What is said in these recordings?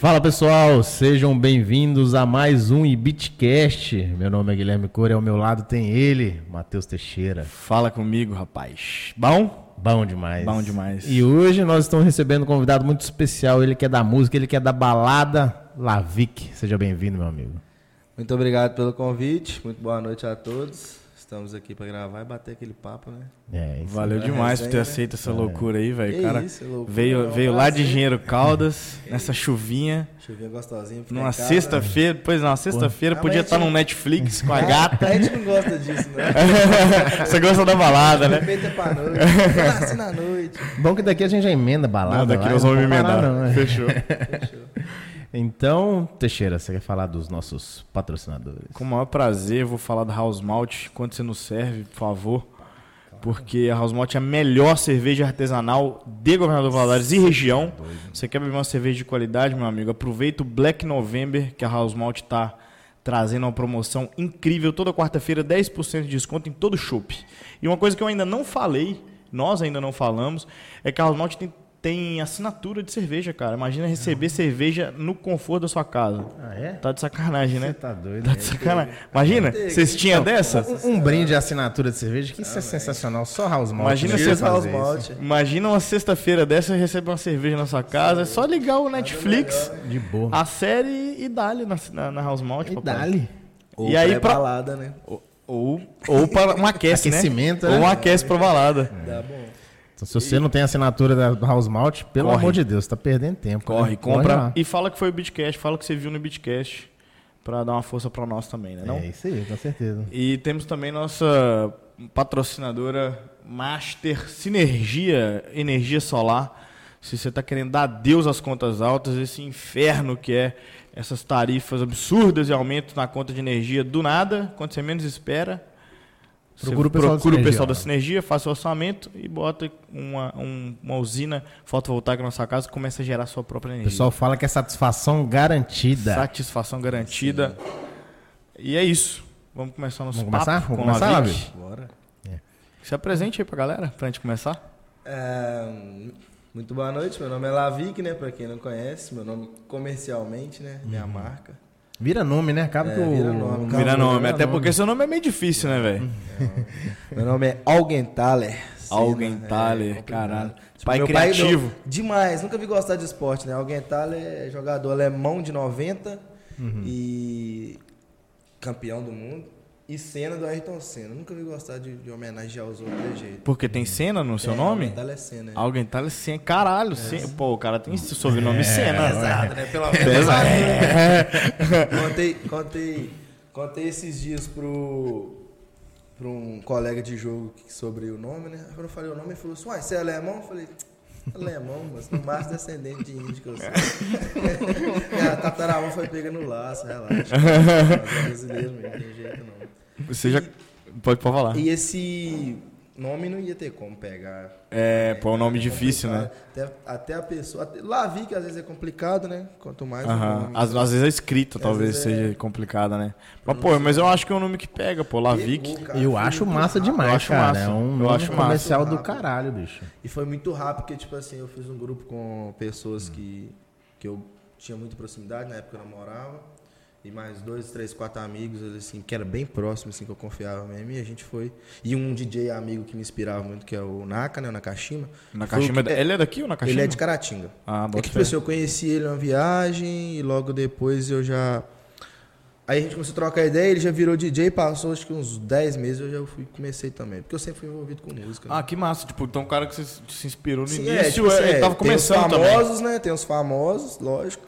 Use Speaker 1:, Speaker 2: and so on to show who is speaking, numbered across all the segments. Speaker 1: Fala pessoal, sejam bem-vindos a mais um Ibitcast. Meu nome é Guilherme Cor, ao meu lado tem ele, Matheus Teixeira.
Speaker 2: Fala comigo, rapaz. Bom?
Speaker 1: Bom demais.
Speaker 2: Bom demais.
Speaker 1: E hoje nós estamos recebendo um convidado muito especial, ele que é da música, ele que é da balada Lavic. Seja bem-vindo, meu amigo.
Speaker 3: Muito obrigado pelo convite, muito boa noite a todos. Estamos aqui para gravar e bater aquele papo, né?
Speaker 1: É, isso.
Speaker 2: Valeu
Speaker 3: É,
Speaker 2: demais por ter
Speaker 3: resenha,
Speaker 2: aceito essa loucura aí, velho.
Speaker 3: Que
Speaker 2: O cara
Speaker 3: isso, loucura,
Speaker 2: veio,
Speaker 3: é um
Speaker 2: veio lá de
Speaker 3: prazer.
Speaker 2: Engenheiro Caldas, nessa chuvinha,
Speaker 3: Chuvinha gostosinha. fica
Speaker 2: numa
Speaker 3: em casa.
Speaker 2: sexta-feira. Pois não, sexta-feira
Speaker 3: Ah,
Speaker 2: podia
Speaker 3: mas
Speaker 2: estar
Speaker 3: a gente-
Speaker 2: num Netflix com a
Speaker 3: Ah,
Speaker 2: gata.
Speaker 3: A gente não gosta disso, né?
Speaker 2: Você gosta da balada, né?
Speaker 3: Feita pra noite. Nasce na noite.
Speaker 1: Bom que daqui a gente já emenda a balada.
Speaker 2: Não, daqui
Speaker 1: lá,
Speaker 2: nós
Speaker 1: não
Speaker 2: vamos
Speaker 1: vou parar,
Speaker 2: emendar.
Speaker 1: não, né?
Speaker 2: Fechou.
Speaker 1: Então, Teixeira, você quer falar dos nossos patrocinadores?
Speaker 2: Com o maior prazer, eu vou falar da House Malt. Quando você não serve, por favor. Porque a House Malt é a melhor cerveja artesanal de Governador Valadares e região. Você quer beber uma cerveja de qualidade, meu amigo? Aproveita o Black November, que a House Malt tá trazendo uma promoção incrível. Toda quarta-feira, 10% de desconto em todo chopp. E uma coisa que eu ainda não falei, nós ainda não falamos, é que a House Malt tem, tem assinatura de cerveja, cara. Imagina receber cerveja no conforto da sua casa.
Speaker 1: Ah, é?
Speaker 2: Tá de sacanagem, né?
Speaker 1: Você tá doido.
Speaker 2: Tá de sacanagem. Imagina, vocês tinham dessa?
Speaker 1: Um, um brinde à assinatura de cerveja, que isso é sensacional. Só House Malt.
Speaker 2: Imagina
Speaker 1: né,
Speaker 2: se
Speaker 1: fazer
Speaker 3: House
Speaker 1: isso.
Speaker 3: Malt.
Speaker 2: Imagina uma sexta-feira dessa e receber uma cerveja na sua casa. É só ligar o Netflix,
Speaker 1: De boa.
Speaker 2: a série e dali na, na, na House Malt.
Speaker 1: Ah, e
Speaker 2: papai.
Speaker 1: dali.
Speaker 3: Ou
Speaker 2: E aí, pra-
Speaker 3: balada, né?
Speaker 2: Ou, ou, ou para um aquece, né?
Speaker 1: Aquecimento, né?
Speaker 2: Ou um aquece pra balada.
Speaker 3: Dá bom.
Speaker 1: Então, se você não tem assinatura da do House Malt, pelo
Speaker 2: Corre.
Speaker 1: amor de Deus, tá perdendo tempo.
Speaker 2: Corre,
Speaker 1: né?
Speaker 2: compra
Speaker 1: lá.
Speaker 2: e fala que foi o Bitcast, fala que você viu no Bitcast pra dar uma força pra nós também, né? Não?
Speaker 1: É isso aí, com certeza.
Speaker 2: E temos também nossa patrocinadora Master Sinergia Energia Solar. Se você está querendo dar adeus às contas altas, esse inferno que é essas tarifas absurdas e aumento na conta de energia do nada, quando você menos espera. você
Speaker 1: Procura o pessoal da
Speaker 2: procura o
Speaker 1: Sinergia,
Speaker 2: pessoal da
Speaker 1: né?
Speaker 2: Sinergia, faça o orçamento e bota uma, um- uma usina fotovoltaica na sua casa e começa a gerar sua própria
Speaker 1: O
Speaker 2: energia.
Speaker 1: pessoal fala que é satisfação garantida.
Speaker 2: Satisfação garantida. E é isso. Vamos começar nosso
Speaker 1: Vamos
Speaker 2: papo
Speaker 1: começar?
Speaker 2: com
Speaker 1: Vamos começar,
Speaker 2: Lavic.
Speaker 1: Lavic?
Speaker 3: Bora.
Speaker 2: Se apresente aí pra galera, pra gente começar.
Speaker 3: É, muito boa noite. Meu nome é Lavic, né? Pra quem não conhece, meu nome comercialmente, né? Minha marca.
Speaker 1: Vira nome, né? Acaba
Speaker 3: É,
Speaker 1: que o...
Speaker 3: vira nome, acaba
Speaker 2: Virar
Speaker 3: Vira Uhum.
Speaker 2: nome, até porque seu nome é meio difícil, né, velho?
Speaker 3: Meu nome é Augenthaler. né?
Speaker 2: Augenthaler, caralho. Pai
Speaker 3: É Tipo, meu
Speaker 2: criativo.
Speaker 3: não- demais, nunca vi gostar de esporte, né? Augenthaler é jogador alemão de 90
Speaker 2: Uhum.
Speaker 3: e campeão do mundo. E Senna do Ayrton Senna. Nunca vi gostar de, de homenagear os outros de jeito.
Speaker 2: Porque tem Senna no seu
Speaker 3: É,
Speaker 2: nome?
Speaker 3: Augenthaler é Senna. né?
Speaker 2: Alguém tá Senna. Caralho, Senna. Pô, o cara tem esse
Speaker 3: É,
Speaker 2: sobrenome Senna.
Speaker 3: Pesado, né? Pelo menos.
Speaker 2: Pesado.
Speaker 3: É. contei, contei, contei esses dias pro pra um colega de jogo que- sobre o nome, né? Aí Quando eu falei o nome, ele falou assim, uai, você é alemão? Eu falei, alemão, mas no máximo descendente de índio que eu sou. Minha tataravó foi pega no laço, relaxa. Mas é brasileiro mesmo, não tem jeito não.
Speaker 2: Você já. Pode, pode falar.
Speaker 3: E esse nome não ia ter como pegar.
Speaker 2: É, pô, é um nome difícil, né?
Speaker 3: Até, até a pessoa... Até, lá vi que às vezes é complicado, né? Quanto mais... o
Speaker 2: Aham.
Speaker 3: nome-
Speaker 2: Às, às vezes a escrita talvez
Speaker 3: vezes é-
Speaker 2: seja complicada, né? Mas, pô, mas eu acho que é um nome que pega, pô. Lavic.
Speaker 3: Pegou, cara.
Speaker 1: Eu
Speaker 3: Foi
Speaker 1: acho
Speaker 3: muito
Speaker 1: massa
Speaker 3: rápido.
Speaker 1: demais,
Speaker 2: Eu acho
Speaker 1: cara.
Speaker 2: massa.
Speaker 1: É um
Speaker 2: Eu
Speaker 1: nome
Speaker 2: acho massa.
Speaker 1: comercial do caralho, bicho.
Speaker 3: E foi muito rápido, porque, tipo assim, eu fiz um grupo com pessoas que, que eu tinha muita proximidade, na época eu namorava, e mais dois, três, quatro amigos, assim, que era bem próximo, assim, que eu confiava mesmo, e a gente foi. E um DJ amigo que me inspirava muito, que é o Naka, né, o Nakashima.
Speaker 2: Nakashima.
Speaker 3: Foi o que-
Speaker 2: Ele é daqui ou Nakashima?
Speaker 3: Ele é de Caratinga.
Speaker 2: Ah,
Speaker 3: É
Speaker 2: bota
Speaker 3: que, tipo
Speaker 2: fé.
Speaker 3: assim, eu conheci ele numa viagem e logo depois eu já. Aí a gente começou a trocar ideia, ele já virou DJ, passou acho que uns 10 meses eu já fui, comecei também. Porque eu sempre fui envolvido com música. né?
Speaker 2: Ah, que massa. Tipo, então o cara que se, se inspirou no
Speaker 3: Sim,
Speaker 2: início,
Speaker 3: é, tipo assim,
Speaker 2: ele
Speaker 3: é,
Speaker 2: tava começando
Speaker 3: Tem os
Speaker 2: também.
Speaker 3: famosos, né? Tem os famosos, lógico.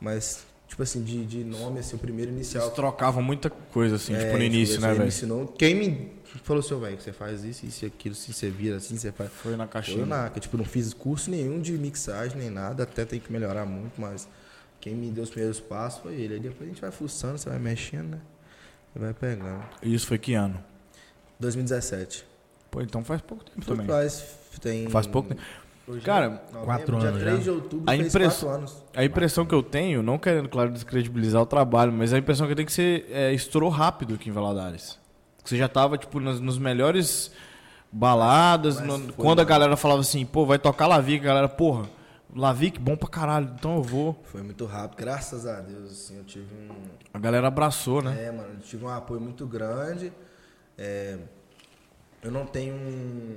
Speaker 3: Mas, tipo assim, de, de nome, assim, o primeiro inicial.
Speaker 2: Eles trocavam muita coisa, assim,
Speaker 3: É,
Speaker 2: tipo, no início,
Speaker 3: ele
Speaker 2: né,
Speaker 3: me
Speaker 2: velho?
Speaker 3: ensinou. Quem me falou assim, "Ô, velho, você faz isso, isso e aquilo, assim, você vira assim, você faz.
Speaker 2: Foi na
Speaker 3: Eu,
Speaker 2: caixinha.
Speaker 3: na, que, tipo, não fiz curso nenhum de mixagem, nem nada, até tem que melhorar muito, mas quem me deu os primeiros passos foi ele. Aí depois a gente vai fuçando, você vai mexendo, né? E vai pegando.
Speaker 2: E Isso foi que ano?
Speaker 3: 2017.
Speaker 2: Pô, então faz pouco tempo
Speaker 3: Foi
Speaker 2: também.
Speaker 3: Faz, tem...
Speaker 2: Faz pouco tempo.
Speaker 3: Hoje é
Speaker 2: Cara,
Speaker 3: novembro,
Speaker 1: quatro
Speaker 3: dia
Speaker 1: anos já.
Speaker 3: 3 de outubro
Speaker 2: A
Speaker 3: fez
Speaker 2: impress-
Speaker 3: 4 anos.
Speaker 2: A impressão que eu tenho, não querendo, claro, descredibilizar o trabalho, mas a impressão que eu tenho é que você é, estourou rápido aqui em Valadares. Que Você já tava, tipo, nas, nos melhores baladas, no-
Speaker 3: foi
Speaker 2: quando a galera falava assim, pô, vai tocar Lavic, a galera, porra, Lavic, bom pra caralho, então eu vou.
Speaker 3: Foi muito rápido, graças a Deus, assim, eu tive um,
Speaker 2: A galera abraçou, né?
Speaker 3: É, mano, eu tive um apoio muito grande. É, eu não tenho um,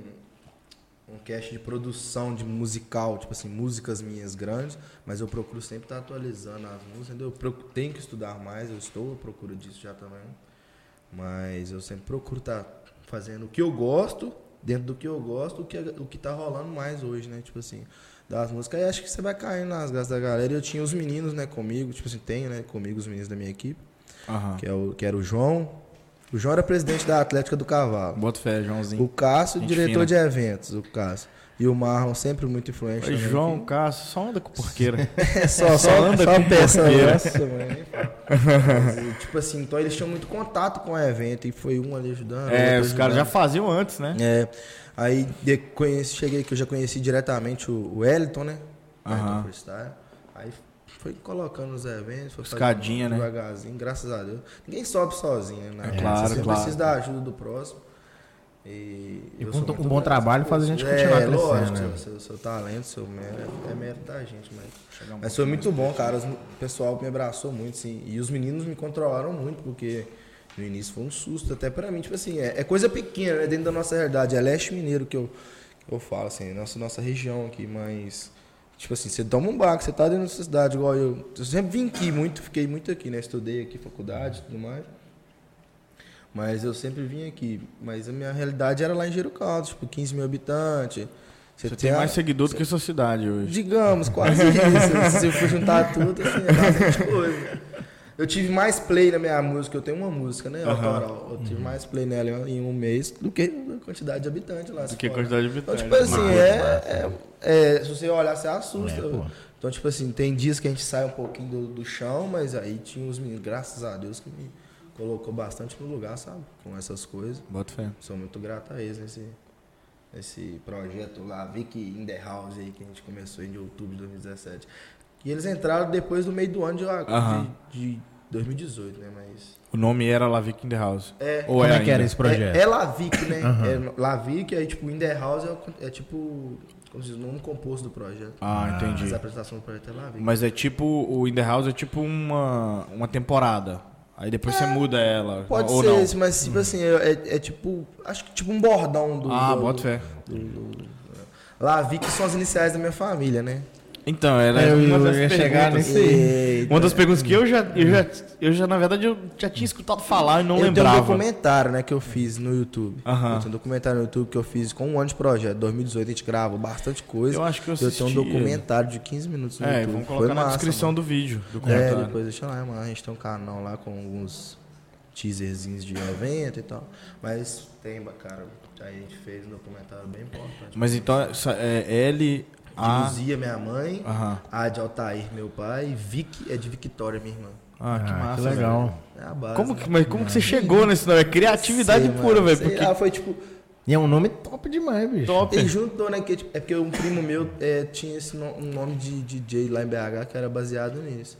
Speaker 3: um cast de produção de musical, tipo assim, músicas minhas grandes, mas eu procuro sempre estar atualizando as músicas, entendeu? Eu procu- tenho que estudar mais, eu estou à procura disso já também. Mas eu sempre procuro estar fazendo o que eu gosto, dentro do que eu gosto, o que, o que tá rolando mais hoje, né? Tipo assim, das músicas. E acho que você vai caindo nas graças da galera. E Eu tinha os meninos, né, comigo, tipo assim, tenho, né, comigo os meninos da minha equipe
Speaker 2: Aham.
Speaker 3: que, é o, que era o João. O João era presidente da Atlética do Cavalo.
Speaker 2: Bota fé, Joãozinho.
Speaker 3: O Cássio,
Speaker 2: Gente
Speaker 3: diretor
Speaker 2: fina.
Speaker 3: de eventos, o Cássio. E o Marlon, sempre muito influente.
Speaker 2: Oi,
Speaker 3: também.
Speaker 2: João, Cássio, só anda com porqueira.
Speaker 3: É, só, só,
Speaker 2: Só anda
Speaker 3: só
Speaker 2: com
Speaker 3: peça.
Speaker 2: porqueira.
Speaker 3: Nossa, mano, nem fala. E, tipo assim, então eles tinham muito contato com o evento. E foi um ali ajudando.
Speaker 2: é,
Speaker 3: outro
Speaker 2: os caras já
Speaker 3: ajudando.
Speaker 2: faziam antes, né?
Speaker 3: É. Aí de, conheci, cheguei que eu já conheci diretamente o, o Elton, né? O
Speaker 2: Aham.
Speaker 3: Elton Freestyle. Aí foi colocando os eventos, foi fazendo
Speaker 2: Escadinha, né?
Speaker 3: devagarzinho, graças a Deus. Ninguém sobe sozinho, né?
Speaker 2: É, claro,
Speaker 3: Você
Speaker 2: claro.
Speaker 3: precisa da ajuda do próximo. E,
Speaker 1: E
Speaker 3: eu
Speaker 1: com
Speaker 3: sou
Speaker 1: t-
Speaker 3: muito
Speaker 1: um bom
Speaker 3: grato
Speaker 1: trabalho
Speaker 3: por
Speaker 1: faz a
Speaker 3: isso.
Speaker 1: gente continuar
Speaker 3: é,
Speaker 1: crescendo,
Speaker 3: Lógico,
Speaker 1: né?
Speaker 3: seu, seu talento, seu mérito, é mérito da gente, mas...
Speaker 2: Chegar um
Speaker 3: Mas foi muito bom, cara. Os- O pessoal me abraçou muito, sim. E os meninos me controlaram muito, porque no início foi um susto, até pra mim. Tipo assim, é, é coisa pequena, né? Dentro da nossa realidade. É leste mineiro que eu, que eu falo, assim, nossa, nossa região aqui, mas. Tipo assim, você toma um barco, você tá dentro da sua cidade, igual eu. Eu sempre vim aqui muito, fiquei muito aqui, né? Estudei aqui, faculdade e tudo mais. Mas eu sempre vim aqui. Mas a minha realidade era lá em Giro Caldo, tipo, 15 mil habitantes.
Speaker 2: Você tem
Speaker 3: a-
Speaker 2: mais seguidor do que a sua cidade hoje.
Speaker 3: Digamos, quase isso. Se eu for juntar tudo, assim, é bastante coisa. Eu tive mais play na minha música, eu tenho uma música, né, autoral. Eu
Speaker 2: Uhum.
Speaker 3: tive mais play nela em um mês do que a quantidade de habitantes lá.
Speaker 2: Do
Speaker 3: se
Speaker 2: que a
Speaker 3: for
Speaker 2: quantidade de
Speaker 3: então,
Speaker 2: habitantes.
Speaker 3: tipo assim,
Speaker 1: Massa, né?
Speaker 3: é, é- é- Se você olhar, você assusta.
Speaker 1: É, pô.
Speaker 3: então, tipo assim, tem dias que a gente sai um pouquinho do, do chão, mas aí tinha uns meninos, graças a Deus, que me colocou bastante no lugar, sabe? Com essas coisas.
Speaker 2: Ah, Bota fé.
Speaker 3: Sou muito grato a eles nesse, nesse projeto lá, Vic in the House aí, que a gente começou em outubro de 2017. E eles entraram depois do meio do ano de, lá,
Speaker 2: Aham.
Speaker 3: de, de 2018, né? Mas.
Speaker 2: O nome era Lavic in the House.
Speaker 3: É,
Speaker 2: Ou
Speaker 1: Como é que
Speaker 2: ainda?
Speaker 1: era esse projeto?
Speaker 3: é, é Lavic, né? É Lavic, aí tipo, In The House é, o- é tipo, como se diz, o nome composto do projeto.
Speaker 2: Ah, entendi.
Speaker 3: Mas a apresentação do projeto é Lavic.
Speaker 2: Mas é tipo, o In The House é tipo uma, uma temporada. Aí depois você muda ela.
Speaker 3: É, Pode
Speaker 2: ou
Speaker 3: ser,
Speaker 2: não.
Speaker 3: esse, mas tipo assim, é, é- é tipo, acho que tipo um bordão do...
Speaker 2: Ah,
Speaker 3: do,
Speaker 2: bota fé.
Speaker 3: do- do- Lavic são as iniciais da minha família, né?
Speaker 2: Então, era
Speaker 1: Eu-
Speaker 2: uma
Speaker 1: eu
Speaker 2: das
Speaker 1: ia chegar
Speaker 2: perguntas.
Speaker 1: nisso aí.
Speaker 3: Eita.
Speaker 2: Uma das perguntas que eu já, eu já, eu já, na verdade, eu já tinha escutado falar e não
Speaker 3: eu
Speaker 2: lembrava.
Speaker 3: tenho um documentário, né, que eu fiz no YouTube.
Speaker 2: Aham.
Speaker 3: Eu tenho um documentário no YouTube que eu fiz com um ano de projeto. 2018 a gente gravou bastante coisa.
Speaker 2: Eu acho que eu
Speaker 3: tenho um
Speaker 2: assisti
Speaker 3: documentário de 15 minutos no
Speaker 2: É,
Speaker 3: YouTube.
Speaker 2: vamos colocar
Speaker 3: Foi
Speaker 2: na
Speaker 3: massa,
Speaker 2: descrição
Speaker 3: mano.
Speaker 2: do vídeo, do
Speaker 3: É,
Speaker 2: comentário.
Speaker 3: depois deixa lá, mano. A gente tem um canal lá com alguns teaserzinhos de evento e tal. Mas tem, cara. Aí a gente fez um documentário bem importante.
Speaker 2: Mas então, essa é L,
Speaker 3: De
Speaker 2: A...
Speaker 3: Luzia, minha mãe.
Speaker 2: Aham.
Speaker 3: A de Altair, meu pai. E Vicky é de Victória, minha irmã.
Speaker 2: Ah, que
Speaker 1: Ah,
Speaker 2: massa,
Speaker 1: que
Speaker 2: velho.
Speaker 1: legal.
Speaker 3: É a base.
Speaker 2: Como que, mas como que você chegou nesse nome? É criatividade pura, velho. Porque...
Speaker 3: Ah, foi tipo...
Speaker 1: E é um nome top demais, bicho.
Speaker 2: Top.
Speaker 3: Ele juntou, né? Que, tipo, é porque um primo meu é, tinha esse no- um nome de DJ lá em BH que era baseado nisso.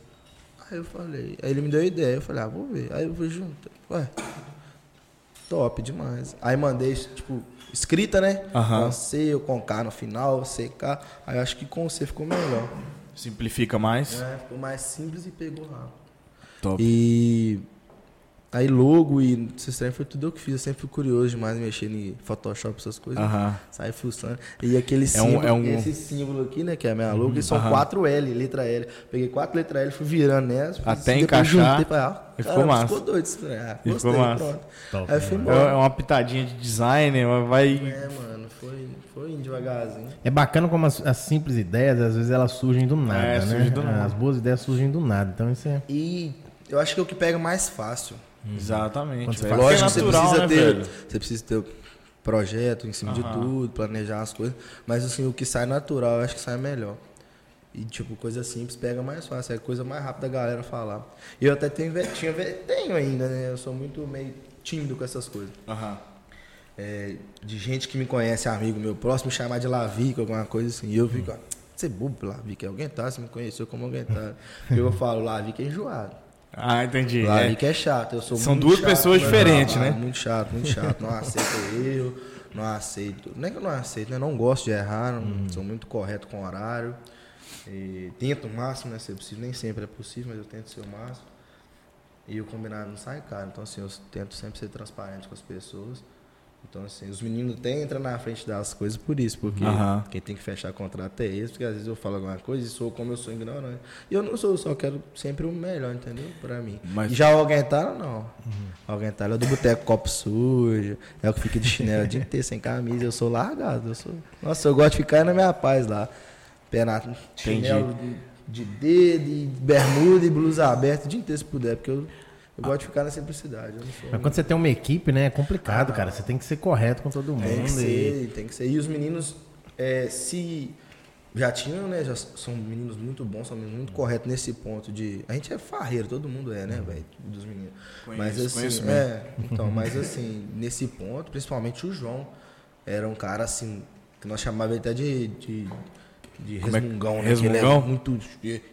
Speaker 3: Aí eu falei, aí ele me deu a ideia, eu falei, ah, vou ver. Aí eu fui junto. Ué, top demais. Aí mandei, tipo, escrita, né?
Speaker 2: Aham.
Speaker 3: Com C, ou com K no final, CK. Aí eu acho que com C ficou melhor.
Speaker 2: Simplifica mais.
Speaker 3: né? Ficou mais simples e pegou rápido.
Speaker 2: Top.
Speaker 3: E aí logo e esses trem foi tudo eu que fiz. Eu sempre fui curioso demais mexendo em Photoshop, essas coisas.
Speaker 2: Aham.
Speaker 3: Sai fuçando. E aquele
Speaker 2: É um-
Speaker 3: símbolo,
Speaker 2: é um-
Speaker 3: esse símbolo aqui, né, que é a minha logo, e são
Speaker 2: aham.
Speaker 3: quatro L, letra L. Peguei quatro letra L, fui virando nessa. fiz
Speaker 2: Até
Speaker 3: isso, depois
Speaker 2: encaixar.
Speaker 3: juntei, falei, ah,
Speaker 2: E ficou
Speaker 3: caramba,
Speaker 2: massa.
Speaker 3: Ficou doido esse trem. Ah,
Speaker 2: E
Speaker 3: gostei,
Speaker 2: ficou massa.
Speaker 3: pronto.
Speaker 1: Top,
Speaker 3: Aí fui
Speaker 2: É é
Speaker 3: embora.
Speaker 2: uma pitadinha de design, mas vai.
Speaker 3: É, mano, foi, foi indo devagarzinho.
Speaker 1: É bacana como as, as simples ideias, às vezes elas surgem do nada,
Speaker 2: É,
Speaker 1: né?
Speaker 2: surge do nada.
Speaker 1: As boas ideias surgem do nada. Então isso é.
Speaker 3: E eu acho que é o que pega mais fácil.
Speaker 2: Exatamente.
Speaker 1: Quando você faz-
Speaker 2: velho. Porque
Speaker 3: É
Speaker 2: é
Speaker 3: Lógico, que Uhum. você precisa
Speaker 2: né,
Speaker 3: ter.
Speaker 2: velho?
Speaker 3: Você precisa ter projeto em cima de tudo, planejar as coisas. Mas assim, o que sai natural, eu acho que sai melhor. E tipo, coisa simples pega mais fácil, é coisa mais rápida da galera falar. E eu até tenho, ve- tinha, ve- tenho ainda, né? Eu sou muito meio tímido com essas coisas.
Speaker 2: Aham.
Speaker 3: É, de gente que me conhece, amigo meu próximo, me chamar de Lavico, alguma coisa assim. E eu fico, ó, você é bobo, Lavico, é alguém tá? Você me conheceu como alguém tá. E eu falo, Lavico é enjoado.
Speaker 2: Ah, entendi.
Speaker 3: Lá
Speaker 2: É.
Speaker 3: que é chato, eu sou
Speaker 2: São
Speaker 3: muito
Speaker 2: duas
Speaker 3: chato,
Speaker 2: pessoas
Speaker 3: né?
Speaker 2: diferentes,
Speaker 3: Ah,
Speaker 2: né?
Speaker 3: Muito chato, muito chato. Não aceito erro,
Speaker 2: Hum.
Speaker 3: não aceito. Não é que eu não aceito, né? Não gosto de errar, não, sou muito correto com o horário. E tento o máximo, né? Se é possível, nem sempre é possível, mas eu tento ser o máximo. E o combinado não sai caro. Então, assim, eu tento sempre ser transparente com as pessoas. Então, assim, os meninos até entram na frente das coisas por isso, porque
Speaker 2: Aham.
Speaker 3: quem tem que fechar contrato é eles, porque às vezes eu falo alguma coisa e sou como eu sou ignorante. E eu não sou, eu só quero sempre o melhor, entendeu? Pra mim.
Speaker 2: Mas-
Speaker 3: E já o Alguentalho, não. O Alguentalho é do boteco copo sujo, é o que fica de chinelo o dia inteiro, sem camisa. Eu sou largado, eu sou... Nossa, eu gosto de ficar na minha paz lá. Pé na chinelo de, de dedo, e bermuda e blusa aberta, o dia inteiro se puder, porque eu, eu gosto de ficar na simplicidade. Eu não
Speaker 2: É
Speaker 3: sou...
Speaker 1: Mas quando você tem uma equipe, né? É complicado, cara. Você tem que ser correto com todo mundo.
Speaker 3: Tem que
Speaker 1: e-
Speaker 3: ser, tem que ser. E os meninos é, se já tinham, né? Já são meninos muito bons, são meninos muito corretos nesse ponto de. A gente é farreiro, todo mundo é, né, velho? Dos meninos.
Speaker 2: Uhum. Conheço,
Speaker 3: mas assim,
Speaker 2: conheço mesmo.
Speaker 3: é, então, mas assim, nesse ponto, principalmente o João, era um cara assim, que nós chamávamos até de. de de
Speaker 2: Como é que-
Speaker 3: resmungão, né?
Speaker 2: resmungão?
Speaker 3: Que ele era muito.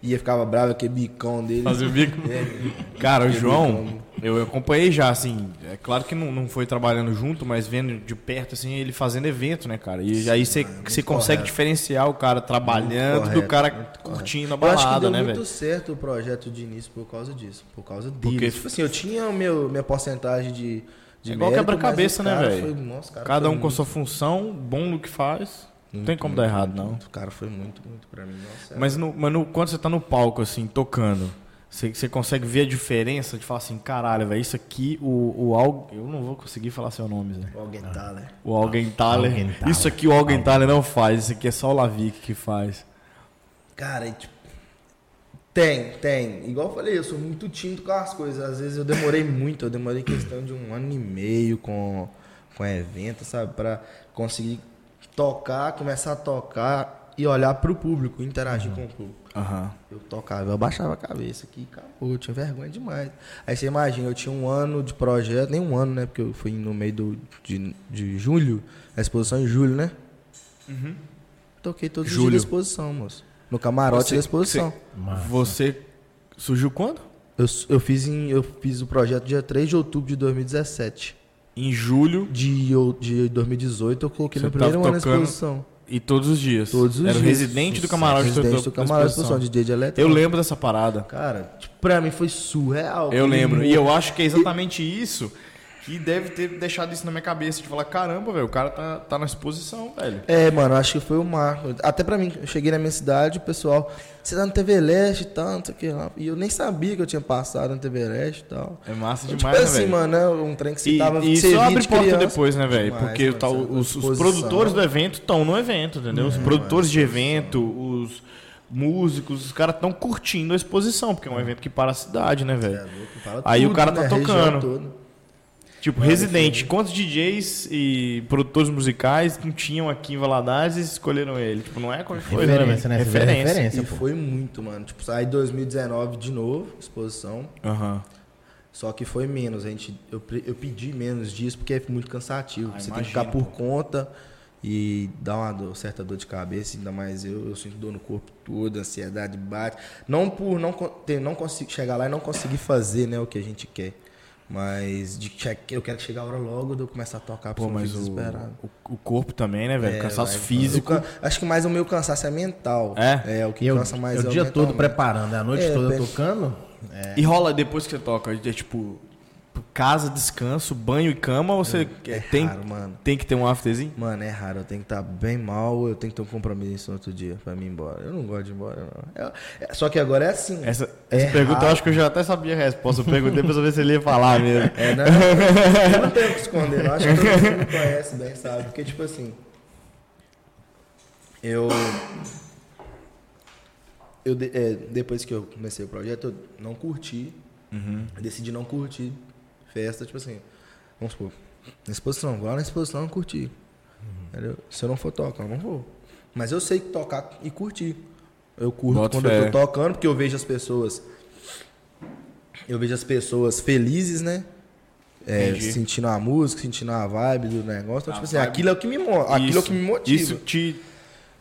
Speaker 3: Ia ficava bravo, aquele bicão dele.
Speaker 2: Fazer o bico.
Speaker 3: É.
Speaker 2: Cara, o
Speaker 3: Eu
Speaker 2: João, eu acompanhei já, assim, é claro que não, não foi trabalhando junto, mas vendo de perto, assim, ele fazendo evento, né, cara? E aí você
Speaker 3: é muito
Speaker 2: você consegue
Speaker 3: correto.
Speaker 2: diferenciar o cara trabalhando
Speaker 3: Correto,
Speaker 2: do cara
Speaker 3: muito correto.
Speaker 2: curtindo a
Speaker 3: É. Eu acho que
Speaker 2: balada,
Speaker 3: deu
Speaker 2: né,
Speaker 3: muito
Speaker 2: velho?
Speaker 3: certo o projeto de início por causa disso. Por causa dele.
Speaker 2: Porque-
Speaker 3: Tipo assim, eu tinha o meu, minha porcentagem de. de
Speaker 2: É igual
Speaker 3: mérito,
Speaker 2: quebra-cabeça,
Speaker 3: mas o
Speaker 2: né,
Speaker 3: cara
Speaker 2: velho?
Speaker 3: foi- nossa, o cara
Speaker 2: Cada
Speaker 3: foi
Speaker 2: um com a
Speaker 3: muito-
Speaker 2: sua função, bom no que faz, não tem como dar
Speaker 3: muito,
Speaker 2: errado,
Speaker 3: muito,
Speaker 2: não.
Speaker 3: muito. O cara foi muito, muito pra mim. Nossa,
Speaker 2: Mas, no, mas no- quando você tá no palco, assim, tocando, você, você consegue ver a diferença de falar assim, caralho, velho, isso aqui, o, o Al... Eu não vou conseguir falar seu nome, Zé.
Speaker 3: é- Alguém tá, né?
Speaker 2: O Alguém Thaler.
Speaker 1: Alguém Thaler.
Speaker 2: Isso aqui o Alguém Thaler não faz, isso aqui é só o Lavic que faz.
Speaker 3: Cara, e, tipo. Tem, tem. Igual eu falei, eu sou muito tímido com as coisas. Às vezes eu demorei muito, eu demorei questão de um ano e meio com, com evento, sabe? Pra conseguir tocar, começar a tocar e olhar pro público,
Speaker 2: Uhum.
Speaker 3: interagir com o público.
Speaker 2: Aham.
Speaker 3: Eu tocava, eu abaixava a cabeça aqui, acabou, eu tinha vergonha demais. Aí você imagina, eu tinha um ano de projeto, nem um ano, né? Porque eu fui no meio do, de, de julho, a exposição em julho, né? Toquei todos os
Speaker 2: Uhum. Julho.
Speaker 3: dias da exposição, moço. No camarote
Speaker 2: Você-
Speaker 3: da exposição.
Speaker 1: Massa.
Speaker 2: Você surgiu quando?
Speaker 3: Eu, eu, fiz em, eu fiz o projeto dia 3 de outubro de 2017.
Speaker 2: Em julho
Speaker 3: De, ou- de 2018 eu coloquei
Speaker 2: Você
Speaker 3: no primeiro
Speaker 2: tava
Speaker 3: ano da
Speaker 2: tocando-
Speaker 3: exposição.
Speaker 2: e todos os dias.
Speaker 3: Todos os
Speaker 2: Era o
Speaker 3: dias.
Speaker 2: residente do camarote
Speaker 3: Residente
Speaker 2: da-
Speaker 3: do
Speaker 2: da
Speaker 3: camarote da
Speaker 2: exposição.
Speaker 3: exposição, de DJ de elétrica.
Speaker 2: Eu lembro dessa parada.
Speaker 3: Cara, tipo, pra mim foi surreal.
Speaker 2: Eu
Speaker 3: Foi
Speaker 2: lembro. E
Speaker 3: muito
Speaker 2: eu acho que é exatamente isso que deve ter deixado isso na minha cabeça. De falar, caramba, velho, o cara tá, tá na exposição, velho.
Speaker 3: É, mano, acho que foi o marco. Até pra mim, eu cheguei na minha cidade, o pessoal, você tá no TV Leste e tal, não sei o que lá. E eu nem sabia que eu tinha passado no TV Leste e tal.
Speaker 2: É massa
Speaker 3: Então,
Speaker 2: demais,
Speaker 3: tipo
Speaker 2: né,
Speaker 3: assim,
Speaker 2: velho?
Speaker 3: mano, né, um trem que você
Speaker 2: E,
Speaker 3: tava...
Speaker 2: e
Speaker 3: que você
Speaker 2: isso
Speaker 3: via
Speaker 2: abre
Speaker 3: de
Speaker 2: porta
Speaker 3: criança.
Speaker 2: depois, né, velho?
Speaker 3: Demais,
Speaker 2: Porque
Speaker 3: mano,
Speaker 2: tá-
Speaker 3: essa
Speaker 2: os, os
Speaker 3: exposição. É,
Speaker 2: produtores do evento estão no evento, entendeu? Os produtores de evento, os músicos, os caras estão curtindo a exposição, porque é um evento que para a cidade, né,
Speaker 3: É,
Speaker 2: velho?
Speaker 3: louco, fala
Speaker 2: Aí o
Speaker 3: tudo,
Speaker 2: cara tá
Speaker 3: né, região
Speaker 2: tocando.
Speaker 3: toda.
Speaker 2: Tipo, Residente, quantos DJs e produtores musicais não tinham aqui em Valadares e escolheram ele? Tipo, não é qualquer coisa, né?
Speaker 1: Referência, né? Você vê a
Speaker 3: E
Speaker 1: referência, pô.
Speaker 3: foi muito, mano. Tipo, aí 2019 de novo, exposição.
Speaker 2: Aham.
Speaker 3: Só que foi menos, a gente, eu, pre- eu pedi menos dias porque é muito cansativo.
Speaker 2: Ah,
Speaker 3: você tem que
Speaker 2: imagino,
Speaker 3: ficar por
Speaker 2: pô.
Speaker 3: conta e dá uma dor- certa dor de cabeça, ainda mais eu, eu sinto dor no corpo todo, ansiedade bate. Não por não, con- ter, não consigo chegar lá e não conseguir fazer né, o que a gente quer. Mas de che- eu quero chegar a hora logo de eu começar a tocar porque
Speaker 2: Pô,
Speaker 3: eu fico
Speaker 2: mas o,
Speaker 3: desesperado.
Speaker 2: o, o corpo também, né, velho?
Speaker 3: É,
Speaker 2: Cansaço
Speaker 3: vai-
Speaker 2: físico.
Speaker 3: eu ca- acho que mais o meu cansaço é mental.
Speaker 2: É?
Speaker 3: o que
Speaker 1: Eu,
Speaker 3: cansa mais
Speaker 1: eu
Speaker 3: é
Speaker 1: o dia todo
Speaker 3: mentalmente.
Speaker 1: preparando, a noite
Speaker 3: É,
Speaker 1: toda
Speaker 3: pensa-
Speaker 1: tocando. É,
Speaker 2: E rola depois que você toca, é tipo casa, descanso, banho e cama ou você
Speaker 3: é
Speaker 2: tem,
Speaker 3: raro, mano.
Speaker 2: tem que ter um afterzinho?
Speaker 3: Mano, é raro. Eu tenho que estar bem mal, eu tenho que ter um compromisso no outro dia pra mim ir embora. Eu não gosto de ir embora, não. Eu- é- só que agora é assim.
Speaker 2: Essa,
Speaker 3: É
Speaker 2: essa pergunta eu
Speaker 3: raro.
Speaker 2: acho que eu já até sabia a resposta. Eu perguntei pra saber se ele ia falar mesmo.
Speaker 3: É, não,
Speaker 2: É.
Speaker 3: eu não tenho o que esconder. Eu acho que todo mundo me conhece bem, sabe? Porque, tipo assim. Eu. eu de- é, depois que eu comecei o projeto, eu não curti.
Speaker 2: Uhum.
Speaker 3: Eu decidi não curtir festa, tipo assim. Vamos supor, na exposição, vou lá na exposição eu curti.
Speaker 2: Uhum.
Speaker 3: Entendeu? Se eu não for tocar, eu não vou. Mas eu sei tocar e curtir. Eu curto
Speaker 2: Boto
Speaker 3: quando
Speaker 2: fé.
Speaker 3: eu tô tocando, porque eu vejo as pessoas. Eu vejo as pessoas felizes, né? É,
Speaker 2: Entendi.
Speaker 3: sentindo a música, sentindo a vibe do negócio. Então,
Speaker 2: A
Speaker 3: tipo assim,
Speaker 2: vibe.
Speaker 3: aquilo é o que me, mo- aquilo é o que me motiva.
Speaker 2: Isso te.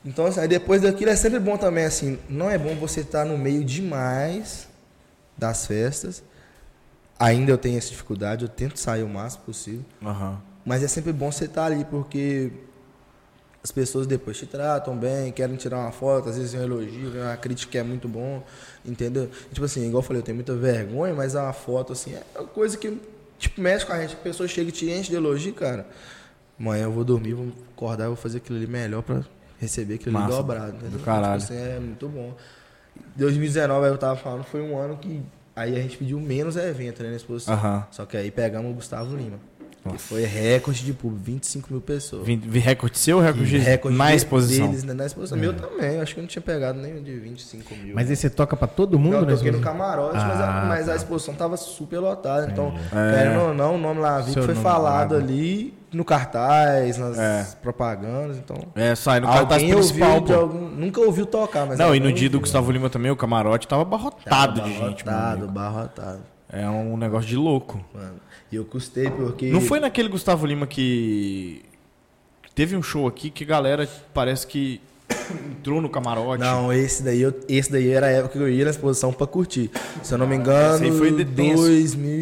Speaker 3: Então, assim, aí depois daquilo é sempre bom também, assim, não é bom você estar no meio demais das festas. Ainda eu tenho essa dificuldade, eu tento sair o máximo possível.
Speaker 2: Aham.
Speaker 3: Mas é sempre bom você estar ali, porque tá as pessoas depois te tratam bem, querem tirar uma foto, às vezes é um elogio, vem uma crítica que é muito bom, entendeu? E, tipo assim, igual eu falei, eu tenho muita vergonha, mas a foto, assim, é uma coisa que, tipo, mexe com a gente. A pessoa chega e te enche de elogio, cara. Amanhã eu vou dormir, vou acordar, eu vou fazer aquilo ali melhor pra receber aquilo ali
Speaker 2: Massa,
Speaker 3: dobrado, entendeu?
Speaker 2: do caralho.
Speaker 3: Tipo assim, é muito bom. 2019, eu tava falando, foi um ano que aí a gente pediu menos evento né, na exposição.
Speaker 2: Aham.
Speaker 3: Só que aí pegamos o Gustavo Lima. Que foi recorde de público, 25 mil pessoas.
Speaker 2: Vim- vi- recorde seu ou recorde, de- na
Speaker 3: de-
Speaker 2: exposição? É.
Speaker 3: Deles, né, na exposição. Meu também, acho que eu não tinha pegado nem o de 25 mil.
Speaker 1: Mas aí você toca pra todo
Speaker 3: Não,
Speaker 1: mundo,
Speaker 3: eu
Speaker 1: né?
Speaker 3: toquei no camarote, mas, a,
Speaker 1: Ah,
Speaker 3: mas a
Speaker 2: tá.
Speaker 3: exposição tava super lotada. Então,
Speaker 2: É.
Speaker 3: querendo ou não, o nome lá vivo
Speaker 1: Seu
Speaker 3: foi
Speaker 1: nome
Speaker 3: falado
Speaker 1: lá, né?
Speaker 3: ali no cartaz, nas
Speaker 2: É.
Speaker 3: propagandas. Então,
Speaker 2: É, sai no cartaz
Speaker 3: Alguém
Speaker 2: principal,
Speaker 3: ouviu de
Speaker 2: pô.
Speaker 3: algum- nunca ouviu tocar, mas...
Speaker 2: Não, e no
Speaker 3: alguém
Speaker 2: dia do
Speaker 3: ouviu. né?
Speaker 2: Gustavo Lima também, o camarote tava
Speaker 3: Tava
Speaker 2: abarrotado de gente,
Speaker 3: barrotado,
Speaker 2: mano.
Speaker 3: barrotado,
Speaker 2: É um negócio de louco.
Speaker 3: mano. E eu custei porque...
Speaker 2: Não foi naquele Gustavo Lima que. Teve um show aqui que a galera parece que entrou no camarote.
Speaker 3: Não, esse daí, eu- esse daí era a época que eu ia na exposição pra curtir. Se eu não me
Speaker 2: Esse aí
Speaker 3: engano,
Speaker 2: foi de denso.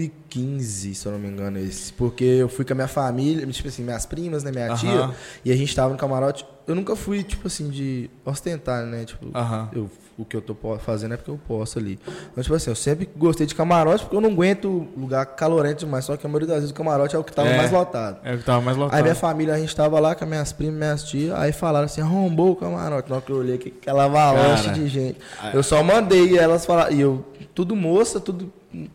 Speaker 3: 2015, se eu não me engano, esse. Porque eu fui com a minha família, tipo assim, minhas primas, né, minha tia,
Speaker 2: Aham.
Speaker 3: e a gente tava no camarote. Eu nunca fui, tipo assim, de ostentar, né? Tipo,
Speaker 2: Aham.
Speaker 3: eu- o que eu tô po- fazendo é porque eu posso ali. Então, tipo assim, eu sempre gostei de camarote porque eu não aguento lugar calorante demais. Só que a maioria das vezes o camarote é o que tava
Speaker 2: É.
Speaker 3: mais lotado.
Speaker 2: É o que tava mais lotado.
Speaker 3: Aí minha família, a gente tava lá com as minhas primas, minhas tias, aí falaram assim, arrombou o camarote. Na hora que eu olhei aqui, aquela avalanche
Speaker 2: Cara.
Speaker 3: de gente. Eu só mandei e elas falaram, e eu, tudo moça, tudo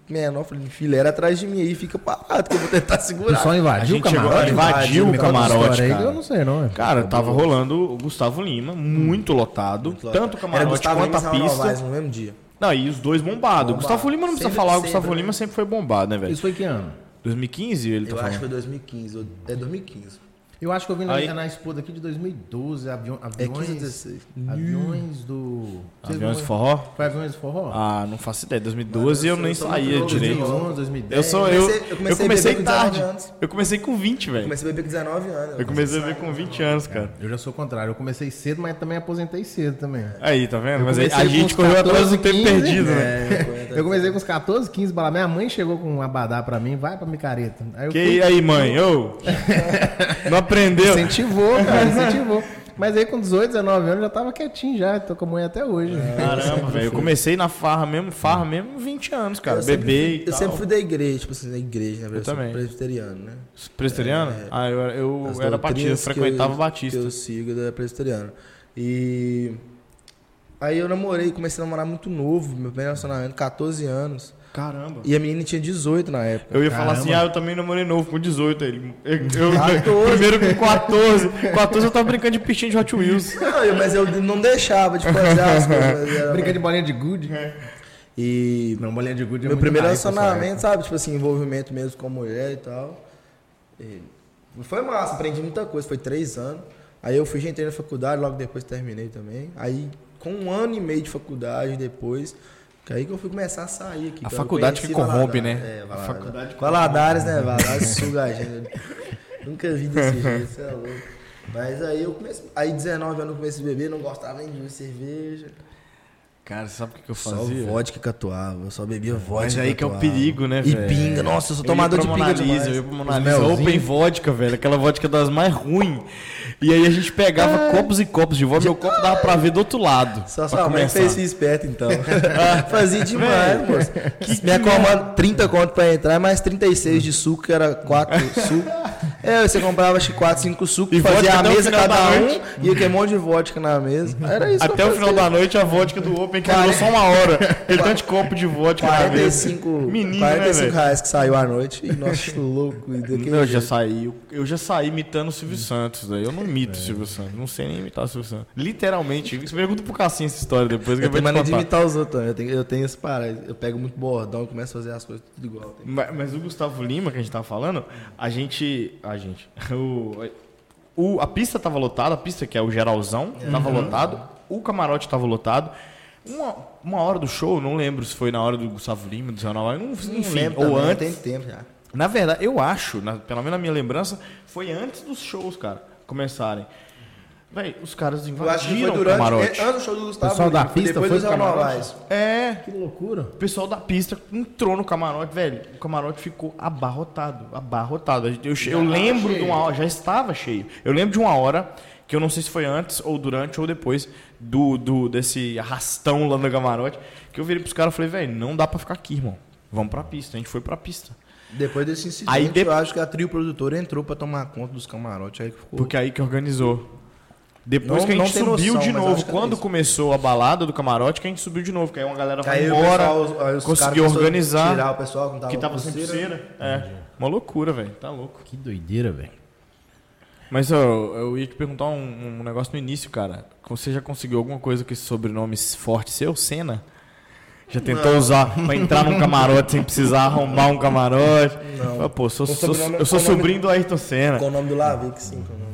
Speaker 3: menor, falei, fileira atrás de mim aí, fica parado que eu vou tentar
Speaker 1: O
Speaker 3: segurar.
Speaker 1: pessoal invadiu
Speaker 2: A
Speaker 1: o
Speaker 2: gente chegou-
Speaker 1: camarote.
Speaker 2: invadiu o
Speaker 1: Me conta essa
Speaker 2: camarote,
Speaker 1: história aí que
Speaker 2: cara.
Speaker 1: Eu não sei, não. é.
Speaker 2: Cara, tava rolando o Gustavo Lima, muito lotado. Tanto o
Speaker 3: Hum. Era
Speaker 2: camarote
Speaker 3: Gustavo
Speaker 2: quanto
Speaker 3: Lima
Speaker 2: a
Speaker 3: e Israel
Speaker 2: pista.
Speaker 3: Novaes no mesmo dia.
Speaker 2: Não, e os dois bombados.
Speaker 3: Bombado.
Speaker 2: Gustavo Lima não precisa
Speaker 3: Sempre-
Speaker 2: falar, o
Speaker 3: sempre,
Speaker 2: Gustavo
Speaker 3: né?
Speaker 2: Lima sempre foi bombado, né, velho?
Speaker 1: Isso foi que ano?
Speaker 2: 2015 ele tá
Speaker 3: Eu acho que
Speaker 2: falando.
Speaker 3: foi 2015, ou- é 2015.
Speaker 1: Eu acho que eu vi na,
Speaker 2: Aí-
Speaker 1: na expo daqui de 2012, avião,
Speaker 3: É
Speaker 1: aviões...
Speaker 3: 15 ou 16.
Speaker 1: Aviões do... Vocês
Speaker 2: Aviões
Speaker 1: não-
Speaker 2: Tá forró?
Speaker 1: Foi aviões de forró?
Speaker 2: Ah, não faço ideia. 2012 eu,
Speaker 3: Mano, eu
Speaker 2: nem
Speaker 3: sou- eu sou
Speaker 2: saía
Speaker 3: muito louco,
Speaker 2: direito.
Speaker 1: 2011, 2010...
Speaker 2: Eu sou eu.
Speaker 3: Eu comecei-
Speaker 2: Eu
Speaker 3: eu
Speaker 2: comecei,
Speaker 3: comecei a beber com
Speaker 2: tarde.
Speaker 3: 19 anos.
Speaker 2: Eu comecei com 20, velho.
Speaker 3: Comecei a beber com 19 anos.
Speaker 2: Eu comecei a ver com 20 anos, cara.
Speaker 1: Eu já sou o contrário. Eu comecei cedo, mas também aposentei cedo também.
Speaker 2: Aí, tá vendo? Mas aí,
Speaker 1: comecei
Speaker 2: a
Speaker 1: com
Speaker 2: gente
Speaker 1: uns
Speaker 2: correu atrás
Speaker 1: 14,
Speaker 2: do tempo
Speaker 1: 15,
Speaker 2: perdido, né?
Speaker 3: É,
Speaker 1: Eu comecei com uns 14, 15 balas. Minha mãe chegou com um abadá pra mim, vai pra micareta. Aí eu
Speaker 2: Que aí, mãe? Ô! não aprendeu?
Speaker 1: Incentivou, cara, incentivou. Mas aí com 18, 19 anos eu já tava quietinho já, tô com a mãe até hoje.
Speaker 2: Caramba, velho. Eu comecei na farra mesmo, farra mesmo, 20 anos, cara.
Speaker 3: Eu sempre
Speaker 2: Bebê
Speaker 3: fui-
Speaker 2: e
Speaker 3: Eu
Speaker 2: tal.
Speaker 3: sempre fui da igreja, tipo assim, da igreja, né? velho? Eu sou
Speaker 2: também.
Speaker 3: presbiteriano, né?
Speaker 2: Presbiteriano? Ah, eu, era- eu
Speaker 3: As
Speaker 2: era batista,
Speaker 3: doutrinas que
Speaker 2: frequentava
Speaker 3: eu-
Speaker 2: batista.
Speaker 3: Que eu sigo da presbiteriana. E aí eu namorei, comecei a namorar muito novo, meu primeiro relacionamento, 14 anos.
Speaker 2: Caramba.
Speaker 3: E a menina tinha 18 na época.
Speaker 2: Eu ia falar
Speaker 1: Caramba.
Speaker 2: assim, ah, eu também namorei novo, com 18. aí Ele, eu, eu-
Speaker 3: 14.
Speaker 2: primeiro com 14. 14 eu tava brincando de pistinha de Hot Wheels.
Speaker 3: Não, eu- mas eu não deixava de fazer as coisas. mas era-
Speaker 1: Brinca de bolinha de good.
Speaker 3: E
Speaker 1: Não, bolinha de good é
Speaker 3: meu
Speaker 1: muito
Speaker 3: primeiro
Speaker 1: raiva, pessoal.
Speaker 3: relacionamento, sabe? Tipo assim, envolvimento mesmo com a mulher e tal. E foi massa, aprendi muita coisa. Foi três anos. Aí eu fui, já entrei na faculdade, logo depois terminei também. Aí, com um ano e meio de faculdade depois, que aí que eu fui começar a sair aqui.
Speaker 2: A
Speaker 3: Eu
Speaker 2: faculdade que
Speaker 3: conheci
Speaker 2: corrompe,
Speaker 3: Valadares.
Speaker 2: né?
Speaker 3: É,
Speaker 2: A faculdade
Speaker 3: Valadares. Valadares, né? Valadares suga a gente. Nunca vi desse jeito, você é louco. Mas aí eu comecei. Aí 19 anos eu comecei a beber, não gostava nem de cerveja.
Speaker 2: Cara, sabe o que, que eu
Speaker 3: Só
Speaker 2: fazia?
Speaker 3: vodka catuava, eu só bebia vodka.
Speaker 2: Mas aí que é o
Speaker 3: catuaba.
Speaker 2: perigo, né,
Speaker 3: E
Speaker 2: velho?
Speaker 3: pinga, nossa, eu sou
Speaker 2: ia
Speaker 3: tomador
Speaker 2: pra
Speaker 3: de pinga
Speaker 2: Mona Lisa,
Speaker 3: demais.
Speaker 2: Eu ia pra Mona
Speaker 1: Os
Speaker 2: Lisa,
Speaker 1: melzinho.
Speaker 2: Open Vodka, velho. Aquela vodka é das mais ruins. E aí a gente pegava copos e copos de vodka. Meu copo dava pra ver do outro lado.
Speaker 3: Ah. Só
Speaker 2: pra
Speaker 3: sua mãe
Speaker 2: começar.
Speaker 3: fez esperto, então. Fazia demais,
Speaker 2: Velho,
Speaker 3: moço. Me acomando 30 conto pra entrar, mais 36 de suco, que era 4 suco. É, você comprava acho que 4, 5 suco,
Speaker 2: E vodka
Speaker 3: fazia a
Speaker 2: até o
Speaker 3: mesa
Speaker 2: final
Speaker 3: cada
Speaker 2: da noite.
Speaker 3: um, ia ter um monte de vodka na mesa. Era isso.
Speaker 2: Até o final da noite a vodka do Open que durou só uma hora. Aquele tanto de copo de vodka na mesa.
Speaker 3: 45,
Speaker 2: Menino, né,
Speaker 3: 45
Speaker 2: velho?
Speaker 3: reais que saiu à noite. E, nossa, louco. E daquele
Speaker 2: Eu já
Speaker 3: jeito.
Speaker 2: saí, eu já saí imitando o
Speaker 3: Hum.
Speaker 2: Silvio Santos, daí eu não imito o
Speaker 3: É.
Speaker 2: Silvio Santos, não sei nem imitar o Silvio Santos. Literalmente, você pergunta pro Cassinho essa história depois que
Speaker 3: Eu
Speaker 2: eu vou
Speaker 3: tenho
Speaker 2: te
Speaker 3: mania de
Speaker 2: contar.
Speaker 3: imitar os outros também. Eu tenho, eu tenho esse pará. Eu pego muito bordão e começo a fazer as coisas tudo igual. Tem-
Speaker 2: Ma- Mas, o Gustavo Lima, que a gente tava falando, a gente. A gente. O, o- a pista tava lotada, a pista que é o geralzão, tava
Speaker 3: Uhum.
Speaker 2: lotado, o camarote tava lotado. Uma, uma hora do show, não lembro se foi na hora do Gustavo Lima, do Zé Nova, não, enfim,
Speaker 3: um lembro
Speaker 2: ou
Speaker 3: também,
Speaker 2: antes.
Speaker 3: Tem tempo já.
Speaker 2: Na verdade, eu acho, na- pelo menos na minha lembrança, foi antes dos shows, cara, começarem. Véi, os caras
Speaker 3: Eu acho que foi
Speaker 2: invadiram o
Speaker 3: durante é,
Speaker 2: camarote.
Speaker 3: antes do show do Gustavo.
Speaker 1: Pessoal da
Speaker 3: Lima,
Speaker 1: pista
Speaker 3: depois
Speaker 1: foi
Speaker 3: do
Speaker 1: pro
Speaker 3: Zé
Speaker 1: camarote?
Speaker 3: Novaes.
Speaker 2: É,
Speaker 1: Que loucura.
Speaker 2: o pessoal da pista entrou no camarote, velho. O camarote ficou
Speaker 3: tá
Speaker 2: abarrotado, abarrotado. Eu, eu lembro de uma hora, já estava cheio. Eu lembro de uma hora que eu não sei se foi antes ou durante ou depois do, do desse arrastão lá no camarote, que eu virei pros caras e falei, velho, não dá pra ficar aqui, irmão. Vamos pra pista. A gente foi pra pista.
Speaker 3: Depois desse incidente,
Speaker 2: Aí de-
Speaker 3: eu acho que a trio produtora entrou pra tomar conta dos camarotes. Aí que ficou.
Speaker 2: Porque é aí que organizou. Depois
Speaker 3: Não-
Speaker 2: que a
Speaker 3: não
Speaker 2: gente
Speaker 3: tem
Speaker 2: subiu
Speaker 3: noção,
Speaker 2: de
Speaker 3: mas eu acho
Speaker 2: novo,
Speaker 3: que
Speaker 2: quando
Speaker 3: era isso.
Speaker 2: começou a balada do camarote, que a gente subiu de novo, que aí uma galera vai
Speaker 3: aí o
Speaker 2: embora,
Speaker 3: pessoal- aí os caras
Speaker 2: conseguiu
Speaker 3: começaram a
Speaker 2: organizar,
Speaker 3: Tirar o pessoal que não tava,
Speaker 2: que tava
Speaker 3: com
Speaker 2: sem
Speaker 3: pulseira.
Speaker 2: pulseira. É, uma loucura, velho, tá louco.
Speaker 1: Que doideira, velho.
Speaker 2: Mas eu, eu ia te perguntar um, um negócio no início, cara. Você já conseguiu alguma coisa com esse sobrenome forte seu, Senna? Já tentou usar pra entrar num camarote sem precisar arrombar um camarote?
Speaker 3: Não.
Speaker 2: Fala, Pô, sou,
Speaker 3: Com
Speaker 2: sou-
Speaker 3: sobrenome-
Speaker 2: eu sou
Speaker 3: com nome-
Speaker 2: sobrinho do Ayrton Senna.
Speaker 3: Com é o nome do Lavic, sim. Com o nome do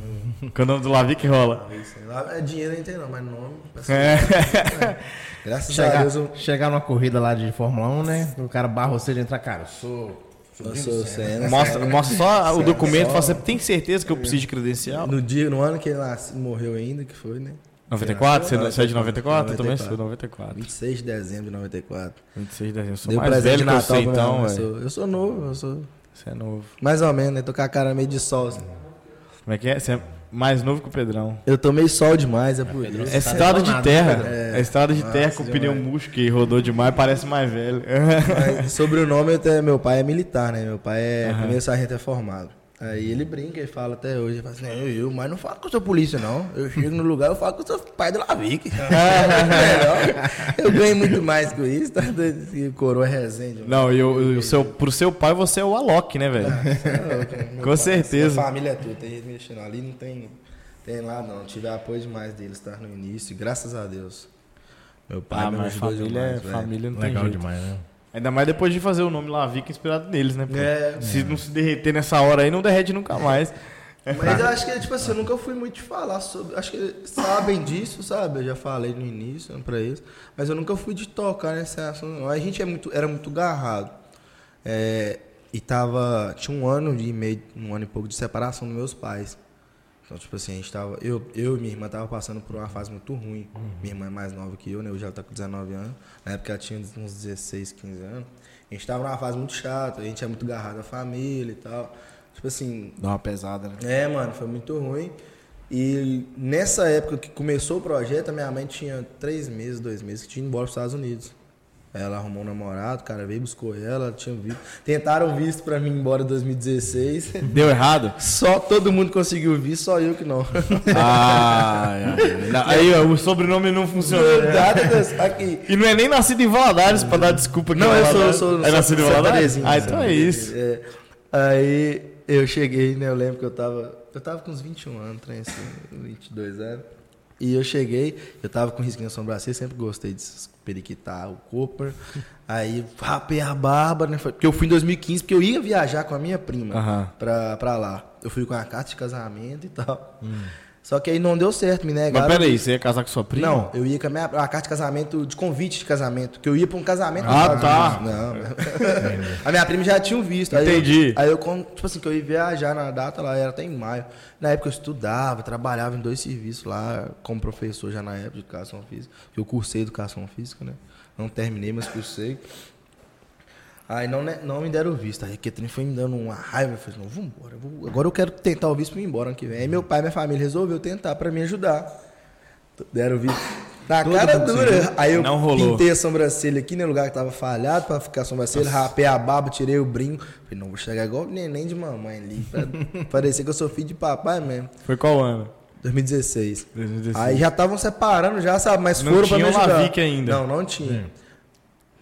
Speaker 2: Com o nome do Lavi que rola.
Speaker 3: Lavic, sim. Lá- é dinheiro a gente tem não, mas nome. assim,
Speaker 2: É.
Speaker 3: Graças a
Speaker 1: Chegar,
Speaker 3: Deus eu
Speaker 1: chegar numa corrida lá de Fórmula 1, né? O cara barra você de entrar, cara. Eu sou.
Speaker 3: eu sou Senna.
Speaker 2: Mostra, mostra É. só É. o
Speaker 3: Sério,
Speaker 2: documento,
Speaker 3: só-
Speaker 2: fala, você tem certeza que eu preciso de credencial?
Speaker 3: No, dia, no ano que ele nasce- morreu ainda, que foi, né?
Speaker 2: 94? Você, você é de 94? Eu também
Speaker 3: 94.
Speaker 2: sou de 94.
Speaker 3: 26 de dezembro de 94.
Speaker 2: 26 de dezembro. Sou
Speaker 3: Deu
Speaker 2: mais
Speaker 3: presente
Speaker 2: velho
Speaker 3: de
Speaker 2: que eu sei,
Speaker 3: Natal né? pra minha
Speaker 2: então,
Speaker 3: mãe, eu
Speaker 2: velho.
Speaker 3: sou- Eu sou novo, eu sou.
Speaker 2: Você é novo.
Speaker 3: Mais ou menos, né? Tô com a cara meio de sol. assim.
Speaker 2: Como é que é? Você é mais novo que o Pedrão.
Speaker 3: Eu tomei sol demais, é por isso.
Speaker 2: É estrada de
Speaker 1: detonado,
Speaker 2: terra.
Speaker 3: né,
Speaker 1: cara.
Speaker 2: É estrada de terra com
Speaker 3: demais.
Speaker 2: pneu murcho que rodou demais, parece mais velho.
Speaker 3: Mas sobre o nome, até meu pai é militar, né? Meu pai é primeiro sargento é formado. Aí ele brinca e fala até hoje, ele fala assim, eu, eu, mas não fala com o seu polícia, não. Eu chego no lugar, eu falo com o seu pai do Lavic. É melhor. eu ganho muito mais com isso, tá? doido? Que Coroa é resenha.
Speaker 2: Não, e o, e o seu, pro seu pai você é o Alok, né, velho?
Speaker 3: É,
Speaker 2: Com certeza.
Speaker 3: A família é tudo, tem gente mexendo ali, não tem, tem lá não. Tive apoio demais deles, tá? No início, e graças a Deus. Meu pai
Speaker 2: Ah,
Speaker 3: me
Speaker 2: mas
Speaker 3: ajudou
Speaker 2: família,
Speaker 3: demais,
Speaker 2: é-
Speaker 3: velho.
Speaker 2: família não tem
Speaker 1: Legal
Speaker 2: jeito.
Speaker 1: demais, né?
Speaker 2: Ainda mais depois de fazer o nome Lavica inspirado neles, né? pô?
Speaker 3: É.
Speaker 2: se não se derreter nessa hora aí, não derrete nunca mais.
Speaker 3: Mas eu acho que, tipo assim, eu nunca fui muito de falar sobre. Acho que eles sabem disso, sabe? Eu já falei no início né, pra eles. Mas eu nunca fui de tocar nesse assunto. não. A gente é muito, era muito garrado. É, e tava. Tinha um ano e meio, um ano e pouco de separação dos meus pais. Então, tipo assim, a gente tava. Eu, eu e minha irmã tava passando por uma fase muito ruim. Minha irmã é mais nova que eu, né? Hoje ela tá com 19 anos. Na época ela tinha uns 16, 15 anos. A gente tava numa fase muito chata, a gente é muito agarrado à família e tal. Tipo assim,
Speaker 2: Dá uma pesada, né?
Speaker 3: é, mano, foi muito ruim. E nessa época que começou o projeto, a minha mãe tinha três meses, dois meses, que tinha ido embora para os Estados Unidos. Ela arrumou um namorado, o cara veio, buscou ela, tinha visto. Tentaram visto para mim ir embora em 2016.
Speaker 2: Deu errado?
Speaker 3: Só todo mundo conseguiu visto, só eu que não.
Speaker 2: Ah, é. Não, aí ó, o sobrenome não funciona.
Speaker 3: Verdade, Deus, aqui.
Speaker 2: E não é nem nascido em Valadares pra dar desculpa aqui.
Speaker 3: Não,
Speaker 2: em
Speaker 3: eu sou, eu
Speaker 2: Valadares.
Speaker 3: sou,
Speaker 2: É
Speaker 3: sou
Speaker 2: nascido em
Speaker 3: Santa
Speaker 2: Valadares?
Speaker 3: Terezinha,
Speaker 2: Ah,
Speaker 3: Santa
Speaker 2: então é
Speaker 3: Terezinha,
Speaker 2: isso.
Speaker 3: é. Aí eu cheguei, né? Eu lembro que eu tava. Eu tava com uns 21 anos, trem assim, 22 anos. E eu cheguei, eu tava com risquinho na sobrancelha, sempre gostei de periquitar o corpo. né? Aí rapei a barba, né? foi- Porque eu fui em 2015, porque eu ia viajar com a minha prima
Speaker 2: Aham.
Speaker 3: pra, pra lá. Eu fui com a carta de casamento e tal. Só que aí não deu certo, me
Speaker 2: Hum. Mas
Speaker 3: negaram.
Speaker 2: peraí, você ia casar com sua prima?
Speaker 3: Não, eu ia com a minha a carta de casamento, de convite de casamento, que eu ia pra um casamento. nos
Speaker 2: Ah,
Speaker 3: Estados
Speaker 2: tá.
Speaker 3: Unidos. Não. a minha prima já tinha um visto. Aí eu-
Speaker 2: Entendi.
Speaker 3: Aí eu, quando- tipo assim, que eu ia viajar na data lá, era até em maio. Na época eu estudava, trabalhava em dois serviços lá, como professor já na época de educação física. Eu cursei educação física, né? Não terminei, mas cursei. Aí não, né, não me deram o visto. Aí que trem foi me dando uma raiva. Eu falei, não, vambora. eu vou- agora eu quero tentar o visto pra ir embora ano que vem. Aí meu pai e minha família resolveu tentar pra me ajudar. Deram o visto. Na cara dura. Aí eu
Speaker 2: Não rolou.
Speaker 3: pintei a sobrancelha aqui, né, no lugar que tava falhado pra ficar a sobrancelha, rapei a barba, tirei o brinco. Falei, não, vou chegar igual o neném de mamãe ali. Pra parecer que eu sou filho de papai mesmo.
Speaker 2: Foi qual ano?
Speaker 3: 2016.
Speaker 2: 2016.
Speaker 3: Aí já estavam separando, já, sabe? Mas
Speaker 2: assim. Não
Speaker 3: foram pra me
Speaker 2: tinha o
Speaker 3: ajudar.
Speaker 2: Lavic ainda. Hum.
Speaker 3: Não, não tinha.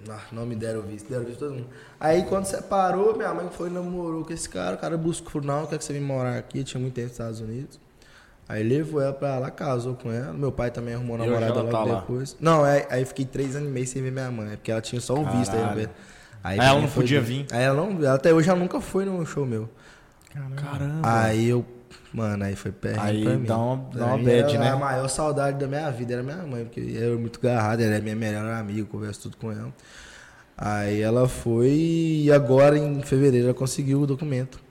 Speaker 3: Ah, não me deram visto, deram visto todo mundo. Aí quando separou, minha mãe foi e namorou com esse cara. O cara buscou, falou, não, quer que você vem morar aqui? Tinha muito tempo nos Estados Unidos. Aí levou ela pra lá, casou com ela. Meu pai também arrumou
Speaker 2: hoje
Speaker 3: namorada
Speaker 2: ela
Speaker 3: logo
Speaker 2: tá lá.
Speaker 3: depois. Não, aí, aí fiquei três anos e meio sem ver minha mãe, é porque ela tinha só o visto aí.
Speaker 2: Caralho.
Speaker 3: né?
Speaker 2: Aí
Speaker 3: pra
Speaker 2: ela
Speaker 3: mim
Speaker 2: não
Speaker 3: foi
Speaker 2: podia
Speaker 3: bem.
Speaker 2: vir.
Speaker 3: Aí ela não, ela até hoje ela nunca foi num show meu.
Speaker 2: né? Caramba.
Speaker 3: Aí eu, mano, aí foi perrengue
Speaker 2: Aí
Speaker 3: pra mim.
Speaker 2: dá uma- dá
Speaker 3: Pra
Speaker 2: uma
Speaker 3: mim
Speaker 2: bad,
Speaker 3: era
Speaker 2: né?
Speaker 3: A maior saudade da minha vida era minha mãe, porque eu era muito garrado, ela é minha melhor amiga, eu converso tudo com ela. Aí ela foi e agora em fevereiro ela conseguiu o documento.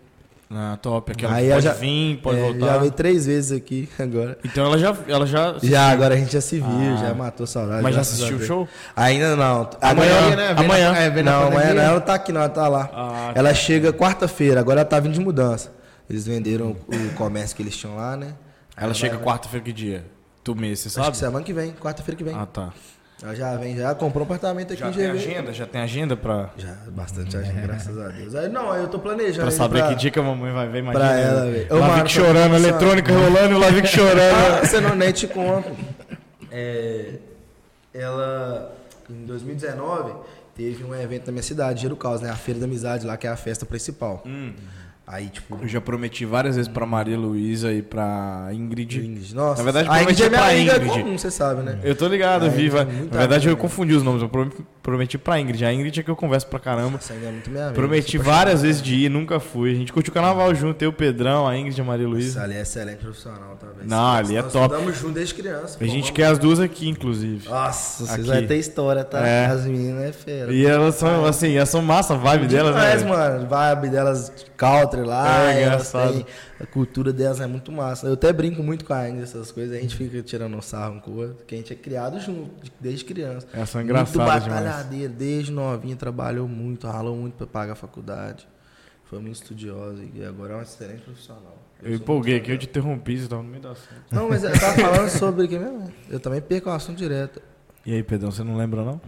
Speaker 2: Ah, top. Aquela
Speaker 3: Aí
Speaker 2: que pode
Speaker 3: já-
Speaker 2: vir, pode
Speaker 3: É,
Speaker 2: voltar.
Speaker 3: Já veio três vezes aqui agora.
Speaker 2: Então ela já. Ela já,
Speaker 3: Já, agora a gente já se viu,
Speaker 2: Ah.
Speaker 3: já matou a saudade.
Speaker 2: Mas já
Speaker 3: graças a
Speaker 2: assistiu o
Speaker 3: Deus.
Speaker 2: show?
Speaker 3: Ainda não.
Speaker 2: Amanhã,
Speaker 3: Agora-
Speaker 2: né?
Speaker 1: Amanhã.
Speaker 3: Amanhã.
Speaker 1: É, vem na
Speaker 3: não, amanhã
Speaker 1: pandemia.
Speaker 3: não, ela tá aqui, não, ela tá lá.
Speaker 2: Ah,
Speaker 3: ela chega quarta-feira, agora ela tá vindo de mudança. Eles venderam o comércio que eles tinham lá, né?
Speaker 2: Ela chega quarta-feira que dia? Do mês, você
Speaker 3: Acho
Speaker 2: sabe?
Speaker 3: que é semana que vem, quarta-feira que vem.
Speaker 2: Ah, tá.
Speaker 3: Ela já vem, já comprou um apartamento aqui
Speaker 2: Já
Speaker 3: em
Speaker 2: tem
Speaker 3: GV.
Speaker 2: agenda? Já tem agenda pra,
Speaker 3: Já, bastante agenda, graças a Deus. Aí, não, aí eu tô planejando.
Speaker 2: pra
Speaker 3: aí
Speaker 2: saber
Speaker 3: pra-
Speaker 2: que dia que a mamãe vai ver, imagina.
Speaker 3: Pra ela, velho. Ô,
Speaker 2: Lavic
Speaker 3: mano,
Speaker 2: chorando, né?
Speaker 3: tá-
Speaker 2: a eletrônica rolando e o Lavic chorando.
Speaker 3: Ah, você não nem te conto. É, ela, em 2019, teve um evento na minha cidade, Giro Caos, né? A Feira da Amizade lá, que é a festa principal.
Speaker 2: Hum.
Speaker 3: Aí, tipo,
Speaker 2: Eu já prometi várias vezes pra Maria Luísa e pra Ingrid.
Speaker 3: Ingrid, nossa.
Speaker 2: Na verdade,
Speaker 3: a Ingrid
Speaker 2: prometi
Speaker 3: é minha
Speaker 2: pra
Speaker 3: amiga
Speaker 2: Ingrid.
Speaker 3: comum, você sabe, né?
Speaker 2: Eu tô ligado,
Speaker 3: É,
Speaker 2: Viva.
Speaker 3: tem muita
Speaker 2: Na verdade, eu
Speaker 3: coisa.
Speaker 2: confundi os nomes. Eu prom- prometi pra Ingrid. A Ingrid é que eu converso pra caramba.
Speaker 3: Essa ainda é muito minha amiga.
Speaker 2: Prometi
Speaker 3: sou
Speaker 2: várias vezes de ir, nunca fui. A gente curtiu o carnaval junto, eu, o Pedrão, a Ingrid e a Maria
Speaker 3: apaixonado.
Speaker 2: Luísa.
Speaker 3: Essa ali é excelente profissional, talvez.
Speaker 2: Não, ali é
Speaker 3: Nós
Speaker 2: top.
Speaker 3: Estamos juntos desde criança.
Speaker 2: A gente
Speaker 3: pô,
Speaker 2: quer as duas aqui, inclusive.
Speaker 3: vamos- Nossa, vocês
Speaker 2: aqui.
Speaker 3: vão ter história, tá?
Speaker 2: É.
Speaker 3: As meninas é feira.
Speaker 2: E elas são, assim, elas são massa, a vibe delas, né?
Speaker 3: Mas,
Speaker 2: velho?
Speaker 3: mano, vibe delas de country lá,
Speaker 2: É,
Speaker 3: elas
Speaker 2: engraçado.
Speaker 3: têm- a cultura delas é muito massa. Eu até brinco muito com a Ingrid, essas coisas, a gente fica tirando um sarro um com o outro, porque a gente é criado junto, de- desde criança.
Speaker 2: Elas são
Speaker 3: Muito
Speaker 2: engraçadas demais.
Speaker 3: batalhadeira, desde novinha, trabalhou muito, ralou muito pra pagar a faculdade. Foi muito estudiosa e agora é uma excelente profissional.
Speaker 2: Eu
Speaker 3: sou
Speaker 2: empolguei
Speaker 3: muito
Speaker 2: aqui, eu te interrompi, você tava no meio da assunto.
Speaker 3: fã dela. Não, mas eu tava falando sobre que mesmo? né? Eu também perco o assunto direto.
Speaker 2: E aí, Pedrão, você não lembra, não?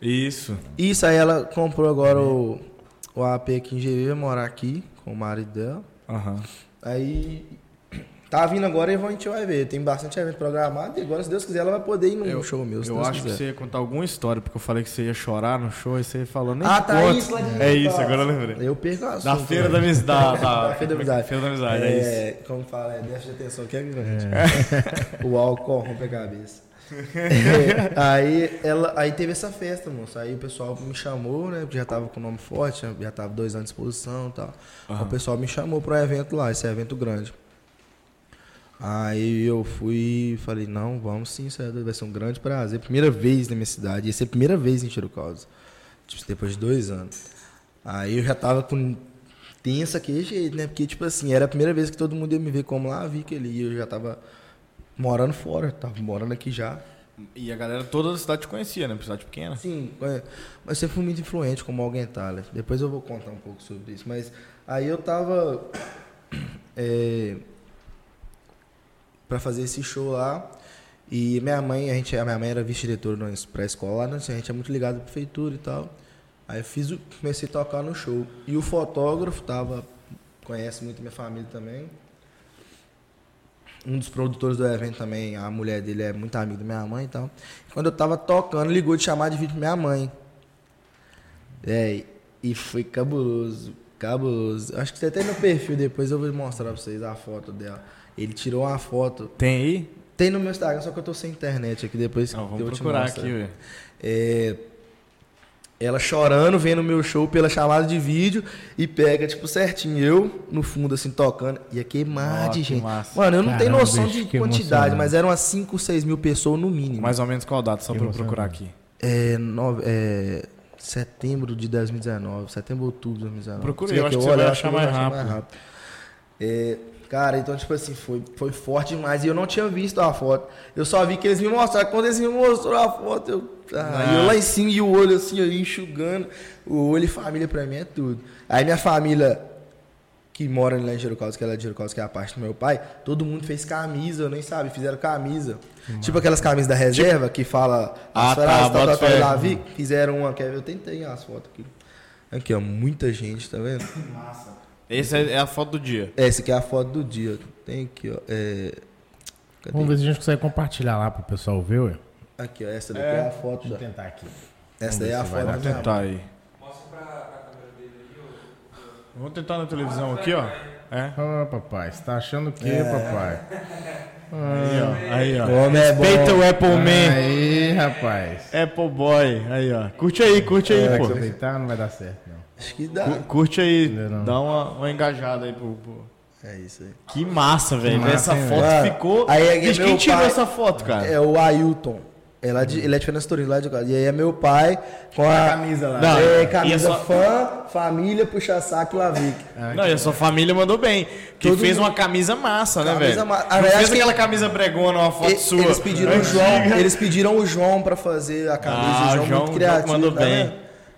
Speaker 2: Isso.
Speaker 3: Isso, aí ela comprou agora o, o AP aqui em GV, vai morar aqui com o marido dela.
Speaker 2: Aham.
Speaker 3: Aí tá vindo agora e a gente vai ver. Tem bastante evento programado e agora, se Deus quiser, ela vai poder ir num Um show meu. Se
Speaker 2: eu
Speaker 3: Deus
Speaker 2: acho
Speaker 3: quiser.
Speaker 2: que você ia contar alguma história, porque eu falei que você ia chorar no show e você falou nem
Speaker 3: Ah, tá
Speaker 2: conta.
Speaker 3: isso lá de
Speaker 2: É isso, agora eu lembrei.
Speaker 3: Eu perco né? a
Speaker 2: Da feira da amizade.
Speaker 3: Da feira da amizade.
Speaker 2: Feira da amizade, é, isso.
Speaker 3: É, Como fala, é, déficit de atenção que é grande.
Speaker 2: É.
Speaker 3: o álcool rompe a cabeça. É, aí, ela, aí teve essa festa, moço. Aí o pessoal me chamou, né? Porque já tava com o nome forte, já tava dois anos de exposição e tal. Aí O pessoal me chamou pra um evento lá, esse evento grande. Aí eu fui e falei, não, vamos sim, isso é doido, vai ser um grande prazer. Primeira vez na minha cidade, ia ser a primeira vez em Chirocausa. Tipo, depois de dois anos. Aí eu já tava com tensa que jeito, né? Porque, tipo assim, era a primeira vez que todo mundo ia me ver como lá, vi que ele eu já tava morando fora, tava morando aqui já.
Speaker 2: E a galera toda da cidade te conhecia, né? Cidade pequena.
Speaker 3: Sim, é, mas sempre fui muito influente como alguém tá, né? Depois eu vou contar um pouco sobre isso. Mas aí eu tava. É, pra fazer esse show lá. E minha mãe, a, gente, a minha mãe era vice-diretora na pré-escola lá, né? assim, a gente é muito ligado à prefeitura e tal. Aí eu fiz o, comecei a tocar no show. E o fotógrafo tava. Conhece muito minha família também. Um dos produtores do evento também, a mulher dele é muito amiga da minha mãe e tal. Quando eu tava tocando, ligou de chamar de vídeo pra minha mãe. É, e foi cabuloso, cabuloso. Acho que você tem no perfil depois, eu vou mostrar pra vocês a foto dela. Ele tirou uma foto.
Speaker 2: Tem aí?
Speaker 3: Tem no meu Instagram, só que eu tô sem internet aqui depois.
Speaker 2: Não,
Speaker 3: eu
Speaker 2: vamos
Speaker 3: te
Speaker 2: procurar
Speaker 3: mostro.
Speaker 2: aqui, velho.
Speaker 3: É, ela chorando, vendo o meu show pela chamada de vídeo e pega, tipo, certinho, eu no fundo, assim, tocando. Ia queimar
Speaker 2: Ó,
Speaker 3: de
Speaker 2: que
Speaker 3: gente.
Speaker 2: massa.
Speaker 3: Mano, eu não tenho
Speaker 1: Caramba,
Speaker 3: noção
Speaker 1: bicho,
Speaker 3: de
Speaker 1: que
Speaker 3: quantidade,
Speaker 1: emocionante.
Speaker 3: mas eram umas 5, 6 mil pessoas no mínimo.
Speaker 2: Mais ou menos qual data, só
Speaker 1: Que
Speaker 2: pra eu
Speaker 1: emoção, né?
Speaker 2: procurar aqui.
Speaker 3: É, nove, é, setembro de 2019, setembro, outubro de 2019.
Speaker 2: Procura
Speaker 3: Se
Speaker 2: aí, eu
Speaker 3: é
Speaker 2: acho que
Speaker 3: eu
Speaker 2: você
Speaker 3: olho,
Speaker 2: vai
Speaker 3: eu acho
Speaker 2: achar
Speaker 3: que eu vou
Speaker 2: mais rápido.
Speaker 3: É, cara, então, tipo assim, foi, foi forte demais. E eu não tinha visto a foto. Eu só vi que eles me mostraram. Quando eles me mostraram a foto, eu, ah, e eu lá em cima e o olho assim, aí, enxugando. O olho e família pra mim é tudo. Aí minha família, que mora lá em Jerusalém, que ela é de Jerusalém, que é a parte do meu pai, todo mundo fez camisa, eu nem sabia, fizeram camisa. Tipo aquelas camisas da reserva que fala
Speaker 2: Ah,
Speaker 3: as
Speaker 2: tá,
Speaker 3: frases,
Speaker 2: bota
Speaker 3: tal, tal, tal,
Speaker 2: fé.
Speaker 3: e lá vi, fizeram uma, quer ver? Eu tentei as fotos aqui. Aqui, ó, muita gente, tá vendo?
Speaker 2: Essa é é a foto do dia.
Speaker 3: Essa aqui é a foto do dia. Tem aqui, ó. É... Cadê?
Speaker 1: Vamos ver se a gente consegue compartilhar lá pro pessoal ver, ué.
Speaker 3: Aqui, ó. Essa daqui é, a foto. Da...
Speaker 1: tentar aqui.
Speaker 3: Essa daí é a
Speaker 1: se vai
Speaker 3: foto da
Speaker 1: dar.
Speaker 3: minha
Speaker 2: tentar aí. Vou tentar na televisão aqui, ó. É.
Speaker 1: Ô, papai, você tá achando o quê, papai?
Speaker 2: Aí, ó.
Speaker 3: mãe. O homem é bom.
Speaker 2: Respeita o Apple Man.
Speaker 1: Aí, rapaz.
Speaker 2: Apple Boy. Aí, ó. Curte aí, curte aí,
Speaker 1: Será É, que
Speaker 2: pô.
Speaker 1: se eu deitar não vai dar certo, não.
Speaker 3: Acho que dá.
Speaker 2: Cu- Curte aí.
Speaker 1: Não, não.
Speaker 2: Dá uma, uma engajada aí pro... pro-
Speaker 3: É isso aí.
Speaker 2: Que massa, velho.
Speaker 1: massa,
Speaker 2: Essa
Speaker 1: hein,
Speaker 2: foto
Speaker 3: velho?
Speaker 2: ficou.
Speaker 3: Aí é que
Speaker 2: Bicho,
Speaker 3: meu
Speaker 2: quem tirou
Speaker 3: pai-
Speaker 2: essa foto, cara?
Speaker 3: É o Ailton. Ele é
Speaker 2: Hum.
Speaker 3: de, ele é de Fernandes Torino, lá de casa. E aí é meu pai com a, camisa lá.
Speaker 2: Não,
Speaker 3: é,
Speaker 2: e é
Speaker 3: camisa
Speaker 2: só-
Speaker 3: fã, família, puxa saco e Lavic.
Speaker 2: Não, e a sua família mandou bem. Que
Speaker 3: É, Todo
Speaker 2: fez
Speaker 3: mundo-
Speaker 2: uma camisa massa, né,
Speaker 3: Camisa
Speaker 2: velho?
Speaker 3: ma-
Speaker 2: Não
Speaker 3: Ah, eu
Speaker 2: fez
Speaker 3: acho que-
Speaker 2: aquela camisa bregona, uma foto
Speaker 3: E-
Speaker 2: sua.
Speaker 3: Eles pediram o João, eles pediram o João pra fazer a camisa.
Speaker 2: Ah, o
Speaker 3: o João, é
Speaker 2: João- o João
Speaker 3: muito criativo.
Speaker 2: mandou
Speaker 3: tá
Speaker 2: bem.
Speaker 3: vendo?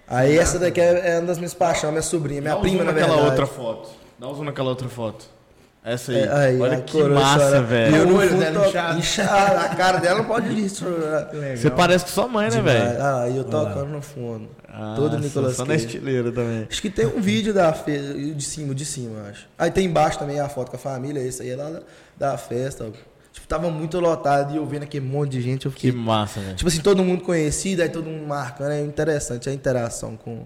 Speaker 3: Aí essa daqui é é uma das minhas paixões, minha sobrinha, minha
Speaker 2: Dá um
Speaker 3: prima
Speaker 2: zoom
Speaker 3: na
Speaker 2: naquela
Speaker 3: verdade.
Speaker 2: outra foto. Dá um zoom naquela outra foto. Essa aí.
Speaker 3: É, aí,
Speaker 2: Olha
Speaker 3: a
Speaker 2: que
Speaker 3: coroa
Speaker 2: massa,
Speaker 3: chora. E
Speaker 2: velho.
Speaker 3: eu no
Speaker 1: Olho
Speaker 3: fundo
Speaker 1: dela
Speaker 3: tô-
Speaker 1: inchado.
Speaker 3: inchado, A cara dela não pode ir. isso, né?
Speaker 2: Você parece com sua mãe, né, velho?
Speaker 3: Ah, e eu tocando no fundo. Todo
Speaker 2: Ah,
Speaker 3: Nicolas
Speaker 2: Só na
Speaker 3: Cage.
Speaker 2: estileira também.
Speaker 3: Acho que tem um vídeo da festa, o de cima, o de cima, eu acho. Aí tem embaixo também a foto com a família, isso aí é lá da, da festa. Tipo, tava muito lotado e eu vendo aquele monte de gente, eu
Speaker 2: Que
Speaker 3: fiquei.
Speaker 2: massa, velho.
Speaker 3: Tipo assim, todo mundo conhecido, aí todo mundo marcando. É interessante a interação com,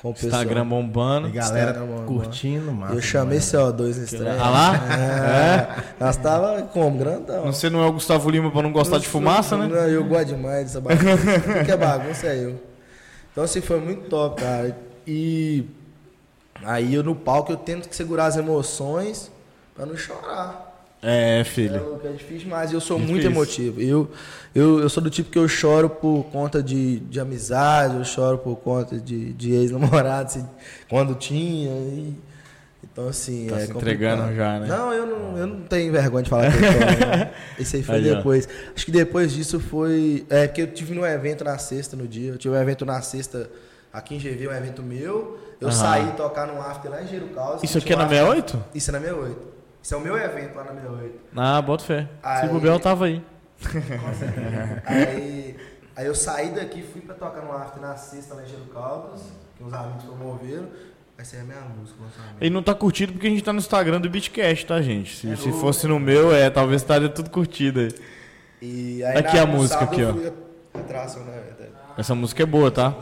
Speaker 3: com o pessoal.
Speaker 2: Instagram bombando.
Speaker 1: E galera
Speaker 3: Instagram, mano.
Speaker 1: curtindo, massa.
Speaker 3: Eu chamei
Speaker 1: demais.
Speaker 3: CO2 nesse trem.
Speaker 2: Ah lá?
Speaker 3: É. Nós tava como? Grandão.
Speaker 2: Você não é o Gustavo Lima pra não gostar de fumaça, né?
Speaker 3: Não, é. eu gosto demais dessa bagunça. Tudo que é bagunça é eu. Então, assim, foi muito top, cara. E aí eu no palco eu tento segurar as emoções pra não chorar.
Speaker 2: É,
Speaker 3: É,
Speaker 2: filho.
Speaker 3: louco, é difícil, mas eu sou
Speaker 2: Difícil.
Speaker 3: muito emotivo. Eu, eu, eu sou do tipo que eu choro por conta de, de amizade, eu choro por conta de, de ex-namorado, se- quando tinha. e- então, assim.
Speaker 2: Tá
Speaker 3: é
Speaker 2: se entregando
Speaker 3: complicado.
Speaker 2: já, né?
Speaker 3: Não, eu não, eu não tenho vergonha de falar que eu choro. não. Esse aí foi
Speaker 2: Aí, ó.
Speaker 3: depois. Acho que depois disso foi. É, porque eu tive num evento na sexta no dia. Eu tive um evento na sexta aqui em GV, um evento meu. Eu
Speaker 2: Aham.
Speaker 3: saí tocar no after lá em Giro Caldas.
Speaker 2: Isso aqui é na
Speaker 3: Tinha um after-
Speaker 2: 68?
Speaker 3: Isso é na 68. Isso é o meu evento lá na 68.
Speaker 2: Ah, bota fé. Se
Speaker 3: Aí-
Speaker 2: bobear, eu tava aí.
Speaker 3: aí, aí eu saí daqui, fui pra tocar no after na sexta lá em Giro Caldas, que uns amigos promoveram. Essa é a minha música, lançamento.
Speaker 2: Ele não tá curtido porque a gente tá no Instagram do Bitcast, tá, gente? Se, se fosse no meu, é, talvez estaria tudo curtido aí.
Speaker 3: E aí
Speaker 2: Aqui
Speaker 3: na-
Speaker 2: a
Speaker 3: no
Speaker 2: música
Speaker 3: sábado
Speaker 2: aqui,
Speaker 3: eu
Speaker 2: ó.
Speaker 3: fui a- Atração, né? velho?
Speaker 2: Essa música é boa, tá?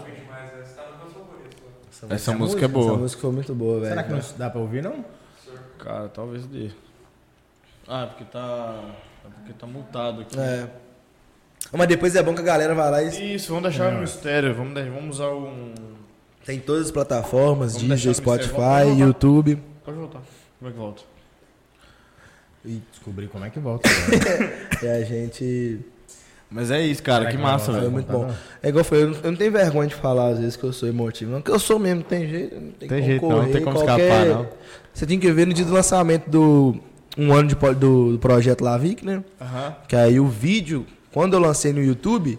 Speaker 2: Essa música é boa.
Speaker 3: Essa música foi muito boa, velho. né?
Speaker 1: Será que não dá pra ouvir, não?
Speaker 2: Cara, talvez dê. Ah, é porque tá. É porque tá multado aqui.
Speaker 3: É. Mas depois é bom que a galera vai lá e
Speaker 2: Isso, vamos deixar no mistério. Vamos, de- vamos usar um.
Speaker 3: tem todas as plataformas,
Speaker 2: Vamos
Speaker 3: Deezer,
Speaker 2: deixar o mistério.
Speaker 3: Spotify,
Speaker 2: Vamos voltar.
Speaker 3: YouTube.
Speaker 2: Pode voltar. Como é que volta?
Speaker 1: E descobrir como é que volta.
Speaker 3: E a gente.
Speaker 2: Mas é isso, cara. Que massa,
Speaker 3: Foi
Speaker 2: velho.
Speaker 3: muito bom. É igual foi, eu não, eu não tenho vergonha de falar às vezes que eu sou emotivo. Não, que eu sou mesmo, não tem jeito. Não
Speaker 2: Tem
Speaker 3: tem, como
Speaker 2: jeito, não, não
Speaker 3: correr,
Speaker 2: tem como
Speaker 3: qualquer-
Speaker 2: escapar, não.
Speaker 3: Você tem que ver no dia do lançamento do. Um ano de, po- do, do projeto Lavic, né?
Speaker 2: Aham.
Speaker 3: Que aí o vídeo, quando eu lancei no YouTube,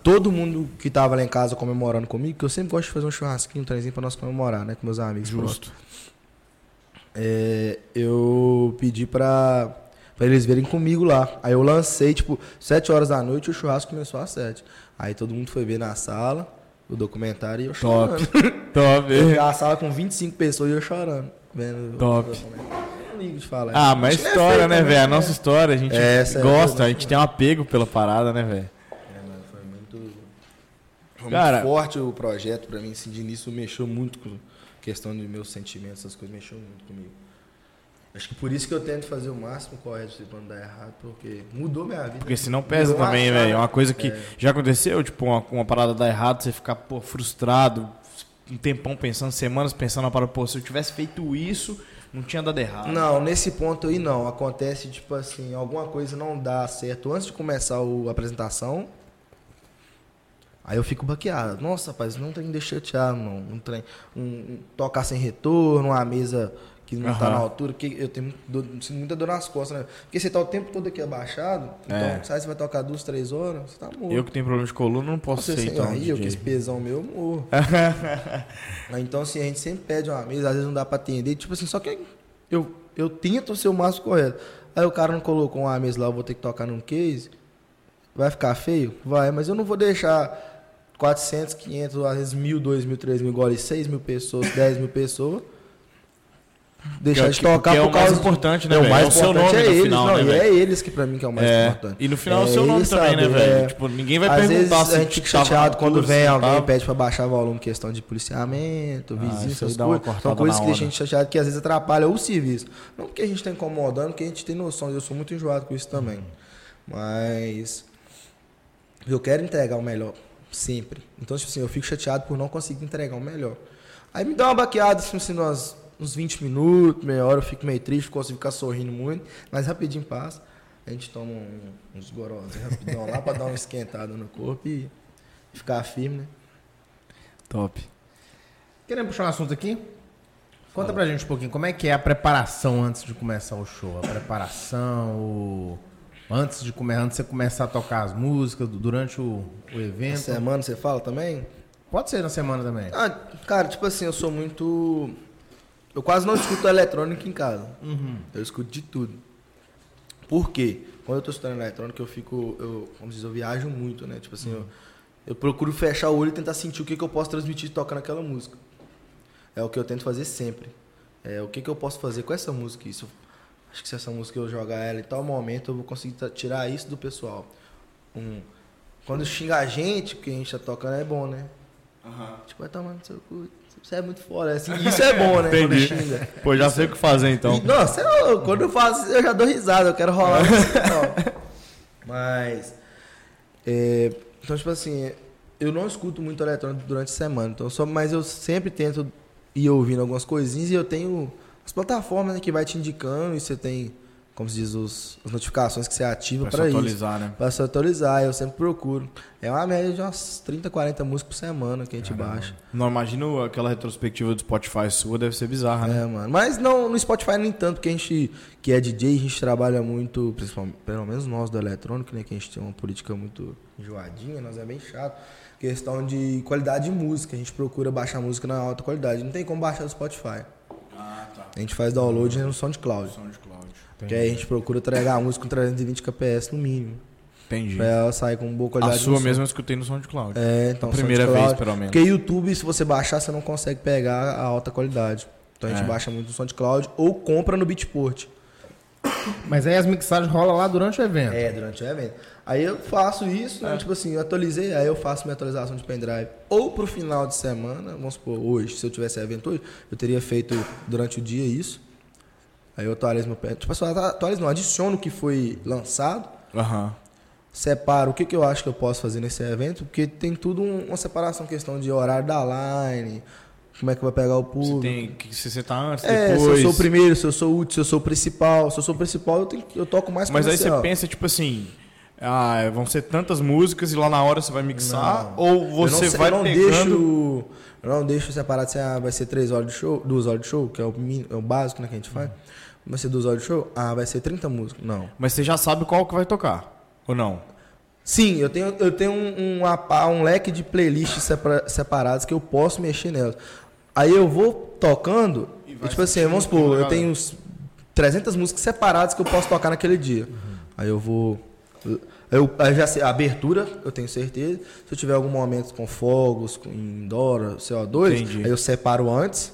Speaker 3: todo mundo que tava lá em casa comemorando comigo, que eu sempre gosto de fazer um churrasquinho, um trenzinho pra nós comemorar, né? Com meus amigos.
Speaker 2: Justo.
Speaker 3: É, eu pedi pra, pra eles verem comigo lá. Aí eu lancei, tipo, 7 horas da noite e o churrasco começou às 7. Aí todo mundo foi ver na sala o documentário e eu
Speaker 2: Top. É.
Speaker 3: chorando.
Speaker 2: Top.
Speaker 3: Eu vi a sala com 25 pessoas e eu chorando. Vendo o
Speaker 2: Top.
Speaker 3: documentário. Eu não ligo de falar.
Speaker 2: Ah, mas
Speaker 3: Acho que é
Speaker 2: história,
Speaker 3: feio
Speaker 2: né,
Speaker 3: também,
Speaker 2: velho? A nossa história, a gente
Speaker 3: É, essa é
Speaker 2: gosta, a
Speaker 3: verdade.
Speaker 2: gente tem um apego pela parada, né, velho?
Speaker 3: Foi muito, foi
Speaker 2: Cara-
Speaker 3: muito forte o projeto pra mim. Assim, de início mexeu muito com a questão dos meus sentimentos, essas coisas mexeu muito comigo. Acho que por isso que eu tento fazer o máximo correto pra não dar errado, porque mudou minha vida.
Speaker 2: Porque senão pesa
Speaker 3: Eu
Speaker 2: também,
Speaker 3: acho,
Speaker 2: velho.
Speaker 3: né?
Speaker 2: Uma coisa que
Speaker 3: É.
Speaker 2: já aconteceu, tipo, uma, uma parada dar errado, você ficar, pô, frustrado, um tempão pensando, semanas pensando na parada, pô, se eu tivesse feito isso, não tinha dado errado.
Speaker 3: Não, nesse ponto aí não. Acontece, tipo assim, alguma coisa não dá certo antes de começar o- a apresentação. Aí eu fico baqueado. Nossa, rapaz, não tem deixa chateado, não. Um trem, um, um tocar sem retorno, uma mesa que não tá
Speaker 2: Aham.
Speaker 3: na altura, porque eu tenho muito dor- sinto muita dor nas costas, né? Porque você tá o tempo todo aqui abaixado, então
Speaker 2: É.
Speaker 3: sai, você vai tocar duas, três horas, você tá morto.
Speaker 2: Eu que tenho problema de coluna, não posso
Speaker 3: Você
Speaker 2: ser,
Speaker 3: sem
Speaker 2: então.
Speaker 3: aí, eu
Speaker 2: DJ.
Speaker 3: com esse pesão meu, eu morro. Aí, então, assim, a gente sempre pede uma mesa, às vezes não dá pra atender. Tipo assim, só que eu, eu tento ser o máximo correto. Aí o cara não colocou uma mesa lá, eu vou ter que tocar num case. Vai ficar feio? Vai, mas eu não vou deixar 400, 500, às vezes mil, dois mil, três mil, igual ali, seis mil pessoas, dez mil pessoas. Deixar de
Speaker 2: Que é o que-
Speaker 3: tocar
Speaker 2: que é
Speaker 3: por
Speaker 2: o mais
Speaker 3: causa de-
Speaker 2: importante, né,
Speaker 3: É, o
Speaker 2: velho?
Speaker 3: mais
Speaker 2: É o seu
Speaker 3: importante
Speaker 2: nome
Speaker 3: é
Speaker 2: no
Speaker 3: eles,
Speaker 2: final,
Speaker 3: não,
Speaker 2: né,
Speaker 3: e
Speaker 2: velho?
Speaker 3: é eles que pra mim que é o mais
Speaker 2: É,
Speaker 3: importante.
Speaker 2: e no final é o seu nome
Speaker 3: eles
Speaker 2: também, né,
Speaker 3: saber,
Speaker 2: velho?
Speaker 3: é.
Speaker 2: Tipo, ninguém vai
Speaker 3: Às vezes
Speaker 2: perguntar se
Speaker 3: a gente fica
Speaker 2: tava
Speaker 3: chateado quando
Speaker 2: altura,
Speaker 3: vem
Speaker 2: se não
Speaker 3: alguém e
Speaker 2: tava.
Speaker 3: pede pra baixar volume, questão de policiamento,
Speaker 2: Ah, isso
Speaker 3: vizinho, essas
Speaker 2: dá uma
Speaker 3: coisas.
Speaker 2: cortada
Speaker 3: São coisas
Speaker 2: na
Speaker 3: que deixam a
Speaker 2: onda.
Speaker 3: gente chateado, que às vezes atrapalha o serviço. Não porque a gente tá incomodando, porque a gente tem noção. Eu sou muito enjoado com isso também.
Speaker 2: Uhum.
Speaker 3: Mas eu quero entregar o melhor, sempre. Então, tipo assim, eu fico chateado por não conseguir entregar o melhor. Aí me dá uma baqueada, assim, assim, umas- uns 20 minutos, meia hora, eu fico meio triste, consigo ficar sorrindo muito, mas rapidinho passa. A gente toma um- uns gorosos rapidão lá pra dar uma esquentada no corpo e ficar firme, né?
Speaker 2: Top.
Speaker 1: Querendo puxar um assunto aqui? Conta pra gente um pouquinho, como é que é a preparação antes de começar o show? A preparação, o... antes de come... antes de você começar a tocar as músicas, du- durante o, o
Speaker 3: Na
Speaker 1: evento.
Speaker 3: semana você fala também?
Speaker 1: Pode ser na semana também.
Speaker 3: Ah, cara, tipo assim, eu sou muito. Eu quase não escuto eletrônica em casa. Eu escuto de tudo. Por quê? Quando eu tô estudando eletrônica, eu fico. Eu, como diz, eu viajo muito, né? Tipo assim, eu, eu procuro fechar o olho e tentar sentir o que, que eu posso transmitir tocando aquela música. É o que eu tento fazer sempre. É o que, que eu posso fazer com essa música. Isso, acho que se essa música eu jogar ela em tal momento, eu vou conseguir ta- tirar isso do pessoal. Um, quando xinga a gente, porque a gente tá tocando, é bom, né? Tipo, vai tomar no seu cu. Você é muito foda. Assim, isso é bom, né? Quando
Speaker 2: Entendi.
Speaker 3: xinga.
Speaker 2: Pô, já sei o que fazer
Speaker 3: E,
Speaker 2: então.
Speaker 3: Nossa, eu- quando eu faço, eu já dou risada, eu quero rolar. Não. Mas. é, então, tipo assim, eu não escuto muito eletrônico durante a semana, então só, mas eu sempre tento ir ouvindo algumas coisinhas e eu tenho as plataformas né, que vai te indicando e você tem, como se diz, os, as notificações que você ativa
Speaker 2: Pra se
Speaker 3: para isso.
Speaker 2: atualizar, né?
Speaker 3: Pra se atualizar, eu sempre procuro. É uma média de umas 30, 40 músicas por semana que a gente baixa.
Speaker 2: Não, imagino aquela retrospectiva do Spotify sua, deve ser bizarra, né?
Speaker 3: É, mano. Mas não, no Spotify nem tanto, porque a gente, que é DJ, a gente trabalha muito, principalmente, pelo menos nós do eletrônico, né? Que a gente tem uma política muito enjoadinha, nós é bem chato. Questão de qualidade de música, a gente procura baixar música na alta qualidade. Não tem como baixar do Spotify.
Speaker 2: Ah, tá.
Speaker 3: A gente faz download no SoundCloud.
Speaker 2: SoundCloud.
Speaker 3: Que aí a gente procura entregar a música com 320 kps no mínimo.
Speaker 2: Entendi.
Speaker 3: Pra ela sair com boa
Speaker 2: A
Speaker 3: qualidade de
Speaker 2: sua
Speaker 3: música.
Speaker 2: mesmo eu escutei no SoundCloud.
Speaker 3: É, então.
Speaker 2: Primeira
Speaker 3: SoundCloud.
Speaker 2: vez, pelo menos.
Speaker 3: Porque YouTube, se você baixar, você não consegue pegar a alta qualidade. Então a gente
Speaker 2: É.
Speaker 3: baixa muito no SoundCloud ou compra no Beatport.
Speaker 1: Mas aí as mixagens rolam lá durante o evento.
Speaker 3: É, durante o evento. Aí eu faço isso,
Speaker 2: É.
Speaker 3: né? Tipo assim, eu atualizei, aí eu faço minha atualização de pendrive. Ou pro final de semana, vamos supor, hoje, se eu tivesse evento hoje, eu teria feito durante o dia isso. Aí eu atualizo meu pendrive. Tipo assim, eu atualizo não, adiciono o que foi lançado,
Speaker 2: Aham.
Speaker 3: separo o que, que eu acho que eu posso fazer nesse evento, porque tem tudo um- uma separação, questão de horário da line, como é que vai pegar o
Speaker 2: Você
Speaker 3: público.
Speaker 2: tem que se você tá antes,
Speaker 3: É, se eu
Speaker 2: depois.
Speaker 3: sou o primeiro, se eu sou o último, se eu sou o principal. Se eu sou o principal, eu, tenho- eu toco mais
Speaker 2: Mas aí você
Speaker 3: comercial.
Speaker 2: pensa, tipo assim, ah, vão ser tantas músicas e lá na hora você vai mixar,
Speaker 3: Não.
Speaker 2: ou você
Speaker 3: eu não,
Speaker 2: vai
Speaker 3: eu não
Speaker 2: pegando...
Speaker 3: deixo eu não deixo separado se ah, vai ser três horas de show duas horas de show que é o, min- é o básico né que a gente faz
Speaker 2: Hum.
Speaker 3: vai ser duas horas de show ah vai ser 30 músicas não
Speaker 2: Mas você já sabe qual que vai tocar, ou não?
Speaker 3: sim eu tenho eu tenho um, um, apa- um leque de playlists separa- separados que eu posso mexer nelas aí eu vou tocando e,
Speaker 2: vai
Speaker 3: tipo assim
Speaker 2: sentindo
Speaker 3: vamos
Speaker 2: o clima
Speaker 3: supor
Speaker 2: da
Speaker 3: eu tenho uns 300 músicas separadas que eu posso tocar naquele dia
Speaker 2: Uhum.
Speaker 3: aí eu vou eu, eu já sei, a abertura, eu tenho certeza. Se eu tiver algum momento com fogos, com indora, CO2,
Speaker 2: Entendi.
Speaker 3: aí eu separo antes,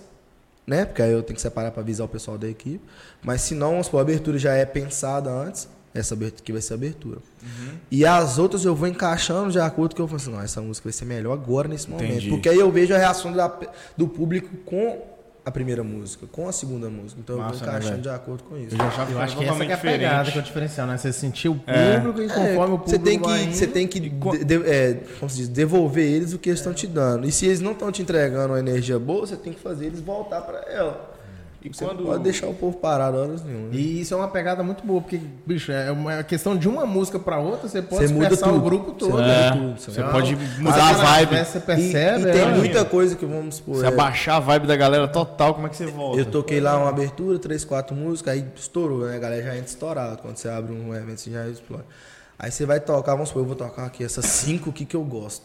Speaker 3: né? Porque aí eu tenho que separar para avisar o pessoal da equipe. Mas se não, vamos supor, a abertura já é pensada antes, essa abertura que vai ser a abertura.
Speaker 2: Uhum.
Speaker 3: E as outras eu vou encaixando de acordo que eu falo assim, não, essa música vai ser melhor agora nesse momento.
Speaker 2: Entendi.
Speaker 3: Porque aí eu vejo a reação da- do público com a primeira música, com a segunda música. Então eu
Speaker 2: Massa,
Speaker 3: vou
Speaker 2: né,
Speaker 3: encaixando
Speaker 2: velho?
Speaker 3: de acordo com isso.
Speaker 2: Eu já achava
Speaker 1: Eu acho
Speaker 2: que
Speaker 1: que
Speaker 2: era
Speaker 1: essa que
Speaker 2: totalmente
Speaker 1: é a pegada,
Speaker 2: diferente.
Speaker 1: que é o diferencial, né? Você sentir o
Speaker 2: É.
Speaker 1: público e
Speaker 3: É,
Speaker 1: conforme o público.
Speaker 3: Você tem
Speaker 1: vai
Speaker 3: que,
Speaker 1: indo-
Speaker 3: você tem que de- de- é, como se diz, devolver eles o que eles estão te dando. E se eles não estão te entregando uma energia boa, você tem que fazer eles voltar pra ela.
Speaker 2: E
Speaker 3: você
Speaker 2: quando-
Speaker 3: não pode deixar o povo parado horas nenhuma. né?
Speaker 1: E isso é uma pegada muito boa, porque, bicho, é uma questão de uma música pra outra, você pode
Speaker 3: Você muda
Speaker 1: expressar o
Speaker 3: tudo.
Speaker 1: grupo
Speaker 3: Você
Speaker 1: todo.
Speaker 3: muda
Speaker 2: É,
Speaker 3: tudo,
Speaker 2: você
Speaker 3: você
Speaker 1: Então,
Speaker 2: pode
Speaker 1: aí
Speaker 2: mudar
Speaker 1: quando
Speaker 2: a vibe.
Speaker 1: acontece, Você
Speaker 3: E,
Speaker 1: percebe, é, né?
Speaker 3: e tem
Speaker 1: ela-
Speaker 3: muita coisa que vamos supor.
Speaker 2: Se
Speaker 3: é,
Speaker 2: abaixar a vibe da galera total, como é que você volta?
Speaker 3: eu toquei lá uma abertura, três, quatro músicas, aí estourou, né? A galera já entra estourada. Quando você abre um evento, você já explode. Aí você vai tocar, vamos supor, eu vou tocar aqui essas cinco aqui que eu gosto.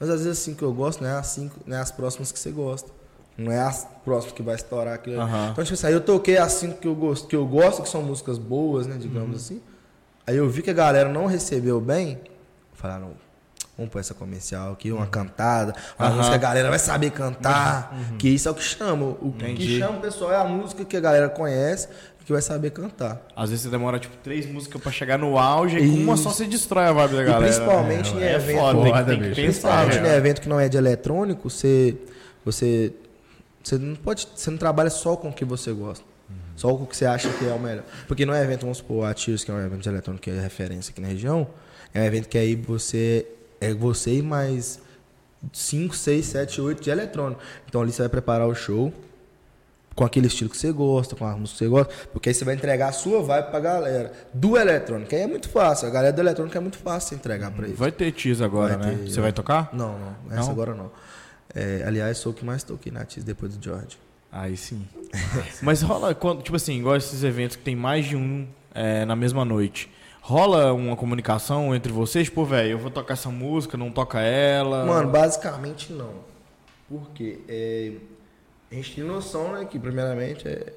Speaker 3: Mas às vezes as cinco que eu gosto não é as cinco, não é as próximas que você gosta. Não é as próximas que vai estourar aquilo. ali.
Speaker 2: Aham.
Speaker 3: Então, tipo assim, aí eu toquei as cinco que eu gosto, que eu gosto, que são músicas boas, né? Digamos
Speaker 2: Uhum.
Speaker 3: assim. Aí eu vi que a galera não recebeu bem. Falaram, vamos pôr essa comercial aqui, uma cantada,
Speaker 2: Uhum.
Speaker 3: uma
Speaker 2: Aham. Uhum.
Speaker 3: música que a galera vai saber cantar. Que isso é o que chama. O
Speaker 2: Entendi.
Speaker 3: que chama o pessoal é a música que a galera conhece e que vai saber cantar.
Speaker 2: Às vezes você demora, tipo, três músicas pra chegar no auge e com uma só você destrói a vibe da
Speaker 3: E
Speaker 2: galera.
Speaker 3: principalmente em
Speaker 2: é, é
Speaker 3: evento-
Speaker 2: foda, tem que-
Speaker 1: Foda,
Speaker 2: tem que,
Speaker 1: bicho.
Speaker 2: pensar.
Speaker 3: Principalmente
Speaker 2: né?
Speaker 3: no evento que não é de eletrônico, você. Você. Você não pode. Você não trabalha só com o que você gosta. Só com o que você acha que é o melhor. Porque não é evento, vamos supor, a Tears, que é um evento de eletrônico que é referência aqui na região. É um evento que aí você. É você e mais 5, 6, 7, 8 de eletrônico. Então ali você vai preparar o show com aquele estilo que você gosta, com a música que você gosta, porque aí você vai entregar a sua vibe pra galera. Do eletrônico, aí é muito fácil. A galera do eletrônico é muito fácil você entregar pra eles.
Speaker 2: Vai ter tease agora,
Speaker 3: Vai
Speaker 2: né?
Speaker 3: ter,
Speaker 2: Você
Speaker 3: é.
Speaker 2: vai tocar?
Speaker 3: Não, não. Essa
Speaker 2: Não?
Speaker 3: agora não. É, aliás, sou o que mais toquei na Tiz depois do George.
Speaker 2: Aí sim. Mas rola, quando, tipo assim, igual esses eventos que tem mais de um é, na mesma noite. Rola uma comunicação entre vocês? Pô, velho, eu vou tocar essa Ah. música, não toca ela.
Speaker 3: Mano, basicamente não. Por quê? É, a gente tem noção, né, que primeiramente é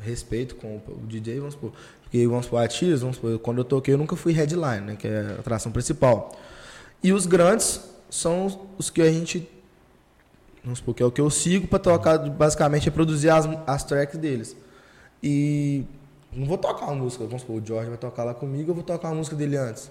Speaker 3: respeito com o DJ, vamos supor. Porque, vamos supor, a Tias, vamos supor, quando eu toquei, eu nunca fui headline, né, que é a atração principal. E os grandes são os que a gente, vamos supor, que é o que eu sigo pra tocar, basicamente, é produzir as, as tracks deles. E não vou tocar uma música, vamos supor, o Jorge vai tocar lá comigo, eu vou tocar uma música dele antes.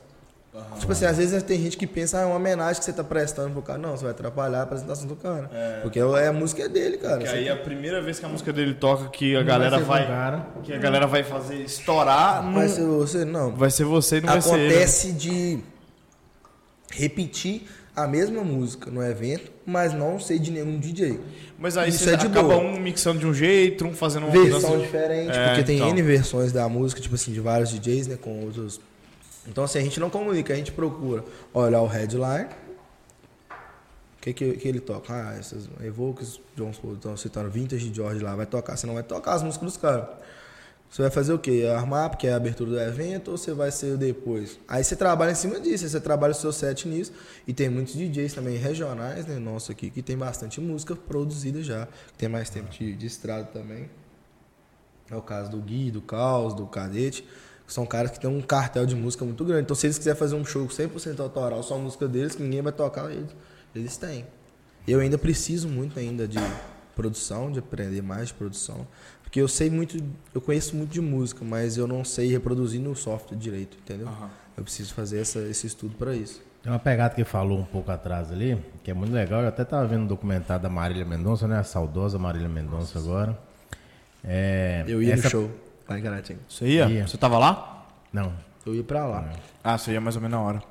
Speaker 3: Tipo assim, às vezes tem gente que pensa, ah, é uma homenagem que você tá prestando pro cara. Não, você vai atrapalhar a apresentação do cara. Porque é a música dele, cara.
Speaker 2: Que
Speaker 3: Você
Speaker 2: aí é a primeira vez que a música dele toca, que a galera
Speaker 1: ser
Speaker 2: vai.
Speaker 1: com o cara.
Speaker 2: Que a galera vai fazer estourar.
Speaker 3: Vai ser você? Não.
Speaker 2: Vai ser você e não vai ser ele. né?
Speaker 3: Acontece de repetir a mesma música no evento, mas não ser de nenhum DJ.
Speaker 2: Mas aí
Speaker 3: Isso
Speaker 2: você
Speaker 3: é de
Speaker 2: acaba
Speaker 3: boa.
Speaker 2: um mixando de um jeito, um fazendo uma
Speaker 3: Versão
Speaker 2: mudança de-
Speaker 3: diferente,
Speaker 2: É,
Speaker 3: porque tem
Speaker 2: então.
Speaker 3: N versões da música, tipo assim, de vários DJs, né, com outros. Então, assim, a gente não comunica, a gente procura olhar o headline. O que, que, que ele toca? Ah, essas Evokes, Jones estão citando Vintage de George lá, vai tocar. Você não vai tocar as músicas dos caras. Você vai fazer o quê? Armar, porque é a abertura do evento, ou você vai ser o depois? Aí você trabalha em cima disso, aí você trabalha o seu set nisso. E tem muitos DJs também regionais, né, nosso aqui, que tem bastante música produzida já, que tem mais tempo de, de estrada também. É o caso do Gui, do Caos, do Cadete, que são caras que têm um cartel de música muito grande. Então, se eles quiserem fazer um show 100% autoral, só a música deles, que ninguém vai tocar, eles, eles têm. Eu ainda preciso muito ainda de produção, de aprender mais de produção, porque eu sei muito, eu conheço muito de música, mas eu não sei reproduzir no software direito, entendeu? Eu preciso fazer essa- esse estudo para isso.
Speaker 1: Tem uma pegada que ele falou um pouco atrás ali, que é muito legal. Eu até tava vendo um documentário da Marília Mendonça, né? A saudosa Marília Mendonça agora. É,
Speaker 3: Eu ia
Speaker 1: essa-
Speaker 3: no show lá em Caratinga.
Speaker 2: Você ia?
Speaker 1: Ia.
Speaker 2: Você tava lá?
Speaker 1: Não.
Speaker 3: Eu ia para lá.
Speaker 2: Ah, você ia mais ou menos na hora.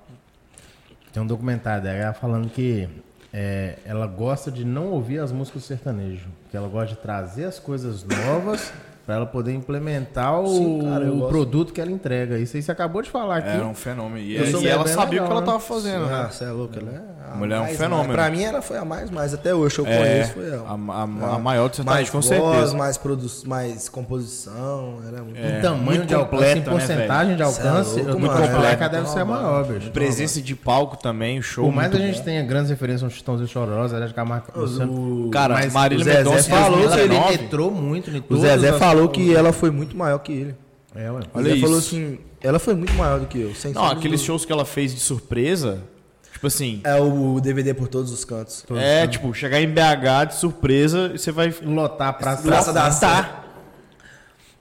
Speaker 1: Tem um documentário dela falando que é, ela gosta de não ouvir as músicas sertanejo. Que ela gosta de trazer as coisas novas pra ela poder implementar o,
Speaker 3: Sim, cara, eu
Speaker 1: o
Speaker 3: gosto.
Speaker 1: produto que ela entrega. Isso aí você acabou de falar aqui.
Speaker 2: Era um fenômeno. E,
Speaker 1: Eu sou
Speaker 2: e
Speaker 1: bem
Speaker 2: ela
Speaker 1: legal,
Speaker 2: sabia o que ela
Speaker 1: né?
Speaker 2: tava fazendo, né?
Speaker 3: Ah, você é louco, ela é a
Speaker 2: Mulher é um
Speaker 3: mais,
Speaker 2: fenômeno.
Speaker 3: mais. Pra mim, ela foi a mais, mais. Até hoje, eu
Speaker 2: É,
Speaker 3: conheço, foi ela.
Speaker 2: a, a, a maior do
Speaker 3: mais
Speaker 2: sertanejo, com
Speaker 3: voz,
Speaker 2: certeza.
Speaker 3: mais produ- mais composição, era muito
Speaker 1: Em tamanho
Speaker 2: é, muito
Speaker 1: de alcance, em
Speaker 2: completo, né, é
Speaker 1: porcentagem de
Speaker 3: Cê é
Speaker 1: alcance,
Speaker 3: louco,
Speaker 1: eu tô
Speaker 3: mano.
Speaker 1: falando que
Speaker 3: Completo.
Speaker 1: ela deve ser a maior, bicho.
Speaker 2: Presença de palco também, o show.
Speaker 1: Por mais que
Speaker 2: muito
Speaker 1: a gente
Speaker 2: bom.
Speaker 1: tenha grandes referências, um Chitãozinho Chororosa, Zé de Camargo, Luciano.
Speaker 2: Cara,
Speaker 1: mas
Speaker 2: Marília
Speaker 1: o Zezé
Speaker 2: Mendonça em
Speaker 1: falou que ele
Speaker 2: 2019.
Speaker 1: entrou muito em
Speaker 3: O
Speaker 1: todas
Speaker 3: Zezé
Speaker 1: as-
Speaker 3: falou que ela foi muito maior que ele.
Speaker 1: É, ué.
Speaker 2: Olha
Speaker 3: Ele
Speaker 2: isso.
Speaker 3: falou assim, ela foi muito maior do que eu. Sem
Speaker 2: Não,
Speaker 3: sombra de
Speaker 2: aqueles
Speaker 3: dúvida.
Speaker 2: shows que ela fez de surpresa, tipo assim.
Speaker 3: É o DVD por todos os cantos.
Speaker 2: É, tipo, chegar em BH de surpresa e você vai.
Speaker 1: Lotar a praça.
Speaker 3: Praça da
Speaker 2: Tá.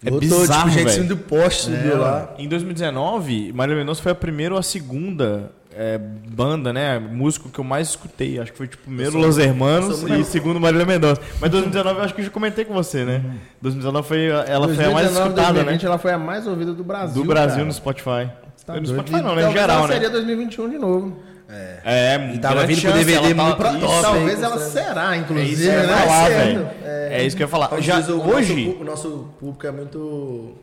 Speaker 2: É
Speaker 3: Lotou,
Speaker 2: bizarro,
Speaker 3: tipo, gente em
Speaker 2: velho.
Speaker 3: cima
Speaker 2: É.
Speaker 3: do poste, subiu lá.
Speaker 2: Em 2019, Marília Mendonça foi a primeira ou a segunda é, banda, né? Músico que eu mais escutei. Acho que foi tipo primeiro Los Hermanos e segundo Marília Mendonça. Mas 2019 eu acho que eu já comentei com você, né?
Speaker 1: Uhum.
Speaker 2: 2019 foi a- ela foi a mais
Speaker 1: 2019,
Speaker 2: escutada, né?
Speaker 1: 2020, ela foi a mais ouvida do é Brasil.
Speaker 2: Do Brasil
Speaker 1: cara.
Speaker 2: no Spotify.
Speaker 1: Tá
Speaker 2: no
Speaker 1: doido.
Speaker 2: Spotify não,
Speaker 1: E
Speaker 2: né? Em
Speaker 1: talvez
Speaker 2: geral,
Speaker 1: ela
Speaker 2: né?
Speaker 1: seria 2021 de novo.
Speaker 2: É,
Speaker 3: E tava
Speaker 2: grande
Speaker 3: vindo com
Speaker 2: chance,
Speaker 3: DVD
Speaker 2: ela
Speaker 3: muito
Speaker 2: tava-
Speaker 3: pro
Speaker 2: Isso,
Speaker 3: top, hein?
Speaker 1: Talvez
Speaker 3: com
Speaker 1: ela
Speaker 3: certeza.
Speaker 1: será,
Speaker 2: "Tá É isso,
Speaker 1: inclusive,
Speaker 2: que eu ia
Speaker 1: né?
Speaker 2: falar,
Speaker 1: Esse ano.
Speaker 2: velho. É isso que eu ia falar.
Speaker 3: Como
Speaker 2: Já,
Speaker 3: diz o nosso
Speaker 2: hoje,
Speaker 3: pu- O nosso público é muito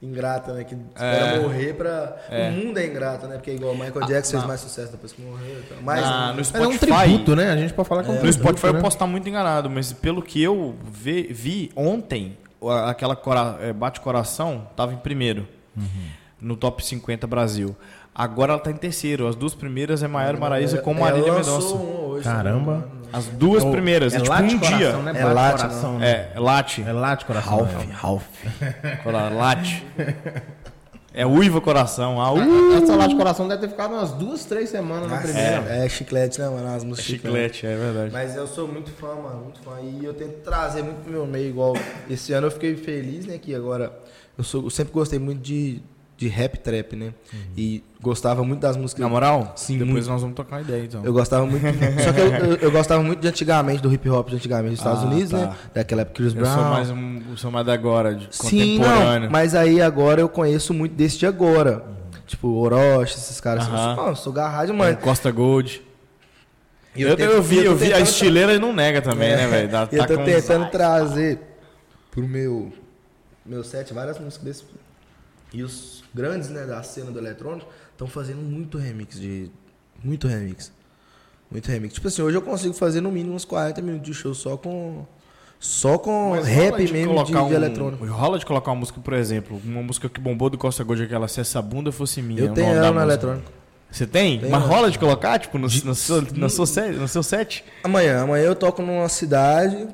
Speaker 3: ingrato, né? Que
Speaker 2: É.
Speaker 3: espera morrer pra... O mundo é ingrato, né? Porque igual o Michael Jackson fez mais sucesso depois que morreu. e tal. Mas...
Speaker 2: na- Ah, no
Speaker 1: Mas é um
Speaker 2: Spotify,
Speaker 1: tributo, né? A gente pode falar que é um
Speaker 2: no
Speaker 1: tributo,
Speaker 2: Spotify eu
Speaker 1: né?
Speaker 2: posso estar muito enganado, mas pelo que eu ve- vi ontem, a- aquela cora- eh, bate-coração estava em primeiro,
Speaker 1: Uhum.
Speaker 2: no top 50 Brasil. Agora ela está em terceiro. As duas primeiras é Maiara Maraíza com Marília
Speaker 3: Ela
Speaker 2: Mendonça.
Speaker 3: lançou um hoje,
Speaker 1: Caramba.
Speaker 3: se não me engano.
Speaker 2: As duas
Speaker 1: Ou-
Speaker 2: primeiras,
Speaker 1: É
Speaker 2: é tipo
Speaker 1: lá de
Speaker 2: um dia.
Speaker 1: coração, né?
Speaker 3: É
Speaker 1: Bate
Speaker 3: lá de-
Speaker 1: coração, né?
Speaker 2: É, late.
Speaker 1: É lá de coração.
Speaker 2: Ralph,
Speaker 1: né?
Speaker 2: Ralph. Cola- late. É uiva coração. Ah, uh,
Speaker 1: Essa lá de coração deve ter ficado umas duas, três semanas na primeira.
Speaker 3: É, é chiclete, né, mano?
Speaker 1: Ah,
Speaker 3: As músicas
Speaker 2: chiclete, é verdade.
Speaker 3: Mas eu sou muito fã, mano, muito fã. E eu tento trazer muito pro meu meio, igual. Esse ano eu fiquei feliz, né? Que agora. Eu, sou, eu sempre gostei muito de, de rap trap, né?
Speaker 2: Uhum.
Speaker 3: E gostava muito das músicas.
Speaker 2: Na moral?
Speaker 3: Sim,
Speaker 2: Depois
Speaker 3: muito.
Speaker 2: nós vamos tocar uma ideia, então.
Speaker 3: Eu gostava muito. só que eu, eu, eu gostava muito de antigamente, do hip hop de antigamente dos Estados
Speaker 2: Ah,
Speaker 3: Unidos,
Speaker 2: tá.
Speaker 3: né? Daquela época Chris
Speaker 2: Eu
Speaker 3: Brown.
Speaker 2: sou mais um, sou mais da agora, de
Speaker 3: Sim, não,
Speaker 2: contemporâneo. Uhum.
Speaker 3: mas aí agora eu conheço muito desse de agora. Tipo, Orochi, esses caras.
Speaker 2: Aham.
Speaker 3: Eu sou- mano, sou garrado demais.
Speaker 2: É, Costa Gold.
Speaker 3: E
Speaker 2: Eu,
Speaker 3: tento-
Speaker 2: eu vi,
Speaker 3: e
Speaker 2: eu
Speaker 3: tô
Speaker 2: vi a
Speaker 3: tentando- É.
Speaker 2: estileira e não nega também, né, velho? Tá,
Speaker 3: eu
Speaker 2: tá
Speaker 3: tô
Speaker 2: com-
Speaker 3: tentando trazer pro meu, meu set várias músicas desse. E os grandes, né, da cena do eletrônico estão fazendo muito remix de. Muito remix. Muito remix. Tipo assim, hoje eu consigo fazer no mínimo uns 40 minutos de show só com. Só com
Speaker 2: Mas rola
Speaker 3: um rap
Speaker 2: de
Speaker 3: mesmo de,
Speaker 2: colocar
Speaker 3: de
Speaker 2: um-
Speaker 3: eletrônico.
Speaker 2: Rola de colocar uma música, por exemplo, uma música que bombou do Costa Gold, aquela Se Essa Bunda Fosse Minha.
Speaker 3: Eu
Speaker 2: o
Speaker 3: tenho
Speaker 2: um nome da
Speaker 3: ela no
Speaker 2: música.
Speaker 3: eletrônico.
Speaker 2: Você tem?
Speaker 3: Tenho
Speaker 2: Mas
Speaker 3: ela.
Speaker 2: rola de colocar, tipo, no, na sua- na sua set- no seu set?
Speaker 3: Amanhã, amanhã eu toco numa cidade.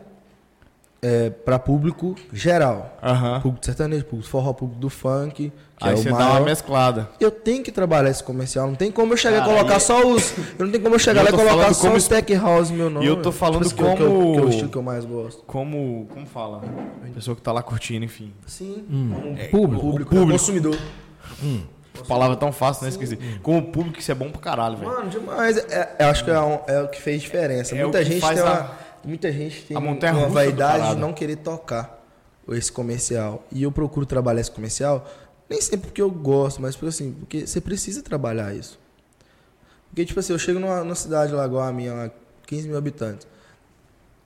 Speaker 3: é, para público geral.
Speaker 2: Aham.
Speaker 3: Público do sertanejo, público do forró, público do funk, que
Speaker 2: Aí
Speaker 3: é o
Speaker 2: você dá
Speaker 3: maior.
Speaker 2: uma mesclada.
Speaker 3: Eu tenho que trabalhar esse comercial, não tem como eu chegar
Speaker 2: Cara,
Speaker 3: e colocar
Speaker 2: Ah, e-
Speaker 3: só os. Eu não tenho como eu chegar
Speaker 2: E
Speaker 3: lá
Speaker 2: eu tô
Speaker 3: e colocar
Speaker 2: falando
Speaker 3: só
Speaker 2: como
Speaker 3: os tech house meu nome.
Speaker 2: eu tô falando
Speaker 3: que é o- que é o-
Speaker 2: como-
Speaker 3: que é o estilo que eu mais gosto.
Speaker 2: Como. Como fala? Pessoa que tá lá curtindo, enfim.
Speaker 3: Sim. É,
Speaker 1: Público.
Speaker 3: público,
Speaker 2: público.
Speaker 3: consumidor.
Speaker 2: Palavra tão fácil, né? Esqueci. Com o público, isso é bom pra caralho, velho.
Speaker 3: Mano, demais. É, eu acho que é, um- é o que fez diferença.
Speaker 2: É
Speaker 3: muita,
Speaker 2: o que
Speaker 3: gente
Speaker 2: faz
Speaker 3: tem
Speaker 2: a-
Speaker 3: uma, muita gente tem
Speaker 2: a montanha
Speaker 3: uma
Speaker 2: russa do
Speaker 3: vaidade
Speaker 2: parada.
Speaker 3: de não querer tocar esse comercial. E eu procuro trabalhar esse comercial, nem sempre porque eu gosto, mas porque, assim, porque você precisa trabalhar isso. Porque, tipo assim, eu chego numa, numa cidade lá igual a minha, lá, 15 mil habitantes.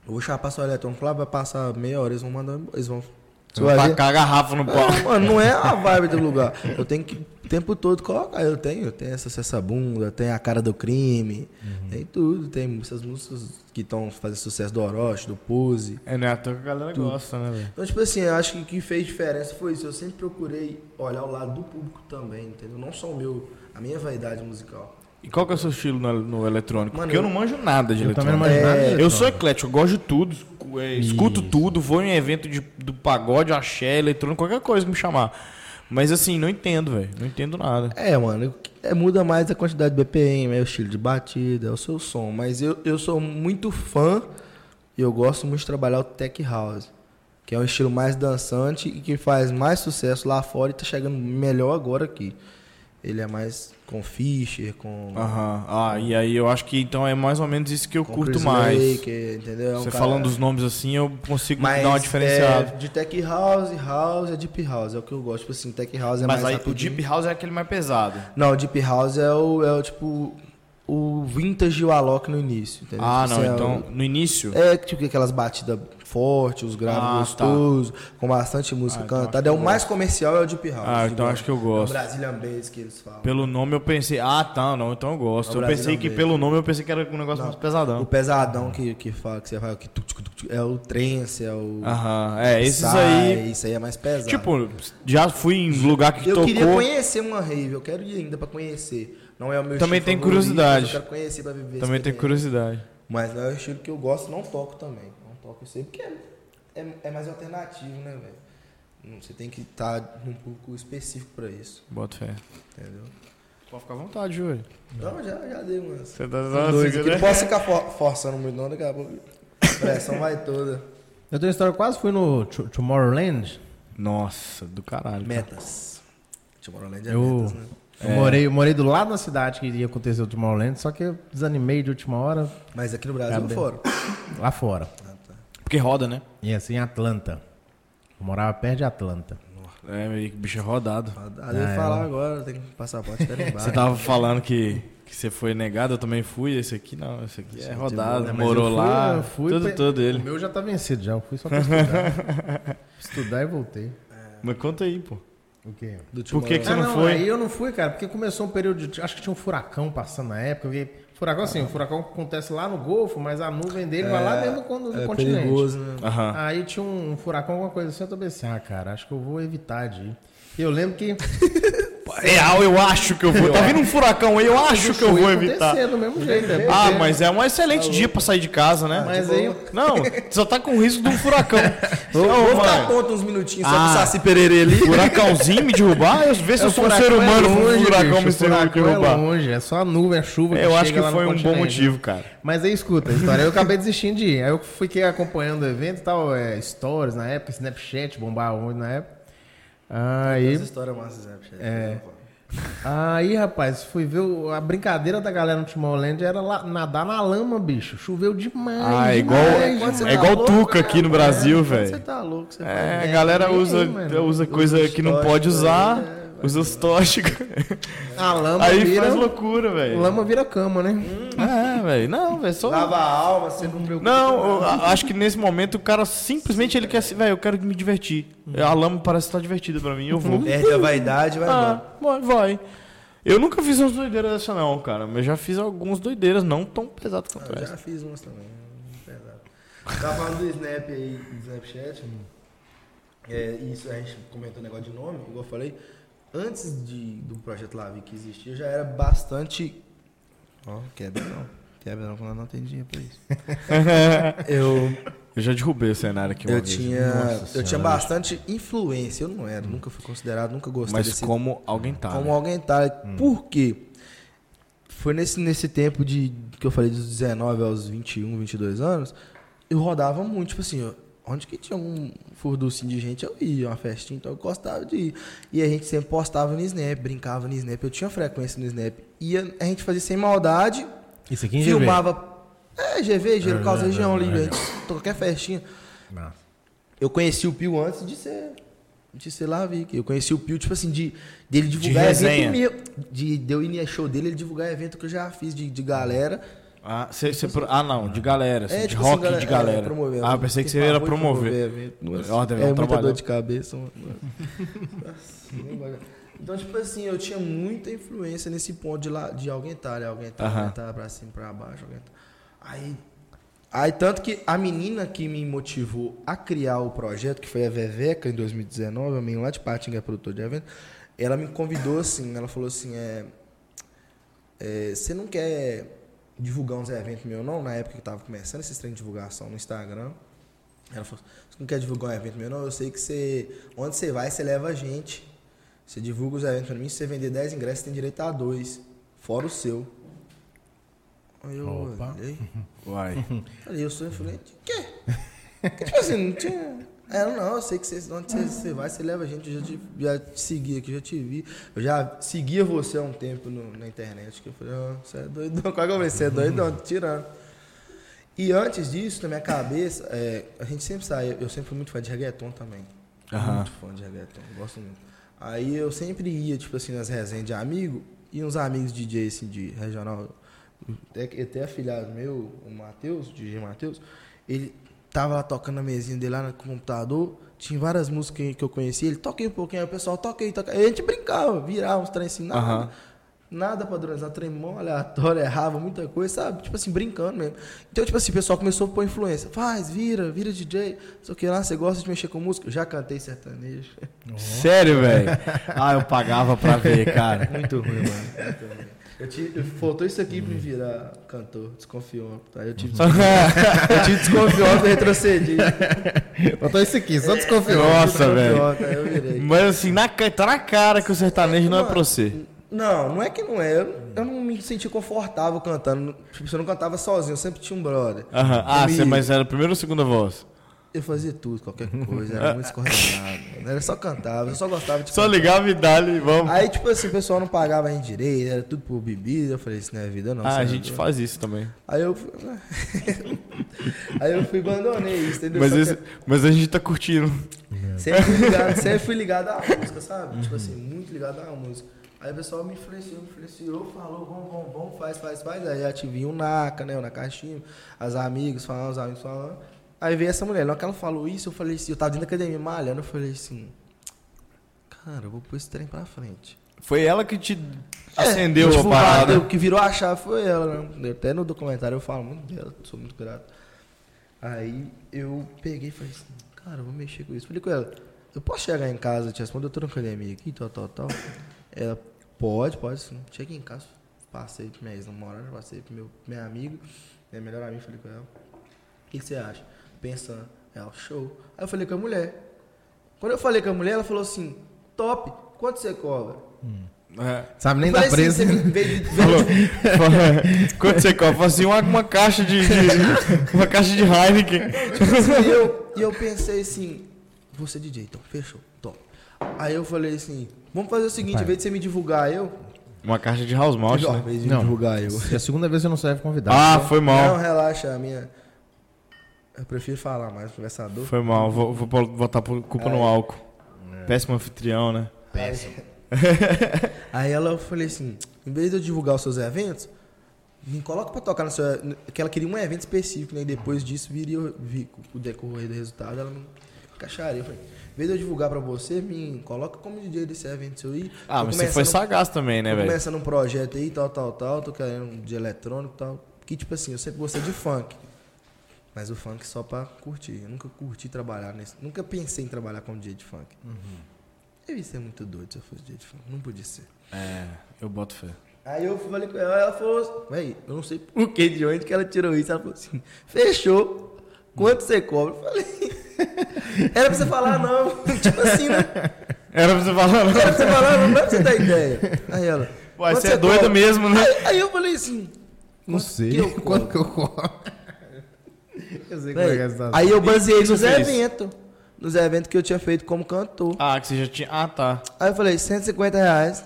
Speaker 3: Eu vou chamar pra sua eletrônica lá, vai passar meia hora, eles vão mandar. Eles vão. Você vai ver-
Speaker 2: Tacar a garrafa no pau.
Speaker 3: é, mano, não é a vibe do lugar. Eu tenho que o tempo todo colocar. Eu tenho, eu tenho essa, essa bunda, tem a cara do crime, tem tudo. Tem essas músicas que estão fazendo sucesso do Orochi, do Pose.
Speaker 2: É, não é à toa que a galera gosta, né, velho?
Speaker 3: Então, tipo assim, eu acho que o que fez diferença foi isso. Eu sempre procurei olhar o lado do público também, entendeu? Não só o meu, a minha vaidade musical.
Speaker 2: E qual que é o seu estilo no, no eletrônico?
Speaker 3: Mano,
Speaker 2: Porque eu não manjo nada de
Speaker 1: Eu também não manjo
Speaker 2: eletrônico.
Speaker 1: nada de
Speaker 2: É, Eu
Speaker 1: eletrônico.
Speaker 2: sou eclético, eu gosto de tudo, escu- é, escuto tudo, vou em evento de, do pagode, axé, eletrônico, qualquer coisa que me chamar. Mas assim, não entendo, velho. Não entendo nada.
Speaker 3: É, mano, o que- é, muda mais a quantidade de BPM, é o estilo de batida, é o seu som. Mas eu, eu sou muito fã e eu gosto muito de trabalhar o Tech House, que é um estilo mais dançante e que faz mais sucesso lá fora e tá chegando melhor agora aqui. Ele é mais com Fischer, com.
Speaker 2: Aham. Ah, e aí eu acho que então é mais ou menos isso que eu
Speaker 3: com
Speaker 2: curto
Speaker 3: Chris
Speaker 2: mais.
Speaker 3: Lake, entendeu? É um
Speaker 2: Você
Speaker 3: cara-
Speaker 2: falando dos nomes assim, eu consigo
Speaker 3: Mas,
Speaker 2: dar uma diferenciada.
Speaker 3: é, de Tech House, House é Deep House, é o que eu gosto. Tipo assim, Tech House é
Speaker 2: Mas aí
Speaker 3: mais.
Speaker 2: o
Speaker 3: rapidinho.
Speaker 2: Deep House é aquele mais pesado.
Speaker 3: Não, o Deep House é o, é o tipo. O vintage e o Alok no início, entendeu?
Speaker 2: Ah,
Speaker 3: Tipo
Speaker 2: não.
Speaker 3: assim, é
Speaker 2: Então,
Speaker 3: o-
Speaker 2: no início.
Speaker 3: É, tipo aquelas batidas fortes, os graves
Speaker 2: Ah,
Speaker 3: gostosos, com bastante música
Speaker 2: Ah, então acho
Speaker 3: cantada.
Speaker 2: que
Speaker 3: É o
Speaker 2: eu
Speaker 3: mais comercial é o Deep House.
Speaker 2: Ah,
Speaker 3: eu
Speaker 2: então acho que eu
Speaker 3: É o
Speaker 2: gosto.
Speaker 3: Brazilian Bass que eles falam.
Speaker 2: Pelo nome eu pensei, ah, tá, não, então eu gosto.
Speaker 3: É
Speaker 2: Eu
Speaker 3: o
Speaker 2: pensei
Speaker 3: Brasilão
Speaker 2: que
Speaker 3: mesmo.
Speaker 2: pelo nome eu pensei que era um negócio mais
Speaker 3: O
Speaker 2: pesadão.
Speaker 3: pesadão que, que fala, que você fala, que tuc, tuc, tuc, tuc, é o trance, é o...
Speaker 2: Aham, é, esses
Speaker 3: sai,
Speaker 2: aí.
Speaker 3: Isso aí é mais pesado.
Speaker 2: Tipo, já fui em lugar que
Speaker 3: eu
Speaker 2: tocou.
Speaker 3: queria conhecer uma rave, eu quero ir ainda pra conhecer. Não é o meu
Speaker 2: Também tem
Speaker 3: estilo favorito,
Speaker 2: curiosidade.
Speaker 3: mas Eu quero conhecer pra viver
Speaker 2: Também tem
Speaker 3: experiência.
Speaker 2: curiosidade.
Speaker 3: Mas não é o estilo que eu gosto, não toco também. Não toco sempre, porque é, é, é mais alternativo, né, velho? Não- Você tem que estar num público específico pra isso,
Speaker 2: Bota fé.
Speaker 3: entendeu?
Speaker 2: Pode ficar à vontade, Júlio.
Speaker 3: Então já, já dei umas.
Speaker 2: Você tá
Speaker 3: Dois aqui. Não posso ficar for- forçando muito, não, daqui a pouco. A pressão vai toda.
Speaker 1: Eu tenho uma história, eu quase fui no To- Tomorrowland.
Speaker 2: Nossa, do caralho. cara.
Speaker 3: Metas. Tomorrowland é
Speaker 1: Eu,
Speaker 3: metas, né?
Speaker 1: eu morei, eu morei do lado da cidade que ia acontecer o Tomorrowland, só que eu desanimei de última hora
Speaker 3: Mas aqui no Brasil Ah,
Speaker 1: Cadê?
Speaker 3: fora.
Speaker 1: lá fora.
Speaker 3: tá.
Speaker 2: Porque roda, né?
Speaker 1: E assim, em Atlanta. Eu morava perto de Atlanta.
Speaker 2: É, meio que o bicho é rodado.
Speaker 3: A dele
Speaker 1: Ah, é.
Speaker 3: falar agora, tem tá que passar a porta
Speaker 2: Você tá-
Speaker 3: carimbada.
Speaker 2: tava falando que, que você foi negado, eu também fui. Esse aqui não, esse aqui é rodado.
Speaker 1: Mas
Speaker 2: morou
Speaker 1: eu fui-
Speaker 2: lá.
Speaker 1: eu fui
Speaker 2: tudo,
Speaker 1: pra-
Speaker 2: tudo
Speaker 1: O
Speaker 2: ele.
Speaker 1: meu já tá vencido já, eu fui só pra estudar. estudar e voltei.
Speaker 2: Mas conta aí, pô.
Speaker 1: O quê?
Speaker 3: Do
Speaker 2: Por que que você
Speaker 1: Ah,
Speaker 2: não, foi?
Speaker 1: Aí eu não fui, cara, porque começou um período de. Acho que tinha um furacão passando na época. Porque furacão, assim, o furacão acontece lá no Golfo, mas a nuvem dele vai lá dentro do, con- do
Speaker 3: é
Speaker 1: tá continente.
Speaker 3: perigoso, né?
Speaker 2: Aham.
Speaker 1: Aí tinha um furacão, alguma coisa assim, eu tô pensando, ah, cara, acho que eu vou evitar de ir. E eu lembro que.
Speaker 2: Real, eu acho que eu vou. Tá vindo um furacão aí, eu acho que eu vou evitar.
Speaker 1: acontecer do mesmo jeito. é
Speaker 2: Ah,
Speaker 1: besteira.
Speaker 2: mas é um excelente dia pra sair de casa, né?
Speaker 1: Mas aí.
Speaker 2: Não, só tá com risco de um furacão. Ô,
Speaker 3: Vou
Speaker 1: tá
Speaker 3: ficar
Speaker 2: mano,
Speaker 3: tonto uns minutinhos só
Speaker 2: Ah.
Speaker 3: pro Saci Pereira ali.
Speaker 2: furacãozinho me derrubar? Eu ver se
Speaker 1: É,
Speaker 2: eu
Speaker 1: o
Speaker 2: sou um
Speaker 1: furacão
Speaker 2: ser
Speaker 1: é
Speaker 2: humano pra um
Speaker 1: longe,
Speaker 2: furacão
Speaker 1: bicho,
Speaker 2: me
Speaker 1: o furacão é
Speaker 2: derrubar.
Speaker 1: longe, é só a nuvem, a chuva
Speaker 2: É, eu acho
Speaker 1: chega
Speaker 2: que
Speaker 1: lá no
Speaker 2: foi um bom
Speaker 1: continente. né?
Speaker 2: motivo, cara.
Speaker 1: Mas aí escuta a história. Eu acabei desistindo de ir. Aí eu fiquei acompanhando o evento e tal, é, stories na época, Snapchat bombava muito na época. Aí,
Speaker 3: Essa história é massa, Zé. É.
Speaker 1: aí, rapaz, fui ver o- a brincadeira da galera no Timor-Leste era lá- nadar na lama, bicho. Choveu demais.
Speaker 2: Ah, é igual,
Speaker 1: demais,
Speaker 3: quando você
Speaker 2: é
Speaker 1: demais.
Speaker 2: igual
Speaker 3: tá
Speaker 2: Tuca aqui no Brasil,
Speaker 3: Você
Speaker 2: velho.
Speaker 3: tá louco, você
Speaker 2: É, a galera
Speaker 1: nem aí,
Speaker 2: usa,
Speaker 1: mano. é,
Speaker 2: usa coisa
Speaker 3: os
Speaker 2: que não pode
Speaker 3: tóxicos
Speaker 2: usar,
Speaker 3: aí, né?
Speaker 2: usa os tóxicos.
Speaker 1: A lama
Speaker 2: Aí
Speaker 1: vira.
Speaker 2: faz loucura, velho.
Speaker 1: Lama vira cama, né?
Speaker 3: Hum.
Speaker 2: É, velho. Não, velho, só.
Speaker 3: Lava a alma, você não preocupa.
Speaker 2: Não, eu a- acho que nesse momento o cara simplesmente ele quer se. Velho, eu quero me divertir. A lama parece estar divertida pra mim, eu vou.
Speaker 3: Perde a vaidade, Uhum. É, vai
Speaker 2: Ah,
Speaker 3: embora.
Speaker 2: vai, vai. Eu nunca fiz umas doideiras dessa, não, cara. Mas já fiz algumas doideiras, não tão pesadas quanto
Speaker 3: Eu
Speaker 2: essa.
Speaker 3: já fiz umas também. pesado. Tava falando do Snap aí, do Snapchat. É, isso a gente comentou o negócio de nome, igual eu falei. Antes de, do projeto Lavi que existia, eu já era bastante. Ó, quebra não. Quebra não, quando eu não tem dinheiro pra isso. eu
Speaker 2: Eu já derrubei o cenário aqui uma
Speaker 3: Eu
Speaker 2: vez.
Speaker 3: tinha,
Speaker 1: Nossa
Speaker 3: eu
Speaker 1: Senhora,
Speaker 3: tinha
Speaker 1: bicho.
Speaker 3: bastante influência. Eu não era, nunca fui considerado, nunca gostei
Speaker 2: Mas
Speaker 3: desse
Speaker 2: como alguém tá.
Speaker 3: como
Speaker 2: né?
Speaker 3: alguém tá.
Speaker 1: Hum.
Speaker 3: Por quê? Foi nesse, nesse tempo de que eu falei dos 19 aos 21, 22 anos, eu rodava muito, tipo assim, ó, onde que tinha um furducinho de gente, eu ia, uma festinha, então eu gostava de ir. E a gente sempre postava no Snap, brincava no Snap, eu tinha frequência no Snap. E a, a gente fazia sem maldade,
Speaker 1: Isso aqui em GV.
Speaker 3: filmava. É, GV, Gelo
Speaker 1: É,
Speaker 3: Causa
Speaker 1: é,
Speaker 3: Região ali,
Speaker 1: é,
Speaker 3: gente, qualquer festinha.
Speaker 1: Massa.
Speaker 3: Eu conheci o Pio antes de ser. De ser lá, Vic. Eu conheci o Pio, tipo assim, de dele divulgar
Speaker 2: resenha.
Speaker 3: evento meu. De, de eu ir em show dele, ele divulgar evento que eu já fiz de, de galera.
Speaker 2: Ah, cê- cê pro- ah, não, de galera. assim,
Speaker 3: É,
Speaker 2: de
Speaker 3: tipo assim,
Speaker 2: rock
Speaker 3: galera-
Speaker 2: de
Speaker 3: é,
Speaker 2: galera.
Speaker 3: promover.
Speaker 2: ah, eu pensei que
Speaker 3: Tem
Speaker 2: você era
Speaker 3: pavor de
Speaker 2: promover.
Speaker 3: evento. Nossa,
Speaker 2: Ó, tá
Speaker 3: é
Speaker 2: deve
Speaker 3: muita
Speaker 2: trabalhar.
Speaker 3: dor de cabeça, mano. Nossa. então, tipo assim, eu tinha muita influência nesse ponto de, lá, de alguém tá, né? Alguém tá,
Speaker 2: Aham.
Speaker 3: alguém tá pra cima, pra baixo, alguém tá. Aí, aí, tanto que a menina que me motivou a criar o projeto, que foi a Veveca em 2019, a menina lá de Patinga, produtor de evento, ela me convidou assim, ela falou assim, é... É, Você não quer divulgar uns eventos meu, não? Na época que eu tava começando esse trem de divulgação no Instagram. Ela falou: Você não quer divulgar um evento meu, não? Eu sei que você. Onde você vai, você leva a gente. Você divulga os eventos pra mim. Se você vender 10 ingressos, você tem direito a dois. Fora o seu. Aí eu
Speaker 1: Opa.
Speaker 3: olhei.
Speaker 2: Uai.
Speaker 3: Falei, eu sou influente. Quê? Porque, tipo assim, não tinha. Ela, não, eu sei que você, onde você, você vai, você leva a gente, eu já te, já te segui aqui, já te vi. Eu já seguia você há um tempo no- na internet. Que eu falei, ah, você é doidão, qual que eu falei? Você é doidão, tô tirando. E antes disso, na minha cabeça, é, a gente sempre saía, eu sempre fui muito fã de reggaeton também.
Speaker 2: Aham.
Speaker 3: Muito fã de reggaeton, gosto muito. Aí eu sempre ia, tipo assim, nas resenhas de amigo, e uns amigos DJ, assim, de regional, até, até afilhado meu, o Matheus, o DJ Matheus, ele tava lá tocando na mesinha dele lá no computador, tinha várias músicas que eu conhecia, ele toquei um pouquinho, aí o pessoal, toquei, toquei. Aí a gente brincava, virava uns trem assim, nada,
Speaker 2: Aham.
Speaker 3: nada padronizado, trem mó aleatório, errava muita coisa, sabe? Tipo assim, brincando mesmo. Então, tipo assim, o pessoal começou a pôr influência, faz, vira, vira DJ, não sei o que lá, você gosta de mexer com música? Eu já cantei sertanejo.
Speaker 2: Sério, velho? Ah, eu pagava pra ver, cara.
Speaker 3: Uhum. Muito ruim, mano. Muito ruim. É, Eu tive, faltou isso aqui pra me virar cantor, desconfiou. Tá? Eu tive Eu tive desconfiança e retrocedi.
Speaker 1: Botou isso aqui,
Speaker 3: É.
Speaker 1: só desconfiou.
Speaker 2: Nossa,
Speaker 3: Eu tive
Speaker 2: velho.
Speaker 3: desconfiança, aí Eu virei.
Speaker 2: Mas assim, na, ca- tá na cara que o sertanejo não é pra
Speaker 3: Mano,
Speaker 2: você.
Speaker 3: Não, não é que não é. Eu, eu não me senti confortável cantando. Tipo, eu não cantava sozinho, eu sempre tinha um brother.
Speaker 2: Aham. Ah,
Speaker 3: Eu me-
Speaker 2: você, mas era a primeira ou segunda voz?
Speaker 3: Eu fazia tudo, qualquer coisa, era muito descoordenado. mano. Era só cantava, eu só gostava de
Speaker 2: Só ligava e dali, vamos.
Speaker 3: Aí, tipo assim, o pessoal não pagava a gente direito, era tudo por bebida. Eu falei, isso não é vida, não.
Speaker 2: Ah, a
Speaker 3: sabe?
Speaker 2: gente faz isso também.
Speaker 3: Aí eu fui. Aí eu fui e abandonei isso, entendeu?
Speaker 2: Mas,
Speaker 3: Só que-
Speaker 2: esse- mas a gente tá curtindo.
Speaker 3: Sempre fui ligado, sempre fui ligado à música, sabe? Tipo assim, muito ligado à música. Aí o pessoal me influenciou, me influenciou, falou, vamos, vamos, vamos, faz, faz, faz. Aí já tive o Naka, né? O Nakashima, as amigas falando, os amigos falando. Aí veio essa mulher, na hora que ela falou isso, eu falei assim, eu tava dentro da academia malhando, eu falei assim, cara, eu vou pôr esse trem pra frente.
Speaker 2: Foi ela que te
Speaker 3: É,
Speaker 2: acendeu
Speaker 3: tipo,
Speaker 2: a parada.
Speaker 3: O que virou a chave foi ela, né? Até no documentário eu falo muito dela, sou muito grato. Aí eu peguei e falei assim, cara, eu vou mexer com isso. Falei com ela, eu posso chegar em casa, te responder, eu tô na academia aqui, tal, tal, tal. Ela, pode, pode sim. Cheguei em casa, passei pro minha ex-namorada, passei pro meu, meu amigo, minha melhor amiga, falei com ela, o que, que você acha? Pensando, ela, show. Aí eu falei com a mulher. Quando eu falei com a mulher, ela falou assim, top, quanto você cobra?
Speaker 2: É.
Speaker 1: Sabe nem
Speaker 3: Eu falei
Speaker 1: dar preso.
Speaker 3: Assim, você vem- vem-
Speaker 2: Falou. Falou. Quando você compra, falou assim, uma, uma caixa de, de- Uma caixa de Heineken.
Speaker 3: e, eu, e eu pensei assim, você DJ, então, fechou, top. Aí eu falei assim, vamos fazer o seguinte,
Speaker 1: Pai.
Speaker 3: em vez de você me divulgar eu,
Speaker 2: Uma caixa de House Malt,
Speaker 3: Ó, em
Speaker 2: né?
Speaker 3: vez de
Speaker 1: Não.
Speaker 3: me divulgar eu.
Speaker 1: É a segunda vez que você não serve convidado.
Speaker 2: Ah, foi
Speaker 3: Não,
Speaker 2: mal.
Speaker 3: relaxa, a minha. Eu prefiro falar mais conversador.
Speaker 2: Foi mal. Vou, vou bol- botar por- culpa
Speaker 3: É.
Speaker 2: no álcool. Péssimo anfitrião, né?
Speaker 3: Péssimo. Aí ela eu falei assim, em vez de eu divulgar os seus eventos, me coloca pra tocar na sua. Que ela queria um evento específico, né? E depois disso viria o- vi- o decorrer do resultado, ela me encaixaria. Eu falei, em vez de eu divulgar pra você, me coloca como DJ desse evento seu aí.
Speaker 2: Ah,
Speaker 3: Tô
Speaker 2: mas você foi
Speaker 3: começando- um
Speaker 2: sagaz também, né,
Speaker 3: Tô
Speaker 2: velho?
Speaker 3: começando um projeto aí, tal, tal, tal, tô querendo um de eletrônico e tal. Que tipo assim, eu sempre gostei de funk. Mas o funk só pra curtir. Eu nunca curti trabalhar nesse. Nunca pensei em trabalhar como DJ de funk. Eu ia ser muito doido se eu fosse DJ de funk. Não podia ser.
Speaker 2: É, eu boto fé.
Speaker 3: Aí eu falei com ela, ela falou assim, véi, eu não sei por que de onde que ela tirou isso. Ela falou assim, fechou. Quanto você cobra? Eu falei. Era pra você falar, não. tipo assim, né?
Speaker 2: Era pra você falar,
Speaker 3: Não era pra
Speaker 2: não.
Speaker 3: você falar, não, não é pra você dar ideia. Aí ela.
Speaker 2: Uai,
Speaker 3: "Quanto
Speaker 2: você é doido
Speaker 3: cobra?"
Speaker 2: mesmo, né?
Speaker 3: Aí, aí eu falei assim.
Speaker 1: Não sei.
Speaker 3: que eu
Speaker 1: Quanto
Speaker 3: cobro?
Speaker 1: que eu cobro? eu sei como é que é
Speaker 3: Véi,
Speaker 1: essa
Speaker 3: aí eu baseei
Speaker 2: que
Speaker 3: nos
Speaker 2: você fez?
Speaker 3: eventos. Nos eventos que eu tinha feito como cantor.
Speaker 2: Ah, que você já tinha. Ah, tá.
Speaker 3: Aí eu falei, 150 reais.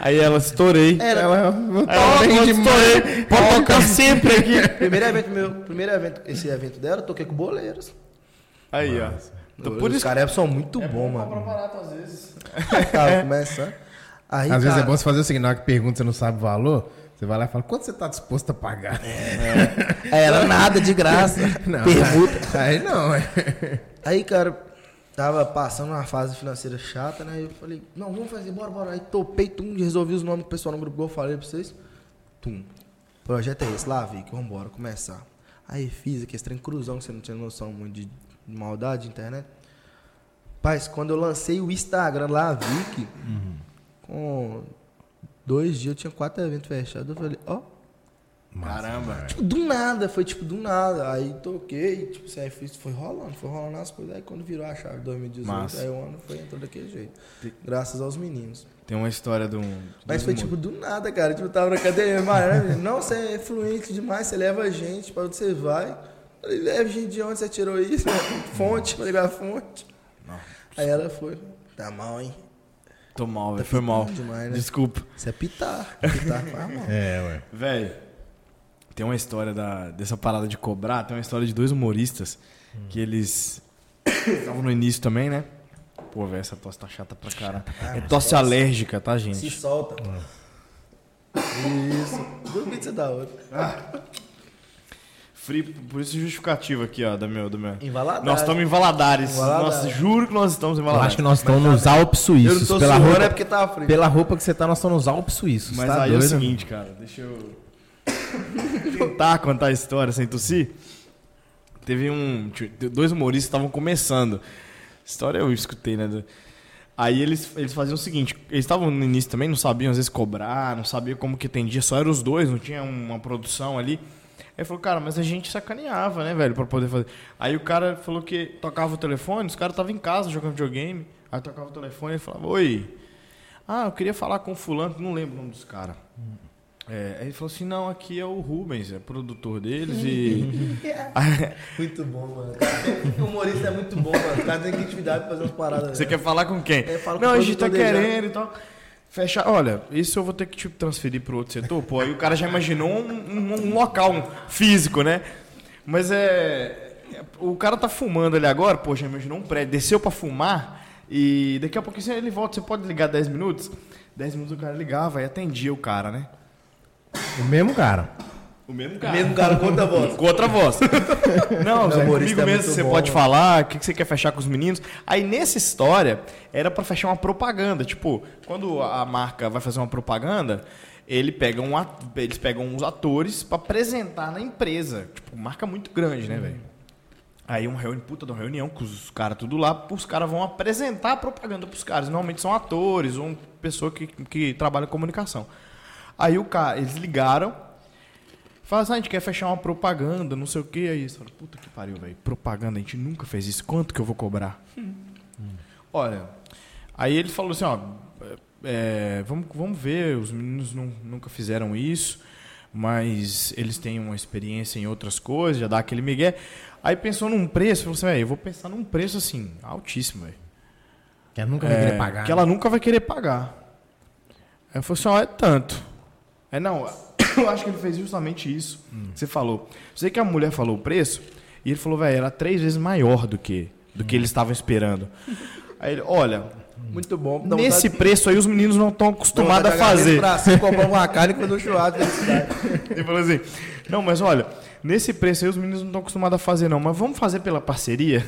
Speaker 2: Aí ela estourei.
Speaker 3: Era.
Speaker 1: Ela
Speaker 2: Aí ela
Speaker 1: bem
Speaker 2: falou,
Speaker 1: demais.
Speaker 2: estourei. Pode tocar sempre aqui.
Speaker 3: Primeiro evento meu, primeiro evento, esse evento dela, eu toquei com boleiros.
Speaker 2: Aí, ó. Então, por
Speaker 3: Os
Speaker 2: isso
Speaker 3: caras são muito
Speaker 1: É
Speaker 3: bons, mano.
Speaker 2: barato às vezes.
Speaker 3: Tava começando. Aí,
Speaker 1: Às vezes é
Speaker 3: cara,
Speaker 1: bom você fazer o seguinte, na hora que pergunta, você não sabe o valor, você vai lá e fala, quanto você tá disposto a pagar?
Speaker 3: Aí ela nada de graça.
Speaker 1: Não,
Speaker 3: Permuta.
Speaker 1: Aí não, é.
Speaker 3: Aí, cara, tava passando uma fase financeira chata, né? Eu falei, não, vamos fazer, bora, bora. Aí topei, tum, resolvi os nomes do pessoal no grupo que eu falei pra vocês. Tum. Projeto é esse, lá, Vic, vambora, começar. Aí fiz aquele trem cruzão que você não tinha noção muito de maldade de internet. Paz, quando eu lancei o Instagram lá, Vic, com dois dias eu tinha quatro eventos fechados. Eu falei, ó,
Speaker 2: Caramba.
Speaker 3: Tipo, do nada, foi tipo do nada. Aí toquei, tipo, assim, aí fiz, foi rolando, foi rolando as coisas. Aí quando virou a chave de 2018,
Speaker 2: Massa.
Speaker 3: aí o ano foi entrou daquele jeito. Graças aos meninos.
Speaker 2: Tem uma história de um.
Speaker 3: Mas
Speaker 2: de
Speaker 3: foi
Speaker 2: um-
Speaker 3: tipo do nada, cara. Tipo, eu tava na academia, Mariana, menino, não, você é fluente demais, você leva a gente, pra onde você vai? Falei, leva gente de onde você tirou isso? né? Fonte, pra ligar a fonte.
Speaker 2: Não.
Speaker 3: Aí ela foi, tá mal, hein?
Speaker 2: Tô mal, velho.
Speaker 3: Tá
Speaker 2: Foi mal.
Speaker 3: ficando demais, né?
Speaker 2: Desculpa.
Speaker 3: Isso é pitar. Pitar faz mal.
Speaker 1: É, ué.
Speaker 2: Véi, tem uma história da, dessa parada de cobrar, tem uma história de dois humoristas que eles estavam no início também, né? Pô, velho, essa tosse tá chata pra caralho. É tosse alérgica, tá,
Speaker 3: Se
Speaker 2: gente?
Speaker 3: solta. Isso. Duvido que você dá outra.
Speaker 2: Free, por isso é justificativo aqui, ó, do meu. Do meu.
Speaker 3: Em Valadares.
Speaker 2: Nós estamos em Valadares.
Speaker 3: Em Valadares.
Speaker 2: Nossa, juro que nós estamos em
Speaker 1: Eu
Speaker 2: Valadares.
Speaker 1: acho que nós estamos nos Alpes
Speaker 3: Eu não
Speaker 1: Suíços.
Speaker 3: tô
Speaker 1: Pela
Speaker 3: suando,
Speaker 1: roupa,
Speaker 3: é porque tá frio.
Speaker 1: pela roupa que você tá, nós estamos nos Alpes Suíços.
Speaker 2: Mas
Speaker 1: tá
Speaker 2: aí é
Speaker 1: doido?
Speaker 2: o seguinte, cara, deixa eu tentar contar a história sem tossir. Teve um. Dois humoristas estavam começando. História eu escutei, né? do- Aí eles, eles faziam o seguinte, eles estavam no início também, não sabiam às vezes cobrar, não sabiam como que atendia, só eram os dois, não tinha um, uma produção ali. Aí falou, cara, mas a gente sacaneava, né, velho, pra poder fazer. Aí o cara falou que tocava o telefone, os caras estavam em casa jogando videogame, aí tocava o telefone e falava, oi, ah, eu queria falar com fulano, não lembro o nome dos caras. É, aí ele falou assim, não, aqui é o Rubens, é produtor deles e...
Speaker 3: Muito bom, mano. O humorista é muito bom, mano. O cara tem criatividade pra fazer umas paradas.
Speaker 2: Você
Speaker 3: né?
Speaker 2: quer falar com quem?
Speaker 3: É, fala com
Speaker 2: não,
Speaker 3: o
Speaker 2: a gente tá
Speaker 3: produtor dele,
Speaker 2: querendo e tal. Fechar, olha, isso eu vou ter que tipo, transferir pro outro setor, pô. Aí o cara já imaginou um, um- um local um físico, né? Mas é, é, O cara tá fumando ali agora, pô, já imaginou um prédio, desceu pra fumar e daqui a pouquinho ele volta. Você pode ligar 10 minutos? 10 minutos o cara ligava e atendia o cara, né?
Speaker 1: O mesmo cara.
Speaker 2: O mesmo cara.
Speaker 3: Mesmo cara, conta a voz.
Speaker 2: Com outra voz. Não, Zé,
Speaker 3: humorista
Speaker 2: comigo
Speaker 3: é
Speaker 2: mesmo
Speaker 3: muito
Speaker 2: você
Speaker 3: bom,
Speaker 2: pode
Speaker 3: mano.
Speaker 2: falar, o que que você quer fechar com os meninos. Aí nessa história, era pra fechar uma propaganda. Tipo, quando a marca vai fazer uma propaganda, ele pega um at- eles pegam uns atores pra apresentar na empresa. Tipo, marca muito grande, né, velho? Aí uma reunião, puta de uma reunião com os caras tudo lá, os caras vão apresentar a propaganda pros caras. Normalmente são atores ou uma pessoa que, que trabalha em comunicação. Aí o cara, eles ligaram, Fala assim, "Ah, a gente quer fechar uma propaganda, não sei o que, aí você fala, puta que pariu, velho, propaganda, a gente nunca fez isso, quanto que eu vou cobrar? Olha, aí ele falou assim, ó, é, vamos, vamos ver, os meninos nu- nunca fizeram isso, mas eles têm uma experiência em outras coisas, já dá aquele migué. Aí pensou num preço, falou assim, velho, eu vou pensar num preço assim, altíssimo, velho.
Speaker 1: Que ela nunca vai querer
Speaker 2: É,
Speaker 1: pagar.
Speaker 2: Que ela nunca vai querer pagar. Aí eu falei assim, ó, é tanto. É não, eu acho que ele fez justamente isso. que Você falou. Sei que a mulher falou o preço, e ele falou, velho, era três vezes maior do que, do que eles estavam esperando. Aí ele, olha,
Speaker 3: Muito bom. dá vontade-
Speaker 2: nesse preço aí os meninos não estão
Speaker 3: dá
Speaker 2: acostumados a
Speaker 3: vontade de agarrar
Speaker 2: fazer.
Speaker 3: esse bracinho, comprar uma carne e fazer um churrasco.
Speaker 2: Ele falou assim: Não, mas olha, nesse preço aí os meninos não estão acostumados a fazer, não, mas vamos fazer pela parceria?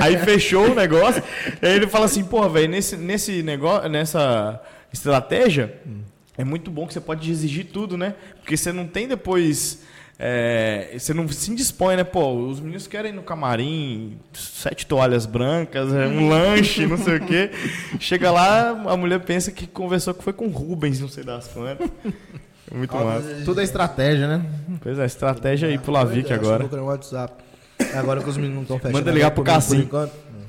Speaker 2: aí fechou o negócio. Aí ele fala assim: Pô, velho, nesse, nesse negócio, nessa estratégia, é muito bom que você pode exigir tudo, né? Porque você não tem depois. é, você não se indispõe, né? Pô, os meninos querem no camarim sete toalhas brancas, é, um lanche, não sei o quê. Chega lá, a mulher pensa que conversou que foi com o Rubens, não sei das quantas. Muito
Speaker 3: Altas
Speaker 2: massa.
Speaker 3: exigências.
Speaker 1: Tudo é estratégia, né?
Speaker 2: Pois é, estratégia aí pro Lavic
Speaker 3: Acho que eu
Speaker 2: agora.
Speaker 3: Vou criar um WhatsApp. É, Agora que os meninos não estão fechando.
Speaker 2: Manda ligar pro
Speaker 3: comigo
Speaker 2: Cassim.
Speaker 3: Por enquanto. Hum.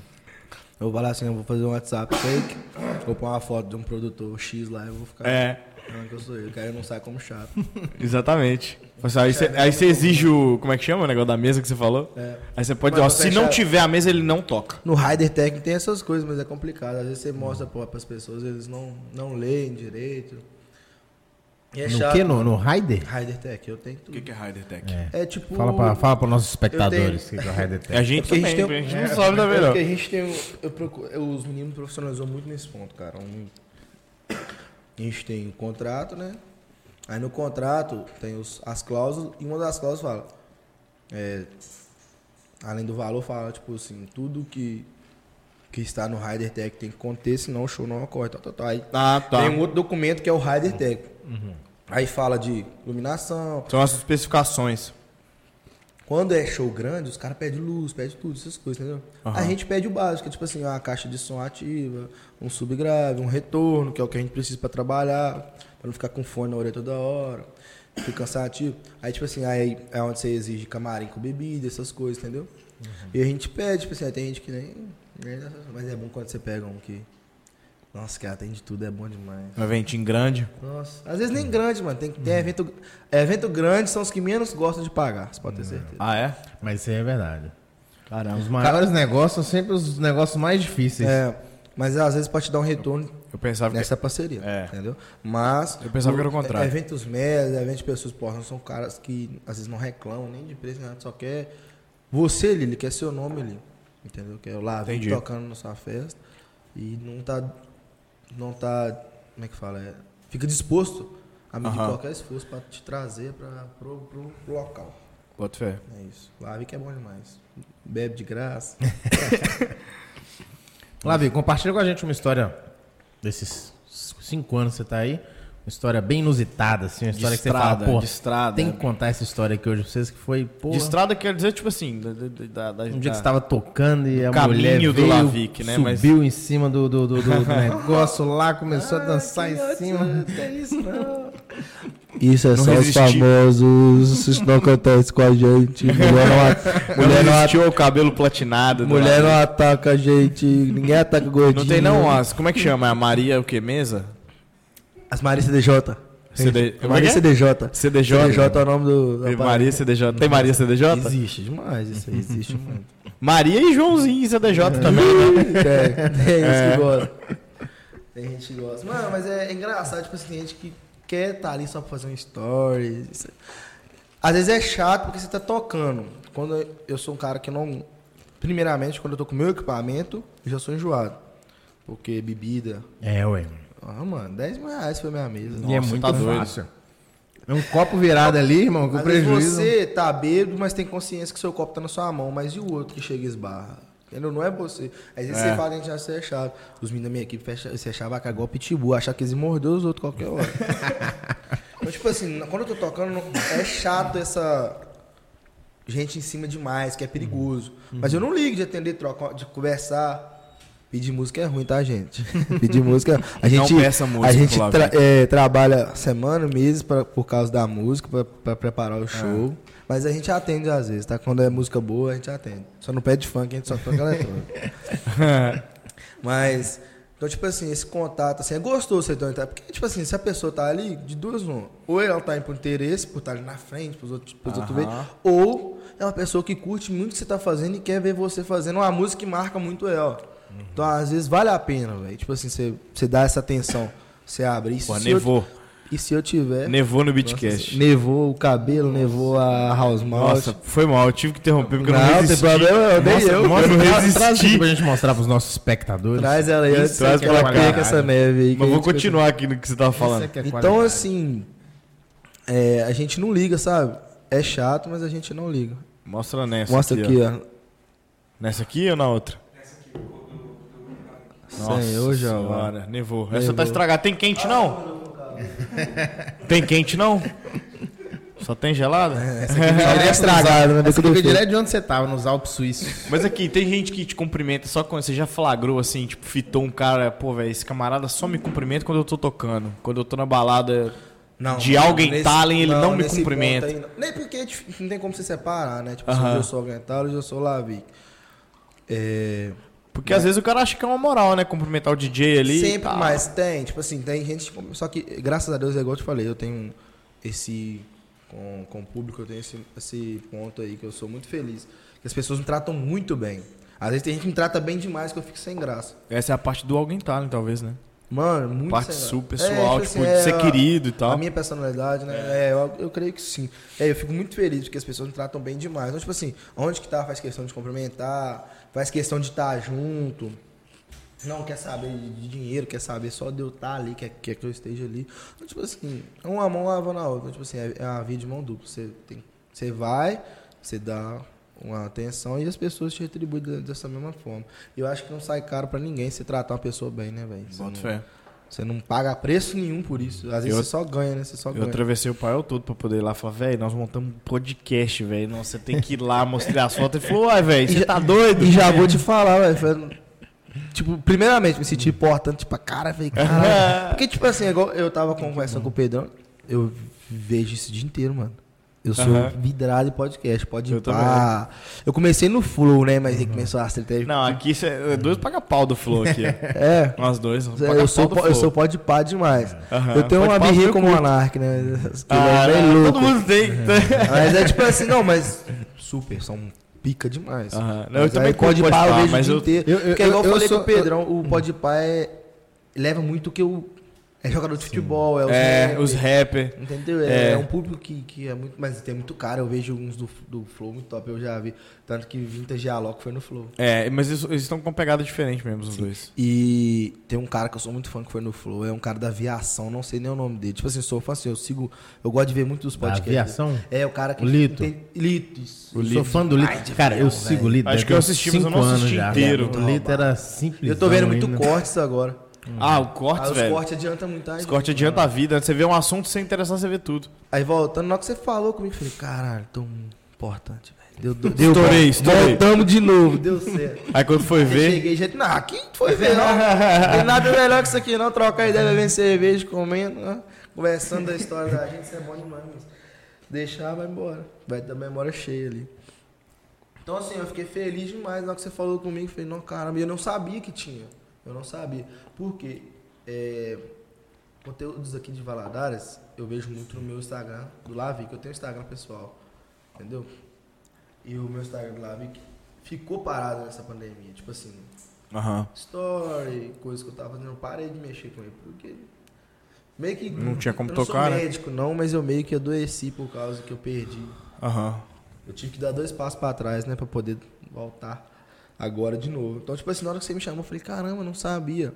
Speaker 3: Eu vou falar assim, eu vou fazer um WhatsApp fake, vou pôr uma foto de um produtor X lá e eu vou ficar
Speaker 2: É,
Speaker 3: falando que eu sou eu, que aí eu não saio como chato.
Speaker 2: exatamente. Fala assim, Aí você aí você exige o. Como é que chama o negócio da mesa que você falou?
Speaker 3: É.
Speaker 2: Aí você pode
Speaker 3: Mas
Speaker 2: dizer, ó,
Speaker 3: vou
Speaker 2: se não
Speaker 3: deixar-
Speaker 2: tiver a mesa, ele não toca.
Speaker 3: No Rider Tech tem essas coisas, mas é complicado. Às vezes você mostra para as pessoas, eles não, não leem direito. E é
Speaker 1: No
Speaker 3: chato.
Speaker 1: quê? No, no Raider?
Speaker 3: Rider Tech, eu tenho tudo.
Speaker 2: é Rider Tech?
Speaker 1: É.
Speaker 3: É tipo.
Speaker 1: Fala pra, fala pros nossos espectadores o
Speaker 3: Eu
Speaker 1: que que é o Raider
Speaker 2: É a
Speaker 1: Tech.
Speaker 2: gente que a gente, tem, a gente não sabe
Speaker 3: É
Speaker 2: também,
Speaker 3: porque
Speaker 2: não.
Speaker 3: a gente tem. um- Eu procuro, eu- os meninos profissionalizou muito nesse ponto, cara. Um- a gente tem o contrato, né? Aí no contrato tem os, as cláusulas, e uma das cláusulas fala. é, além do valor, fala, tipo assim, tudo que, que está no Rider Tech tem que conter, senão o show não ocorre. Tá, tá, tá. Aí
Speaker 2: Ah, tá. Uhum.
Speaker 3: tem um outro documento que é o Rider Tech. Aí fala de iluminação,
Speaker 2: São as especificações.
Speaker 3: quando é show grande, os caras pedem luz, pedem tudo, essas coisas, entendeu?
Speaker 2: Aham.
Speaker 3: A gente pede o básico, que é tipo assim, uma caixa de som ativa, um subgrave, um retorno, que é o que a gente precisa pra trabalhar, pra não ficar com fone na orelha toda hora, fica cansativo. Aí, tipo assim, aí é onde você exige camarim com bebida, essas coisas, entendeu?
Speaker 2: Uhum.
Speaker 3: E a gente pede, tipo assim, aí tem gente que nem. nem dá essas- Mas é bom quando você pega um que. Nossa, cara, tem de tudo, é bom demais.
Speaker 2: Um eventinho grande.
Speaker 3: Nossa, às vezes
Speaker 2: Uhum.
Speaker 3: nem grande, mano. Tem, tem evento, evento grande são os que menos gostam de pagar, você pode ter certeza.
Speaker 2: Ah, é?
Speaker 1: Mas isso aí é verdade. Os
Speaker 2: Caramba.
Speaker 1: maiores negócios são sempre os negócios mais difíceis.
Speaker 3: É, mas às vezes pode dar um retorno
Speaker 2: Eu pensava que.
Speaker 3: nessa parceria,
Speaker 2: É.
Speaker 3: entendeu? Mas... é,
Speaker 2: Eu pensava que era o contrário.
Speaker 3: Eventos médios, eventos de pessoas portas, são caras que às vezes não reclamam nem de preço, nem nada, só quer... Você, Lili, quer seu nome ali, entendeu? Quer o Lavi
Speaker 2: Entendi.
Speaker 3: tocando na sua festa e não tá... Não tá... Como é que fala? É, fica disposto a medir
Speaker 2: Aham.
Speaker 3: qualquer esforço pra te trazer pra, pro, pro local.
Speaker 2: Boto fé.
Speaker 3: É isso. Lavi que é bom demais. Bebe de graça.
Speaker 1: Lavi, compartilha com a gente uma história desses cinco anos que você tá aí. Uma história bem inusitada, assim. Uma
Speaker 2: De
Speaker 1: história que você
Speaker 2: estrada,
Speaker 1: fala, pô,
Speaker 2: de estrada.
Speaker 1: tem que contar essa história aqui hoje pra vocês, que foi, pô,
Speaker 2: De estrada quer dizer, tipo assim, da, da, da- da-
Speaker 1: um dia que
Speaker 2: da-
Speaker 1: você tava tocando e a
Speaker 2: caminho
Speaker 1: mulher
Speaker 2: do
Speaker 1: veio,
Speaker 2: Lavic, né, mas-
Speaker 1: subiu em cima do, do, do, do- do negócio lá, começou
Speaker 2: Ah,
Speaker 1: a dançar em cima.
Speaker 3: isso, é
Speaker 2: Não
Speaker 3: só
Speaker 2: resisti.
Speaker 3: os famosos. Isso não acontece com a gente. Mulher não, a-
Speaker 2: Mulher
Speaker 3: mulher não a-
Speaker 2: vestiu o cabelo platinado. do
Speaker 3: mulher
Speaker 2: lado.
Speaker 3: não ataca a gente. Ninguém ataca
Speaker 2: Não
Speaker 3: gordinho.
Speaker 2: tem não as. Como é que chama? É A Maria o quê? Mesa?
Speaker 3: As Maria CDJ.
Speaker 2: CD
Speaker 3: A Maria CDJ.
Speaker 2: CDJ.
Speaker 3: CDJ é o nome do. da
Speaker 2: Tem
Speaker 3: parada.
Speaker 2: Maria
Speaker 3: né?
Speaker 2: CDJ. Tem Maria CDJ?
Speaker 3: Existe demais, isso aí existe muito.
Speaker 2: Maria e Joãozinho CDJ também, né?
Speaker 3: É, tem gente que gosta. Tem gente que gosta. Mano, mas é, engraçado, tipo assim, tem gente que quer estar ali só pra fazer um story. Isso- Às vezes é chato porque você tá tocando. Quando eu- eu sou um cara que não. Primeiramente, quando eu tô com meu equipamento, eu já sou enjoado. Porque bebida.
Speaker 1: É, ué.
Speaker 3: Ah, mano, 10 mil reais foi minha mesa.
Speaker 1: e é
Speaker 2: Nossa,
Speaker 1: muito
Speaker 2: tá doido. é
Speaker 1: fácil. É um copo virado ali, irmão, com
Speaker 3: Às vezes
Speaker 1: prejuízo.
Speaker 3: você tá bêbado, mas tem consciência que seu copo tá na sua mão, mas e o outro que chega e esbarra? Entendeu? Não é você. Às vezes
Speaker 2: É.
Speaker 3: você fala que a gente já se achava. Os meninos da minha equipe fecha- se achavam cagou o pitbull, achar que eles iam morder os outros qualquer hora. então, tipo assim, quando eu tô tocando, não- é chato essa gente em cima demais, que é perigoso.
Speaker 2: Uhum.
Speaker 3: Mas eu não ligo de atender troca, de conversar. Pedir música é ruim, tá, gente? Pedir música. A
Speaker 2: Não
Speaker 3: gente,
Speaker 2: peça música
Speaker 3: a
Speaker 2: pro
Speaker 3: gente
Speaker 2: Lavinho.
Speaker 3: tra- é, trabalha semana, meses pra, por causa da música, pra, pra
Speaker 2: Ah.
Speaker 3: preparar o show. Mas a gente atende às vezes, tá? Quando é música boa, a gente atende. Só não pede funk, a gente só toca eletrônica. Mas, então, tipo assim, esse contato, assim, é gostoso você ter um contato. Porque, tipo assim, se a pessoa tá ali, de duas uma. Ou ela tá indo por interesse, por estar ali na frente, pros outros, pros outros verem.
Speaker 2: Aham.
Speaker 3: Ou é uma pessoa que curte muito o que você tá fazendo e quer ver você fazendo uma música que marca muito ela.
Speaker 2: Uhum.
Speaker 3: Então, às vezes, vale a pena, velho. Tipo assim, você, você dá essa atenção. Você abre. E se,
Speaker 2: Pô,
Speaker 3: eu-
Speaker 2: nevou.
Speaker 3: e se eu tiver.
Speaker 2: Nevou no
Speaker 3: É. Nossa,
Speaker 2: Beatcast.
Speaker 3: nevou o cabelo, nevou a house malt.
Speaker 2: Nossa, foi mal. Eu tive que interromper porque eu não
Speaker 3: Não, tem
Speaker 2: resisti.
Speaker 3: problema, eu nem
Speaker 2: Nossa,
Speaker 3: eu.
Speaker 2: eu não
Speaker 1: traz, traz aqui
Speaker 2: resisti.
Speaker 1: pra gente mostrar pros nossos espectadores. é
Speaker 3: Traz ela aí,
Speaker 2: Isso, traz
Speaker 3: traz
Speaker 2: pra
Speaker 3: ela
Speaker 2: caralho.
Speaker 3: com essa neve aí. que
Speaker 2: Mas
Speaker 3: a
Speaker 2: vou
Speaker 3: gente vai-
Speaker 2: continuar aqui no que você tava
Speaker 1: Isso é
Speaker 2: falando.
Speaker 1: que é
Speaker 3: Então,
Speaker 1: qualidade.
Speaker 3: assim, é, a gente não liga, sabe? É chato, mas a gente não liga.
Speaker 2: Mostra nessa
Speaker 3: Mostra aqui, ó.
Speaker 2: Nessa aqui ou na outra?
Speaker 3: Senhor, Jeová.
Speaker 2: senhora, nevou. Essa tá estragada. Tem quente não? Tem quente não? Só tem gelada?
Speaker 3: Só que é estragado, né?
Speaker 1: Essa
Speaker 3: Bico do
Speaker 1: fica
Speaker 3: feio.
Speaker 1: direto de onde você tava, nos Alpes Suíços.
Speaker 2: Mas aqui, tem gente que te cumprimenta só quando você já flagrou, assim, tipo, fitou um cara, pô, velho, esse camarada só me cumprimenta quando eu tô tocando. Quando eu tô na balada,
Speaker 3: Não,
Speaker 2: de
Speaker 3: mano,
Speaker 2: alguém Talen, ele não me
Speaker 3: nesse
Speaker 2: cumprimenta.
Speaker 3: ponto aí não. Nem porque é difícil, não tem como se separar, né? Tipo,
Speaker 2: Aham.
Speaker 3: se eu sou alguém Talen, eu sou Lavic. É,
Speaker 2: Porque às vezes o cara acha que é uma moral, né? Cumprimentar o DJ ali. e
Speaker 3: sempre
Speaker 2: tal.
Speaker 3: mais tem, tipo assim, tem gente. que- Só que, graças a Deus, é igual eu te falei, eu tenho esse. Com, com o público, eu tenho esse, esse ponto aí que eu sou muito feliz. Que as pessoas me tratam muito bem. Às vezes tem gente que me trata bem demais que eu fico sem graça.
Speaker 2: Essa é a parte do alguém Talen, talvez, né?
Speaker 3: Mano, muito
Speaker 2: parte
Speaker 3: sem graça.
Speaker 2: super
Speaker 3: É,
Speaker 2: pessoal, tipo,
Speaker 3: assim,
Speaker 2: de ser
Speaker 3: é,
Speaker 2: querido e tal.
Speaker 3: A minha personalidade, né? É, eu, eu creio que sim. É, eu fico muito feliz porque as pessoas me tratam bem demais. Então, tipo assim, onde que tá, faz questão de cumprimentar, faz questão de estar junto. Não quer saber de dinheiro, quer saber só de eu estar ali, quer, quer que eu esteja ali. Então, tipo assim, uma mão lava na outra. Tipo assim, é, é a vida de mão dupla. Você, tem, você vai, você dá uma atenção e as pessoas te retribuem de- dessa mesma forma. E eu acho que não sai caro pra ninguém se tratar uma pessoa bem, né, velho? Você
Speaker 2: Boto
Speaker 3: não-
Speaker 2: fé.
Speaker 3: você não paga preço nenhum por isso. Às vezes
Speaker 2: Eu-
Speaker 3: você só ganha, né? Você só
Speaker 2: Eu
Speaker 3: ganha.
Speaker 2: atravessei o paiol todo pra poder ir lá. Falar, velho, nós montamos um podcast, velho. Não, Você tem que ir lá, mostrar as fotos. Ele falou, uai, velho, você tá doido?
Speaker 3: E já vou te falar, velho. foi- Tipo, primeiramente, me senti importante pra cara, velho. Caralho. Porque, tipo assim, igual eu tava conversando com o Pedrão, eu vejo isso o dia inteiro, mano. Eu sou
Speaker 2: Aham.
Speaker 3: vidrado em podcast, pode
Speaker 2: Eu
Speaker 3: ir pá. Eu comecei no Flow, né? Mas aí começou a estratégia.
Speaker 2: Não, aqui cê, é dois paga-pau do Flow aqui. ó.
Speaker 3: É.
Speaker 2: Nós dois. um
Speaker 3: Eu sou,
Speaker 2: paga-pau do
Speaker 3: po- eu
Speaker 2: Flow.
Speaker 3: sou pode pá demais.
Speaker 2: Aham.
Speaker 3: Eu tenho
Speaker 2: Pode
Speaker 3: uma
Speaker 2: pá,
Speaker 3: birrinha
Speaker 2: eu
Speaker 3: com o
Speaker 2: curto.
Speaker 3: Monark, né? Que
Speaker 2: Ah,
Speaker 3: ele é bem
Speaker 2: não,
Speaker 3: louco.
Speaker 2: todo mundo tem.
Speaker 3: Mas é tipo assim, não, mas super, são pica demais.
Speaker 2: Aham. Não,
Speaker 3: Não,
Speaker 2: Ah, eu também
Speaker 3: eu também
Speaker 2: curto
Speaker 3: Podpah eu
Speaker 2: Podpah,
Speaker 3: vejo
Speaker 2: mas
Speaker 3: o
Speaker 2: eu-
Speaker 3: dia inteiro.
Speaker 1: eu- eu-
Speaker 3: Porque é igual eu,
Speaker 1: eu
Speaker 3: falei
Speaker 1: sou-
Speaker 3: com o Pedrão, o Podpah é, leva muito que o... É jogador de futebol, é os...
Speaker 2: É,
Speaker 3: rappers,
Speaker 2: os rappers.
Speaker 3: Entendeu? É,
Speaker 2: é.
Speaker 3: é um público que, que é muito... Mas tem muito cara, eu vejo uns do, do Flow muito top, eu já vi. Tanto que Vintage Alok foi no Flow.
Speaker 2: É, mas eles eles estão com pegada diferente mesmo, os dois.
Speaker 3: E tem um cara que eu sou muito fã que foi no Flow, é um cara da aviação, não sei nem o nome dele. Tipo assim, sou fã assim, eu sigo, eu gosto de ver muito dos podcasts.
Speaker 1: aviação?
Speaker 3: É, o cara que.
Speaker 1: O Lito.
Speaker 3: Tem, Lito, isso.
Speaker 1: Eu sou fã do Lito. Cara, eu sigo o Lito. deve
Speaker 2: Acho que eu
Speaker 1: ter uns
Speaker 2: assisti, mas eu
Speaker 1: cinco
Speaker 2: não assisti
Speaker 1: anos já.
Speaker 2: inteiro.
Speaker 1: O Lito então, era simples.
Speaker 3: Eu tô vendo muito cortes agora.
Speaker 2: Ah, o
Speaker 3: Aí
Speaker 2: corte,
Speaker 3: Uhum. os
Speaker 2: velho.
Speaker 3: cortes Uhum. adianta muito. Aí,
Speaker 2: Os cortes adianta a vida. Você vê um assunto sem interessar, você vê tudo.
Speaker 3: aí voltando, na hora que você falou comigo, eu falei, caralho, tão importante, velho. Deu, deu, deu
Speaker 2: Estourei,
Speaker 3: bom.
Speaker 2: estourei.
Speaker 3: Voltamos de novo, deu certo.
Speaker 2: Aí quando foi
Speaker 3: Aí
Speaker 2: ver.
Speaker 3: Cheguei, gente, não, aqui foi ver, não. Não Tem nada melhor que isso aqui, não. Trocar ideia, bebendo cerveja, comendo, né? conversando da história da gente, isso é bom demais. Mas deixar, vai embora. Vai ter a memória cheia ali. Então, assim, eu fiquei feliz demais na hora que você falou comigo. Falei, não, caramba, e eu não sabia que tinha. Eu não sabia. Por quê? É, conteúdos aqui de Valadares, eu vejo muito no meu Instagram, do Lavi, que eu tenho Instagram pessoal. Entendeu? E o meu Instagram do Lavic ficou parado nessa pandemia. Tipo assim,
Speaker 2: Aham.
Speaker 3: story, coisa que eu tava fazendo, eu parei de mexer com ele. Porque. Meio que.
Speaker 2: Não tinha como
Speaker 3: eu não
Speaker 2: tocar,
Speaker 3: sou
Speaker 2: né?
Speaker 3: médico, não, mas eu meio que adoeci por causa que eu perdi.
Speaker 2: Aham.
Speaker 3: Eu tive que dar dois passos pra trás, né? Pra poder voltar agora de novo. Então, tipo assim, na hora que você me chamou, eu falei, caramba, eu não sabia.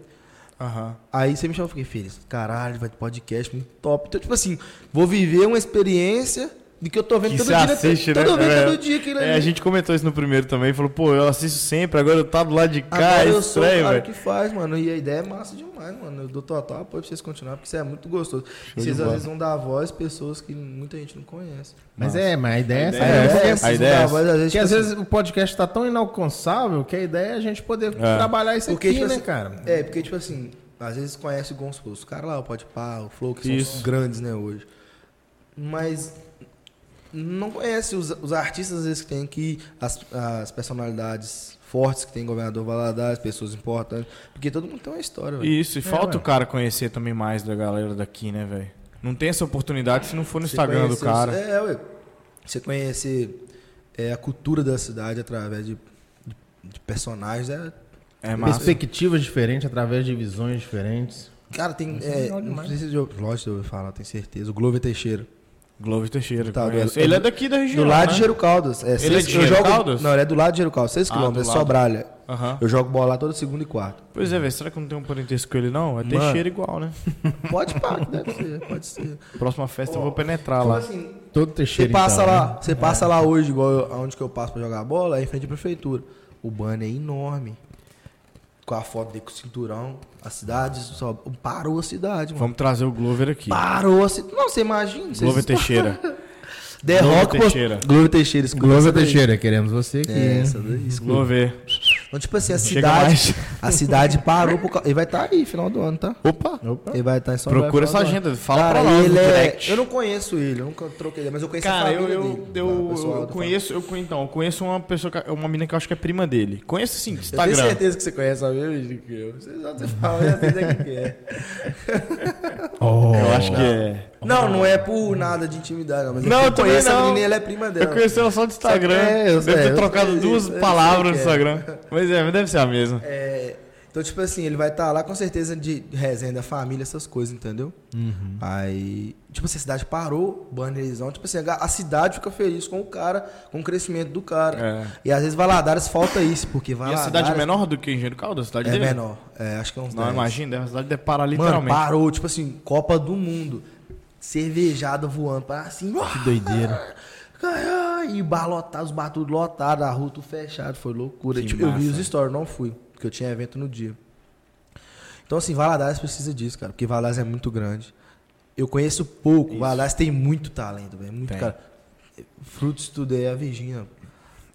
Speaker 2: Aham.
Speaker 3: Aí você me chamou, eu fiquei feliz. Caralho, vai ter podcast muito top. Então, tipo assim, vou viver uma experiência de que eu tô vendo
Speaker 2: Que
Speaker 3: todo
Speaker 2: você
Speaker 3: dia.
Speaker 2: assiste, né?
Speaker 3: todo,
Speaker 2: É.
Speaker 3: vez, todo dia aquilo
Speaker 2: É, a
Speaker 3: ali.
Speaker 2: gente comentou isso no primeiro também. Falou, pô, eu assisto sempre, agora eu tava do lado de cá,
Speaker 3: Agora
Speaker 2: é
Speaker 3: eu sou o
Speaker 2: estranho,
Speaker 3: cara
Speaker 2: velho.
Speaker 3: que faz, mano. E a ideia é massa demais, mano. Eu dou total apoio pra vocês continuarem, porque isso é muito gostoso. E vocês às
Speaker 2: bola.
Speaker 3: vezes vão dar voz a pessoas que muita gente não conhece.
Speaker 1: Mas é, mas a ideia é essa.
Speaker 2: A ideia
Speaker 1: né?
Speaker 2: é essa.
Speaker 3: vocês vão
Speaker 2: ideia é
Speaker 3: dar
Speaker 2: essa.
Speaker 3: voz, às vezes,
Speaker 1: Porque
Speaker 3: tipo
Speaker 1: às
Speaker 3: assim,
Speaker 1: vezes o podcast tá tão inalcançável que a ideia é a gente poder trabalhar isso
Speaker 3: porque,
Speaker 1: aqui,
Speaker 3: tipo
Speaker 1: né,
Speaker 3: assim,
Speaker 1: cara?
Speaker 3: É, porque, tipo assim, às vezes conhece o Gons Os caras lá, o Podpah, o Flow, que são
Speaker 2: Isso.
Speaker 3: os grandes, né, hoje. Mas não conhece os, os artistas, às vezes, que tem aqui, as, as personalidades fortes que tem em governador Valadares, pessoas importantes. Porque todo mundo tem uma história, velho.
Speaker 2: Isso, e
Speaker 1: ué.
Speaker 2: falta o cara conhecer também mais da galera daqui, né, velho? Não tem essa oportunidade se não for no
Speaker 3: Você
Speaker 2: Instagram do
Speaker 3: conhecer os-
Speaker 2: cara.
Speaker 3: É, ué. Você conhecer é, a cultura da cidade através de, de- de personagens. É,
Speaker 2: É massa.
Speaker 1: Perspectivas diferentes através de visões diferentes.
Speaker 3: cara, tem. É, não sei se eu, lógico, eu vou falar, tenho certeza. O Glover Teixeira.
Speaker 2: Glover Teixeira.
Speaker 3: Tá,
Speaker 2: conheço.
Speaker 3: eu-
Speaker 2: ele é daqui da região.
Speaker 3: do lado
Speaker 2: né?
Speaker 3: de Gero Caldas. É,
Speaker 2: Ele é de
Speaker 3: eu
Speaker 2: Gero
Speaker 3: jogo-
Speaker 2: Caldas?
Speaker 3: Não, ele é do lado de Gero Caldas, 6
Speaker 2: Ah,
Speaker 3: km,
Speaker 2: do
Speaker 3: é
Speaker 2: lado.
Speaker 3: Sobralha.
Speaker 2: Aham.
Speaker 3: Eu jogo bola lá toda segunda e quarta.
Speaker 2: Pois é, velho. Será que não tem um parentesco com ele, não? É
Speaker 3: Mano.
Speaker 2: Teixeira igual, né?
Speaker 3: Pode pá, que deve ser, pode ser.
Speaker 2: Próxima festa eu vou penetrar
Speaker 3: Tipo
Speaker 2: lá.
Speaker 3: assim,
Speaker 1: Todo
Speaker 3: Você
Speaker 1: Teixeira.
Speaker 3: passa
Speaker 1: então,
Speaker 3: lá,
Speaker 1: né?
Speaker 3: você
Speaker 2: É.
Speaker 3: passa lá hoje, igual eu- aonde que eu passo pra jogar bola, é em frente à prefeitura. O banner é enorme. Com a foto dele com o cinturão. A cidade só parou a cidade, mano.
Speaker 2: Vamos trazer o Glover aqui.
Speaker 3: Parou a cidade. Não, você imagina. vocês-
Speaker 2: Glover Teixeira.
Speaker 3: The
Speaker 2: Glover
Speaker 3: Rock post-
Speaker 2: Teixeira.
Speaker 1: né?
Speaker 3: Glover Teixeira. escuta
Speaker 1: Glover
Speaker 3: essa daí.
Speaker 1: Teixeira, queremos você aqui.
Speaker 3: É,
Speaker 1: hein?
Speaker 3: essa daí. escuta.
Speaker 2: Glover.
Speaker 3: Então, tipo assim, a
Speaker 2: Chega
Speaker 3: cidade.
Speaker 2: mais.
Speaker 3: A cidade parou por causa. Ele vai estar aí, final do ano, tá?
Speaker 2: Opa!
Speaker 3: Ele vai estar em São
Speaker 2: Procura
Speaker 3: Gabriel,
Speaker 2: essa
Speaker 3: final do ano.
Speaker 2: agenda, fala
Speaker 3: Cara,
Speaker 2: pra nós
Speaker 3: ele
Speaker 2: no
Speaker 3: é-
Speaker 2: direct.
Speaker 3: Eu não conheço ele, eu nunca troquei, mas eu conheço a
Speaker 2: Cara, eu,
Speaker 3: família
Speaker 2: eu,
Speaker 3: dele.
Speaker 2: eu,
Speaker 3: tá? Pessoal
Speaker 2: eu
Speaker 3: da
Speaker 2: conheço, eu, con- então, eu conheço uma pessoa, que- uma menina que eu acho que é prima dele. Conheço sim, do
Speaker 3: Eu tenho
Speaker 2: Instagram.
Speaker 3: certeza que você conhece a mesma gente que eu. Você só você fala, eu sei quem que é.
Speaker 2: Eu acho que é.
Speaker 3: Não, não é por nada de intimidade, não. Mas
Speaker 2: Não,
Speaker 3: é que
Speaker 2: eu também
Speaker 3: conheço
Speaker 2: não.
Speaker 3: a menina e ela é prima dela.
Speaker 2: Eu conheci ela só do Instagram.
Speaker 3: É,
Speaker 2: Deve
Speaker 3: eu sei,
Speaker 2: ter
Speaker 3: eu
Speaker 2: trocado
Speaker 3: sei,
Speaker 2: duas
Speaker 3: eu sei
Speaker 2: palavras no
Speaker 3: que é.
Speaker 2: Instagram. Mas é, mas deve ser a mesma.
Speaker 3: É, então, tipo assim, ele vai estar lá com certeza de resenha da família, essas coisas, entendeu?
Speaker 2: Uhum.
Speaker 3: Aí, tipo assim, a cidade parou, Banderizão. Tipo assim, a a cidade fica feliz com o cara, com o crescimento do cara. E às vezes Valadares falta isso, porque
Speaker 2: É. E a
Speaker 3: Valadares.
Speaker 2: cidade é menor do que Engenheiro Caldo? A cidade
Speaker 3: É
Speaker 2: dele?
Speaker 3: menor. É, acho que é uns
Speaker 2: Não,
Speaker 3: 10.
Speaker 2: imagina, a cidade deve parar
Speaker 3: Mano,
Speaker 2: literalmente.
Speaker 3: parou, tipo assim, Copa do Mundo. Cervejada voando para assim. Que
Speaker 1: doideira.
Speaker 3: E bar lotado, os bar tudo lotado, a rua tudo fechada, foi loucura.
Speaker 2: Que
Speaker 3: Tipo, eu vi
Speaker 2: massa.
Speaker 3: os stories, não fui, porque eu tinha evento no dia. Então, assim, Valadares precisa disso, cara, porque Valadares é muito grande. Eu conheço pouco, Valadares tem muito talento, velho, muito,
Speaker 2: Tem.
Speaker 3: cara. Frutos tudo é a Virgínia.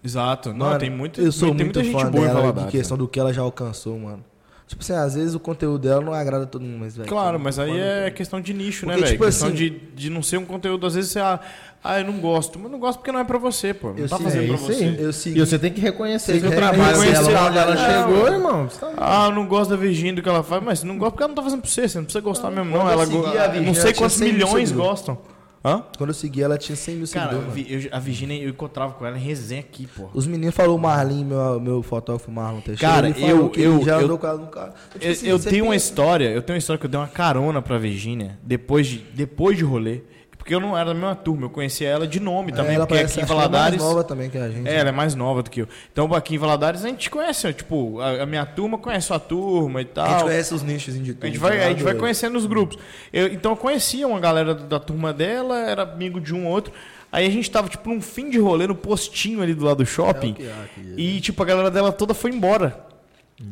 Speaker 2: Exato. Não,
Speaker 3: Mano,
Speaker 2: tem, muito,
Speaker 3: eu sou
Speaker 2: tem
Speaker 3: muito
Speaker 2: muita gente
Speaker 3: fã
Speaker 2: boa em
Speaker 3: dela,
Speaker 2: Valadares.
Speaker 3: de questão do que ela já alcançou, mano. Tipo assim, às vezes o conteúdo dela não agrada todo mundo, mas, velho. tipo,
Speaker 2: Claro,
Speaker 3: todo
Speaker 2: mas
Speaker 3: mundo
Speaker 2: aí
Speaker 3: fã,
Speaker 2: é questão de nicho, né,
Speaker 3: Porque,
Speaker 2: velho?
Speaker 3: tipo
Speaker 2: questão
Speaker 3: assim-
Speaker 2: de, de não ser um conteúdo, às vezes você, ah, ah, eu não gosto. Mas não gosto porque não é pra você, pô. Não
Speaker 3: Eu
Speaker 2: tá
Speaker 3: sei,
Speaker 2: fazendo
Speaker 1: é
Speaker 2: pra
Speaker 1: isso
Speaker 2: você.
Speaker 1: aí.
Speaker 3: Eu segui-
Speaker 1: E você tem que reconhecer
Speaker 3: Tem
Speaker 1: que
Speaker 3: que
Speaker 1: o trabalho
Speaker 3: reconhecer
Speaker 1: dela,
Speaker 3: o
Speaker 1: onde ela
Speaker 3: trabalho.
Speaker 1: chegou, irmão. Você tá...
Speaker 2: Ah, eu não gosto da Virgínia do que ela faz, mas não gosto porque ela não tá fazendo pra você, você não precisa gostar mesmo, não.
Speaker 3: quando eu
Speaker 2: Ela
Speaker 3: segui
Speaker 2: go-
Speaker 3: assim, a Virgínia,
Speaker 2: não sei
Speaker 3: ela tinha
Speaker 2: quantos
Speaker 3: 100 mil
Speaker 2: milhões
Speaker 3: seguidores.
Speaker 2: gostam. Hã?
Speaker 3: Quando eu segui ela, tinha 100 mil
Speaker 2: Cara,
Speaker 3: seguidores, mano.
Speaker 2: eu- eu- a Virgínia, eu encontrava com ela em resenha aqui, pô.
Speaker 3: Os meninos falaram o Marlin, meu, meu fotógrafo Marlon Teixeira.
Speaker 2: Cara,
Speaker 3: ele falou
Speaker 2: eu-
Speaker 3: que ele
Speaker 2: eu-
Speaker 3: já
Speaker 2: eu-
Speaker 3: andou com ela no carro. Tipo
Speaker 2: Eu,
Speaker 3: assim,
Speaker 2: eu
Speaker 3: você
Speaker 2: tenho uma
Speaker 3: tem-
Speaker 2: história, eu tenho uma história que eu dei uma carona pra Virgínia depois de, depois de rolê. Porque eu não era da mesma turma, eu conhecia ela de nome também,
Speaker 3: É, ela
Speaker 2: porque aqui
Speaker 3: parece-
Speaker 2: em
Speaker 3: acho que ela é mais
Speaker 2: Valadares.
Speaker 3: nova também né? que a gente.
Speaker 2: É, ela é mais nova do que eu. Então aqui em Valadares a gente conhece, ó, tipo, a, a minha turma conhece a sua turma e tal.
Speaker 3: a gente conhece os nichos de tudo. né,
Speaker 2: A gente vai, a gente vai
Speaker 3: doido.
Speaker 2: conhecendo os grupos. Eu- então eu conhecia uma galera da turma dela, era amigo de um ou outro. Aí a gente tava, tipo, num fim de rolê no postinho ali do lado do shopping.
Speaker 3: É que há aqui, né? Hum.
Speaker 2: e, tipo, a galera dela toda foi embora.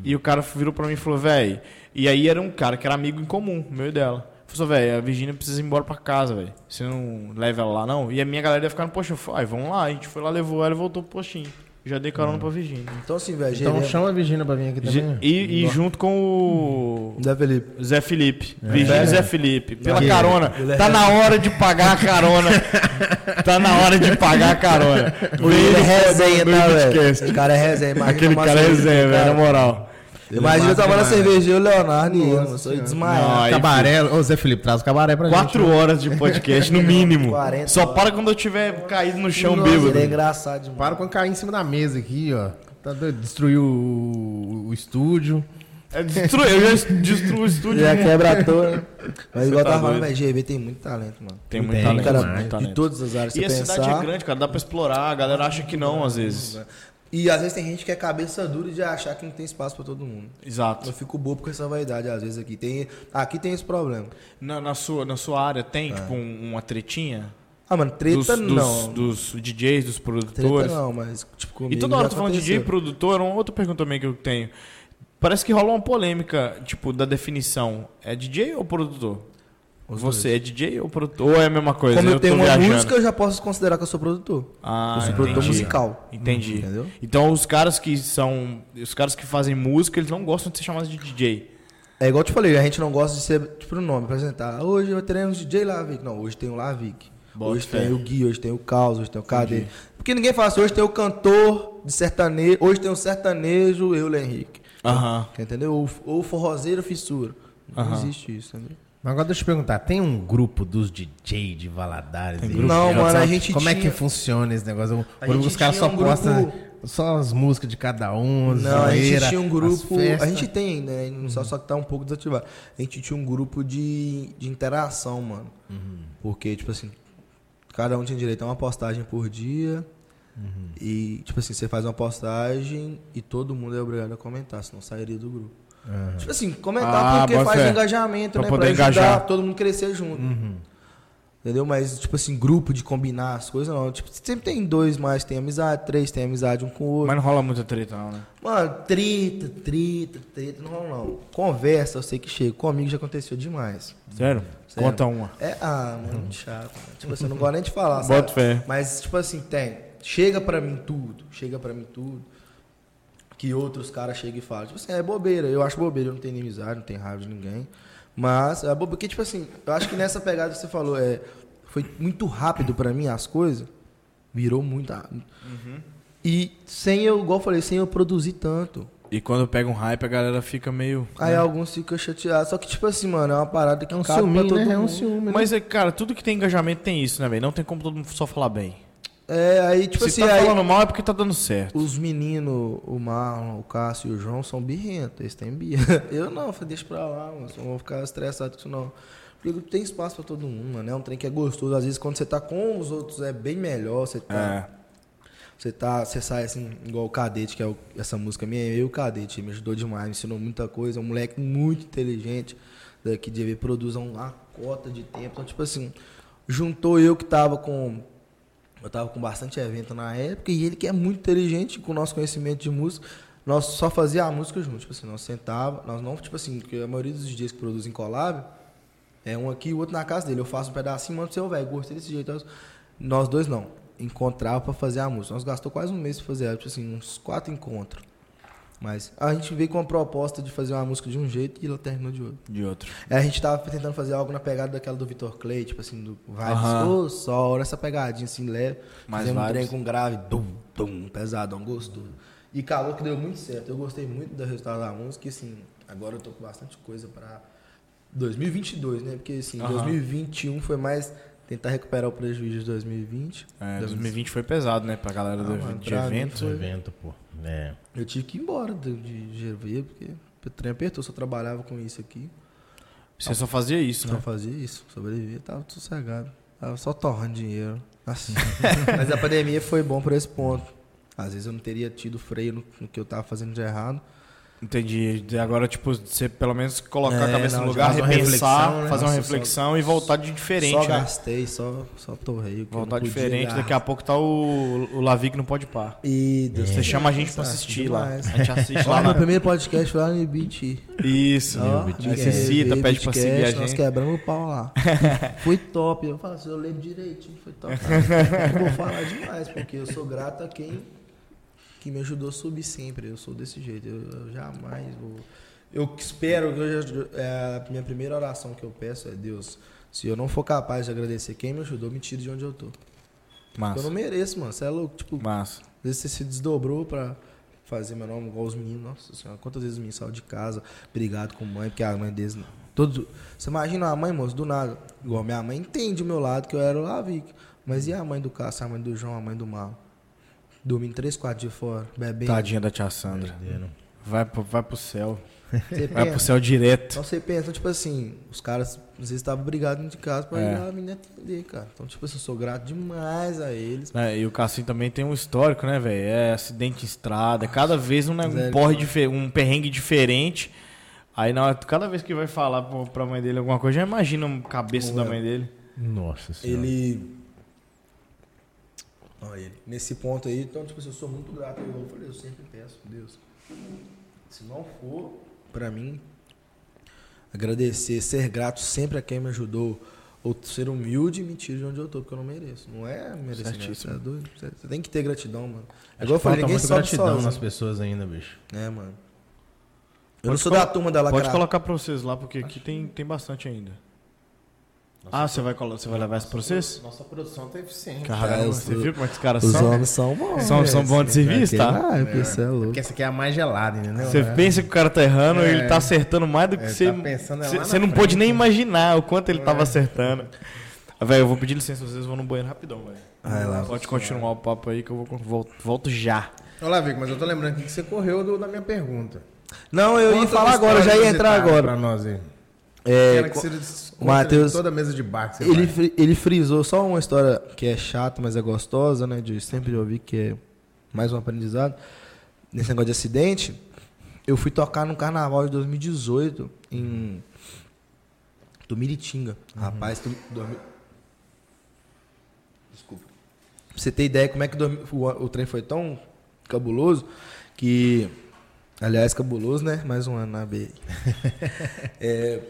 Speaker 2: E o cara virou pra mim e falou, velho. E aí era um cara que era amigo em comum, meu e dela. Falou, velho, a Virginia precisa ir embora pra casa, velho. Você não leva ela lá, não? E a minha galera ia ficar no postinho. Eu falei, ai, vamos lá. A gente foi lá, levou ela e voltou pro postinho. Já dei carona pra Virginia.
Speaker 3: Então, assim, velho,
Speaker 1: Então
Speaker 3: gerei-
Speaker 1: chama a Virgínia pra vir aqui também.
Speaker 2: E, e junto com o.
Speaker 3: Né, Felipe?
Speaker 2: Zé Felipe. Virgínia Zé Felipe. Pela
Speaker 1: Ele é-
Speaker 2: carona.
Speaker 3: ele é-
Speaker 2: Tá na hora de pagar a carona. tá na hora de pagar a carona.
Speaker 3: O
Speaker 2: Veio
Speaker 3: ele é
Speaker 2: do-
Speaker 3: resenha,
Speaker 2: do-
Speaker 3: tá,
Speaker 2: do podcast.
Speaker 3: velho? O cara é resenha. imagina
Speaker 2: Aquele
Speaker 3: tomar
Speaker 2: cara é
Speaker 3: cerveja,
Speaker 2: resenha, velho,
Speaker 3: cara.
Speaker 2: na moral.
Speaker 3: Imagina eu
Speaker 1: Massa
Speaker 3: tomando a
Speaker 1: demais,
Speaker 3: cerveja, eu, Leonardo e eu, mano. Sou
Speaker 1: Senhora.
Speaker 2: Não, aí-
Speaker 3: desmaiado.
Speaker 1: Cabaré, ô Zé Felipe, traz o cabaré pra gente.
Speaker 2: Quatro horas de podcast, no mínimo.
Speaker 3: 40
Speaker 2: Só para quando eu tiver caído no chão né?
Speaker 3: Nossa,
Speaker 2: bêbado.
Speaker 3: Ele é engraçado demais.
Speaker 1: Para quando cair em cima da mesa aqui, ó. Tá doido? Destruiu o, o estúdio.
Speaker 2: É, destru- Eu já destruo o estúdio.
Speaker 3: Já quebra a torre. Mas igual
Speaker 2: é tá
Speaker 3: eu tava falando,
Speaker 2: doido.
Speaker 3: velho, GV tem muito talento, mano.
Speaker 2: Tem muito
Speaker 1: Tem,
Speaker 2: talento.
Speaker 1: cara,
Speaker 2: muito
Speaker 3: de
Speaker 2: talento.
Speaker 3: todas as áreas,
Speaker 2: E
Speaker 3: você
Speaker 2: a
Speaker 3: pensar.
Speaker 2: cidade é grande, cara. Dá pra explorar. A galera acha que não, às vezes.
Speaker 3: E às vezes tem gente que é cabeça dura de achar que não tem espaço pra todo mundo. Eu
Speaker 2: Exato.
Speaker 3: fico bobo com essa vaidade, às vezes aqui tem, aqui tem esse problema.
Speaker 2: Na, na sua, na sua área tem, tipo, um- uma tretinha?
Speaker 3: Ah, mano, treta
Speaker 2: dos,
Speaker 3: não.
Speaker 2: Dos, dos DJs, dos
Speaker 3: treta
Speaker 2: produtores.
Speaker 3: não, mas tipo comigo
Speaker 2: e toda hora
Speaker 3: já
Speaker 2: eu tô falando de DJ
Speaker 3: aconteceu.
Speaker 2: e produtor, é uma outra pergunta também que eu tenho. Parece que rola uma polêmica, tipo, da definição. É DJ ou produtor? Você é DJ ou produtor? Ou é a mesma coisa?
Speaker 3: Como eu, tenho
Speaker 2: tô
Speaker 3: uma
Speaker 2: viajando.
Speaker 3: música, eu já posso considerar que eu sou produtor.
Speaker 2: Ah,
Speaker 3: eu sou
Speaker 2: entendi.
Speaker 3: produtor musical.
Speaker 2: Entendi.
Speaker 3: Entendeu?
Speaker 2: Então os caras que são. Os caras que fazem música, eles não gostam de ser chamados de DJ.
Speaker 3: É igual eu te falei, a gente não gosta de ser, tipo, o nome, apresentar. Hoje eu teremos DJ Lavic. Não, hoje tem o Lavic.
Speaker 2: Bota
Speaker 3: hoje
Speaker 2: fé.
Speaker 3: tem o Gui, hoje tem o Caos, hoje tem o Cadê. Porque ninguém fala assim, hoje tem o cantor de sertanejo, hoje tem o sertanejo, eu, Henrique.
Speaker 2: Aham.
Speaker 3: Entendeu? Ou, ou forrozeiro fissura. Não existe isso, entendeu?
Speaker 1: Mas agora deixa eu perguntar, tem um grupo dos DJ de Valadares aí?
Speaker 3: grupo? Não,
Speaker 1: Eu
Speaker 3: mano,
Speaker 1: só-
Speaker 3: a gente
Speaker 1: Como é
Speaker 3: tinha-
Speaker 1: que funciona esse negócio? O-
Speaker 3: A
Speaker 1: o-
Speaker 3: gente
Speaker 1: os caras
Speaker 3: tinha
Speaker 1: só
Speaker 3: um
Speaker 1: postam
Speaker 3: grupo-
Speaker 1: só as músicas de cada um, as
Speaker 3: Não, a gente
Speaker 1: zoeira,
Speaker 3: tinha um
Speaker 1: as
Speaker 3: grupo.
Speaker 1: festas.
Speaker 3: A gente tem ainda, né? Só,
Speaker 2: Uhum.
Speaker 3: só que tá um pouco desativado. A gente tinha um grupo de, de interação, mano.
Speaker 2: Uhum.
Speaker 3: Porque, tipo assim, cada um tinha direito a uma postagem por dia.
Speaker 2: Uhum.
Speaker 3: E, tipo assim, você faz uma postagem e todo mundo é obrigado a comentar, senão sairia do grupo. Tipo assim, comentar
Speaker 2: Uhum. Ah,
Speaker 3: porque
Speaker 2: bota
Speaker 3: faz
Speaker 2: fé.
Speaker 3: engajamento,
Speaker 2: Pra
Speaker 3: né?
Speaker 2: poder
Speaker 3: pra ajudar
Speaker 2: engajar. Uhum.
Speaker 3: todo mundo crescer junto. Entendeu? Mas, tipo assim, grupo de combinar as coisas, não. Tipo, sempre tem dois, mais tem amizade, três tem amizade um com o outro.
Speaker 2: Mas não rola muita treta, não, né?
Speaker 3: Mano, treta, treta, treta, não rola não. Conversa, eu sei que chega. Comigo já aconteceu demais.
Speaker 2: Sério?
Speaker 3: Sério.
Speaker 2: Conta uma.
Speaker 3: É, ah, mano, muito chato. Mano. Tipo assim, eu não gosto nem de falar, sabe?
Speaker 2: Boto fé.
Speaker 3: Mas, tipo assim, tem. Chega pra mim tudo. Chega pra mim tudo. que outros caras chegam e falam. Tipo assim, é bobeira. Eu acho bobeira, eu não tenho inimizade, não tenho raiva de ninguém. Mas é bobeira. Porque, tipo assim, eu acho que nessa pegada que você falou, é, foi muito rápido pra mim as coisas. Virou muito rápido. E sem eu, igual eu falei, sem eu produzir tanto.
Speaker 2: E quando pega um hype, a galera fica meio.
Speaker 3: Aí alguns ficam chateados. Só que, tipo assim, mano, é uma parada que
Speaker 1: Né? É um
Speaker 3: cabe pra
Speaker 1: ciúme,
Speaker 3: todo
Speaker 1: né? É um
Speaker 3: mundo.
Speaker 1: ciúme.
Speaker 2: Mas, é, cara, tudo que tem engajamento tem isso, né, velho? Não tem como todo mundo só falar bem.
Speaker 3: É, aí, tipo
Speaker 2: Se
Speaker 3: assim,
Speaker 2: tá
Speaker 3: aí,
Speaker 2: falando mal é porque tá dando certo.
Speaker 3: Os meninos, o Marlon, o Cássio e o João são birrentos, eles têm birra. Eu não, falei, deixa pra lá, mano, só não vou ficar estressado com isso não. Porque tem espaço pra todo mundo, mano, é um trem que é gostoso. Às vezes quando você tá com os outros é bem melhor, você tá...
Speaker 2: É.
Speaker 3: Você tá, você sai assim, igual o Cadete, que é o- essa música minha, eu e o Cadete, ele me ajudou demais, me ensinou muita coisa, é um moleque muito inteligente daqui de EV, produz há uma cota de tempo. Então, tipo assim, juntou eu que tava com. Eu tava com bastante evento na época, e ele que é muito inteligente com o nosso conhecimento de música. Nós só fazia a música junto, tipo assim, nós sentava, nós não, tipo assim, porque a maioria dos DJs que produzem collab, é um aqui e o outro na casa dele. Eu faço um pedacinho, mando pro seu velho. Gostei desse jeito. Nós- Nós dois não. Encontrava pra fazer a música. Nós gastou quase um mês pra fazer, tipo assim, uns quatro encontros. Mas a gente veio com uma proposta de fazer uma música de um jeito e ela terminou de outro.
Speaker 2: De outro.
Speaker 3: Aí É, a gente tava tentando fazer algo na pegada daquela do Vitor Clay, tipo assim, do vibes,
Speaker 2: Aham.
Speaker 3: ô sol, essa pegadinha assim, leve.
Speaker 2: Mais
Speaker 3: Fizemos um
Speaker 2: vibes.
Speaker 3: trem com grave, dum, dum, pesadão, gostoso. E calor que deu muito certo. Eu gostei muito do resultado da música e assim, agora eu tô com bastante coisa pra 2022, né? Porque assim,
Speaker 2: Aham.
Speaker 3: 2021 foi mais tentar recuperar o prejuízo de 2020.
Speaker 2: É, 2020 foi pesado, né? Pra galera do
Speaker 3: Ah,
Speaker 2: evento-
Speaker 3: mano,
Speaker 2: de
Speaker 3: pra mim
Speaker 2: evento.
Speaker 1: Foi Um evento, pô. É.
Speaker 3: Eu tive que ir embora de, de GV, porque o trem apertou, só trabalhava com isso aqui.
Speaker 2: Você só fazia isso,
Speaker 3: Não
Speaker 2: né?
Speaker 3: fazia isso, sobrevivia, tava sossegado. Tava só torrando dinheiro. Assim. Mas a pandemia foi bom por esse ponto. Às vezes eu não teria tido freio no, no que eu tava fazendo de errado.
Speaker 2: Entendi. De Agora, tipo, você pelo menos colocar a
Speaker 3: É,
Speaker 2: cabeça
Speaker 3: não,
Speaker 2: no lugar,
Speaker 1: fazer uma
Speaker 2: repensar,
Speaker 1: reflexão, né?
Speaker 2: fazer uma
Speaker 3: Nossa,
Speaker 2: reflexão e voltar de
Speaker 3: só
Speaker 2: diferente, né?
Speaker 3: gastei, só, só torrei. o que eu
Speaker 2: Voltar
Speaker 3: não podia,
Speaker 2: diferente.
Speaker 3: ah,
Speaker 2: Daqui a pouco tá o, o Lavi que não pode par.
Speaker 3: E Deus,
Speaker 2: Você chama a gente pra assistir lá. A
Speaker 3: É, Demais.
Speaker 2: gente assiste
Speaker 3: Lá
Speaker 2: lá.
Speaker 3: no
Speaker 2: na-
Speaker 3: primeiro podcast foi lá no Ibiti.
Speaker 2: Isso.
Speaker 3: Ó,
Speaker 2: Aí
Speaker 3: Ibiti
Speaker 2: você cita, pede
Speaker 3: TV,
Speaker 2: pra
Speaker 3: Ibitcast,
Speaker 2: seguir a
Speaker 3: Nós
Speaker 2: gente.
Speaker 3: quebramos o pau lá. foi top. Eu falo assim, eu lembro direitinho, foi top. Eu vou falar demais, porque eu sou grato a quem que me ajudou a subir sempre. Eu sou desse jeito. Eu, eu jamais vou. Eu espero que eu já. é, a minha primeira oração que eu peço é: Deus, se eu não for capaz de agradecer quem me ajudou, me tire de onde eu tô. Eu não
Speaker 2: Massa.
Speaker 3: mereço, mano. Você é louco. Tipo,
Speaker 2: Massa.
Speaker 3: às vezes você se desdobrou pra fazer meu nome igual os meninos. Nossa senhora, quantas vezes os meninos saíram de casa, brigado com mãe, porque a mãe deles. não- Todo... Você imagina a mãe, moço, do nada. Igual minha mãe entende o meu lado, que eu era o Lavic. Mas e a mãe do Cássio, a mãe do João, a mãe do Mal? Dormindo três, quatro dias fora, bebendo.
Speaker 2: Tadinha da tia Sandra. Vai pro, vai pro céu.
Speaker 3: Você
Speaker 2: Vai pro
Speaker 3: pensa.
Speaker 2: céu direto.
Speaker 3: Então você pensa, tipo assim, os caras às vezes estavam brigados dentro de casa pra
Speaker 2: É.
Speaker 3: ir lá me atender, cara. Então, tipo assim, eu sou grato demais a eles.
Speaker 2: É, e o Cassim também tem um histórico, né, velho? É acidente em estrada, cada vez um, né, um
Speaker 3: Velho,
Speaker 2: porre
Speaker 3: cara.
Speaker 2: dife- um perrengue diferente. Aí na hora, cada vez que vai falar pro- pra mãe dele alguma coisa, já imagina a cabeça
Speaker 3: Como
Speaker 2: da
Speaker 3: é?
Speaker 2: mãe dele.
Speaker 1: Nossa senhora.
Speaker 3: Ele. Olha ele. Nesse ponto aí, então, tipo assim, eu sou muito grato. Eu falei, eu sempre peço, Deus. Se não for, pra mim, agradecer, ser grato sempre a quem me ajudou. Ou ser humilde e mentir de onde eu tô, porque eu não mereço. Não é merecimento. Você,
Speaker 2: Certíssimo.
Speaker 3: é doido. Você- você tem que ter gratidão, mano. É
Speaker 1: Acho
Speaker 3: igual eu
Speaker 1: que
Speaker 3: falei,
Speaker 1: falta
Speaker 3: ninguém
Speaker 1: muito
Speaker 3: sobe
Speaker 1: gratidão
Speaker 3: sozinho.
Speaker 1: nas pessoas ainda, bicho.
Speaker 3: É, mano.
Speaker 2: Pode
Speaker 3: Eu não sou
Speaker 2: colo-
Speaker 3: da turma da
Speaker 2: Pode
Speaker 3: lacra...
Speaker 2: colocar pra vocês lá, porque aqui tem, tem bastante ainda. ah, você vai, colo- você vai levar isso pra vocês?
Speaker 1: Nossa produção tá eficiente.
Speaker 2: Caramba,
Speaker 3: os-
Speaker 2: você viu como é que os caras
Speaker 3: Os
Speaker 2: são?
Speaker 3: homens é são bons.
Speaker 2: São- são bons de serviço,
Speaker 3: serviço,
Speaker 2: tá?
Speaker 3: Ah, você é louco.
Speaker 1: Porque essa aqui é a mais gelada, entendeu?
Speaker 2: Você
Speaker 3: né?
Speaker 1: É.
Speaker 2: pensa que o cara tá errando,
Speaker 1: É.
Speaker 2: ele tá acertando mais do que
Speaker 1: É,
Speaker 2: você.
Speaker 1: tá pensando é lá
Speaker 2: você
Speaker 1: na
Speaker 2: você não
Speaker 1: frente,
Speaker 2: pôde nem imaginar o quanto ele
Speaker 3: É.
Speaker 2: tava acertando. Ah, Velho, eu vou pedir licença, vocês vão no banheiro rapidão, velho.
Speaker 3: Vai lá.
Speaker 2: Pode continuar o papo aí que eu vou con- volto, volto já.
Speaker 1: Olha lá, Vico, mas eu tô lembrando aqui que você correu do- da minha pergunta.
Speaker 3: Não, eu ia
Speaker 1: Conta
Speaker 3: falar
Speaker 1: uma
Speaker 3: agora, eu já
Speaker 1: história tá
Speaker 3: ia entrar
Speaker 1: inusitada
Speaker 3: agora.
Speaker 1: Pra nós aí.
Speaker 3: É,
Speaker 1: Aquela que
Speaker 3: co-
Speaker 1: você
Speaker 3: o
Speaker 1: conta
Speaker 3: Matheus-
Speaker 1: em toda mesa de bar que você
Speaker 3: ele,
Speaker 1: vai.
Speaker 3: fri- ele frisou só uma história que é chata, mas é gostosa, né? De sempre ouvir que é mais um aprendizado. Nesse negócio de acidente, eu fui tocar no carnaval de 2018 em Tumiritinga.
Speaker 1: Uhum.
Speaker 3: Rapaz, tu, dormi- Desculpa. Pra você ter ideia como é que dormi- o, o trem foi tão cabuloso que. Aliás, cabuloso, né? Mais um ano na B. é,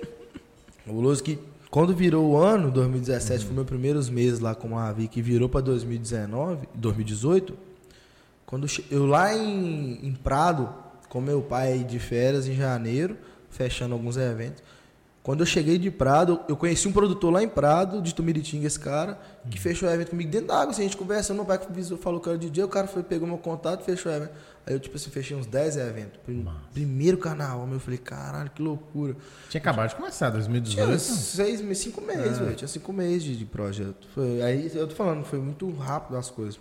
Speaker 3: cabuloso que quando virou o ano, 2017 foi meus primeiros meses lá com a Avi, que virou pra 2019, 2018. Quando che- eu lá em, em Prado, com meu pai de férias em janeiro, fechando alguns eventos. Quando eu cheguei de Prado, eu conheci um produtor lá em Prado, de Tumiritinga, esse cara, que fechou o evento comigo dentro da água. Assim, a gente conversando, meu pai avisou, falou que era DJ, o cara foi, pegou meu contato e fechou o evento. Aí eu, tipo assim, fechei uns 10 eventos. Prim- Primeiro carnaval, meu, eu falei, caralho, que loucura.
Speaker 1: Tinha acabado de começar,
Speaker 3: Tinha
Speaker 1: 2018.
Speaker 3: seis, meses, cinco meses, velho. Tinha cinco meses de, de projeto. Foi- aí eu tô falando, foi muito rápido as coisas.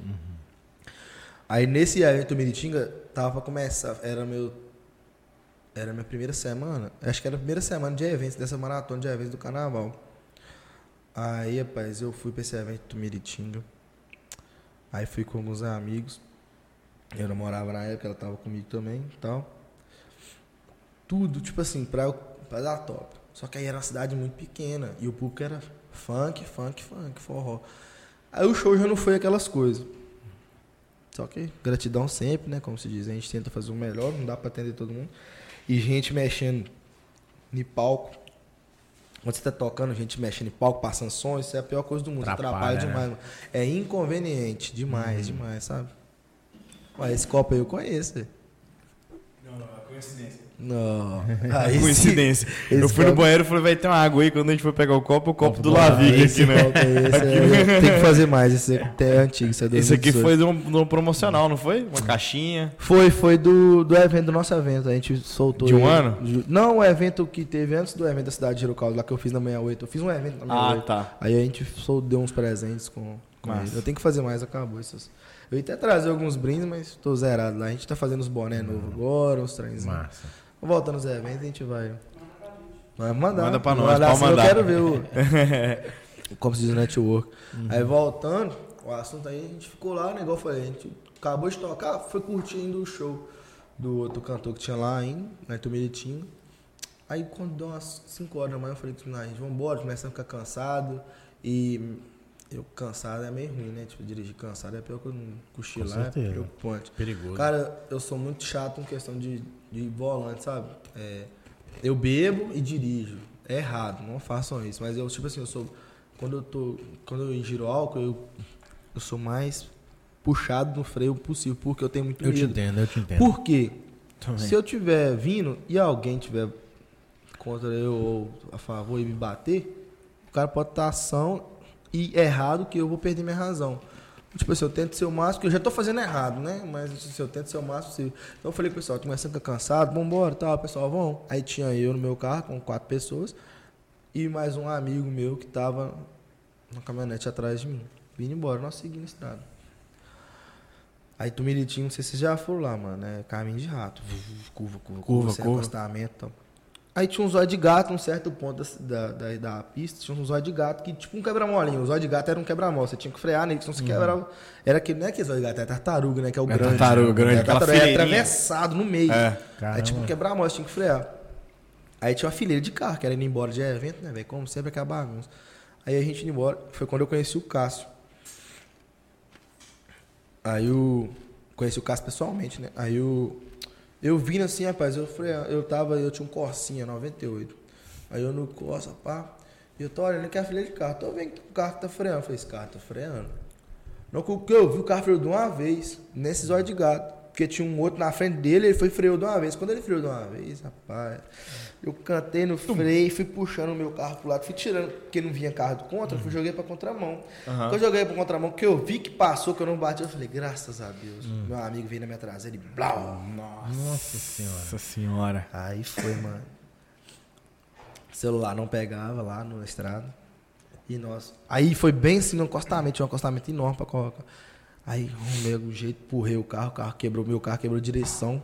Speaker 3: Aí nesse evento Miritinga, tava pra começar, era meu. Era minha primeira semana. Acho que era a primeira semana de eventos, dessa maratona de eventos do carnaval. Aí, rapaz, eu fui pra esse evento do Miritinga. Aí fui com alguns amigos. Eu namorava na época, ela tava comigo também e tal. Tudo, tipo assim, pra, pra dar top. Só que aí era uma cidade muito pequena. E o público era funk, funk, funk, forró. Aí o show já não foi aquelas coisas. Só que gratidão sempre, né? Como se diz, a gente tenta fazer o melhor, não dá pra atender todo mundo. E gente mexendo em palco. Quando você tá tocando, gente mexendo em palco, passando som, isso é a pior coisa do mundo.
Speaker 1: Atrapalha,
Speaker 3: Atrapalha,
Speaker 1: né?
Speaker 3: demais. mano. É inconveniente demais, demais, sabe? Ué, esse copo aí eu conheço. velho.
Speaker 2: Não, não, é coincidência.
Speaker 3: Não. Aí
Speaker 2: coincidência. eu
Speaker 3: esse é
Speaker 2: fui no
Speaker 3: copo-
Speaker 2: banheiro e falei, vai ter uma água aí. Quando a gente foi pegar o copo, o copo do Laviga
Speaker 3: Ah, esse
Speaker 2: aqui, né?
Speaker 3: copo aí, esse aí, Tem que fazer mais. Esse até é antigo. Esse, é
Speaker 2: Esse aqui
Speaker 3: 2018.
Speaker 2: foi de um, de um promocional, não foi? Uma caixinha.
Speaker 3: Foi, foi do, do evento, do nosso evento. A gente soltou.
Speaker 2: De um
Speaker 3: ele-
Speaker 2: ano?
Speaker 3: de- não, o evento que teve antes do evento da cidade de Girocaldo, lá que eu fiz na manhã 8. Eu fiz um evento na manhã
Speaker 2: Ah,
Speaker 3: 8.
Speaker 2: tá.
Speaker 3: Aí a gente só deu uns presentes com, com
Speaker 2: Massa.
Speaker 3: ele. Eu tenho que fazer mais, acabou isso. Eu ia até trazer alguns brindes, mas tô zerado lá. A gente tá fazendo os boné
Speaker 2: Hum.
Speaker 3: novos agora, os trens.
Speaker 1: Massa.
Speaker 3: Voltando aos eventos, a gente vai. Vai mandar.
Speaker 2: Manda pra
Speaker 3: Vai
Speaker 2: nós,
Speaker 3: lá,
Speaker 2: pode
Speaker 3: assim,
Speaker 2: mandar.
Speaker 3: Eu quero ver o. Como se diz o network.
Speaker 2: Uhum.
Speaker 3: Aí voltando, o assunto aí, a gente ficou lá, né? Igual eu falei, a gente acabou de tocar, foi curtindo o show do outro cantor que tinha lá em né, Tumiritinho. Aí quando deu umas 5 horas da manhã, eu falei com a gente, vamos embora, começando a ficar cansado. E eu cansado é meio ruim, né? Tipo, dirigir cansado é pior que eu não cochilar, é
Speaker 1: certeza.
Speaker 3: preocupante.
Speaker 1: Perigoso.
Speaker 3: Cara, eu sou muito chato em questão de, de volante, sabe? É, eu bebo e dirijo. É errado, não façam isso. Mas eu, tipo assim, eu sou. Quando eu tô. Quando eu ingiro álcool, eu, eu sou mais puxado no freio possível, porque eu tenho muito
Speaker 1: Eu te
Speaker 3: medo.
Speaker 1: entendo, eu te entendo.
Speaker 3: Por quê?
Speaker 1: Também.
Speaker 3: Se eu tiver vindo e alguém tiver contra eu ou a favor e me bater, o cara pode estar ação e errado que eu vou perder minha razão. Tipo assim, eu tento ser o máximo, que eu já tô fazendo errado, né? Mas se eu tento ser o máximo possível. Então eu falei, pessoal, tô começando a ficar cansado, vambora, tal, pessoal, vamos. Aí tinha eu no meu carro com quatro pessoas e mais um amigo meu que tava na caminhonete atrás de mim. Vindo embora, nós seguindo a estrada. Aí Tumiritinho, não sei se vocês já foram lá, mano, é caminho de rato. Vu, vu, vu, Curva, curva,
Speaker 2: Curva,
Speaker 3: sem
Speaker 2: curva.
Speaker 3: acostamento e tal. Aí tinha um zóio de gato num certo ponto da, da, da, da pista, tinha um zóio de gato que, tipo um quebra-molinho. O zóio de gato era um quebra-mola, você tinha que frear nele, senão você quebrava. Era aquele, não é aquele zóio de gato, é tartaruga, né? Que é o
Speaker 2: Uhum. É
Speaker 3: grande.
Speaker 2: tartaruga,
Speaker 3: né?
Speaker 2: grande,
Speaker 3: É
Speaker 2: aquela
Speaker 3: tartaruga, é
Speaker 2: fileirinha.
Speaker 3: atravessado no meio.
Speaker 2: É,
Speaker 1: caramba.
Speaker 3: Aí, tipo, um quebra-mola, você tinha que frear. Aí tinha uma fileira de carro, que era indo embora de evento, né, velho? Como sempre, aquela bagunça. Aí a gente indo embora, foi quando eu conheci o Cássio. Aí o. Conheci o Cássio pessoalmente, né? Aí o. Eu vindo assim, rapaz, eu falei, eu tava, eu tinha um Corsinha 98. Aí eu no Corsa, pá, e eu tô olhando que é a fileira de carro. Tô vendo que o carro que tá freando. Eu falei, esse carro tá freando. Não, que o que eu vi o carro freou de uma vez, nesse zóio de gato. Porque tinha um outro na frente dele, ele foi e freou de uma vez. Quando ele freou de uma vez, rapaz, eu cantei no freio, fui puxando o meu carro pro lado, fui tirando, porque não vinha carro do contra, fui joguei pra contramão. Quando eu joguei pra contramão, que eu vi que passou, que eu não bati, eu falei, graças a Deus. Meu amigo veio na minha traseira e blau.
Speaker 1: Nossa senhora.
Speaker 2: Nossa senhora.
Speaker 3: Aí foi, mano. Celular não pegava lá no estrada. E nós. Aí foi bem assim no acostamento, tinha um acostamento enorme pra colocar. Aí arrumei algum jeito, empurrei o carro, o carro quebrou, meu carro quebrou direção.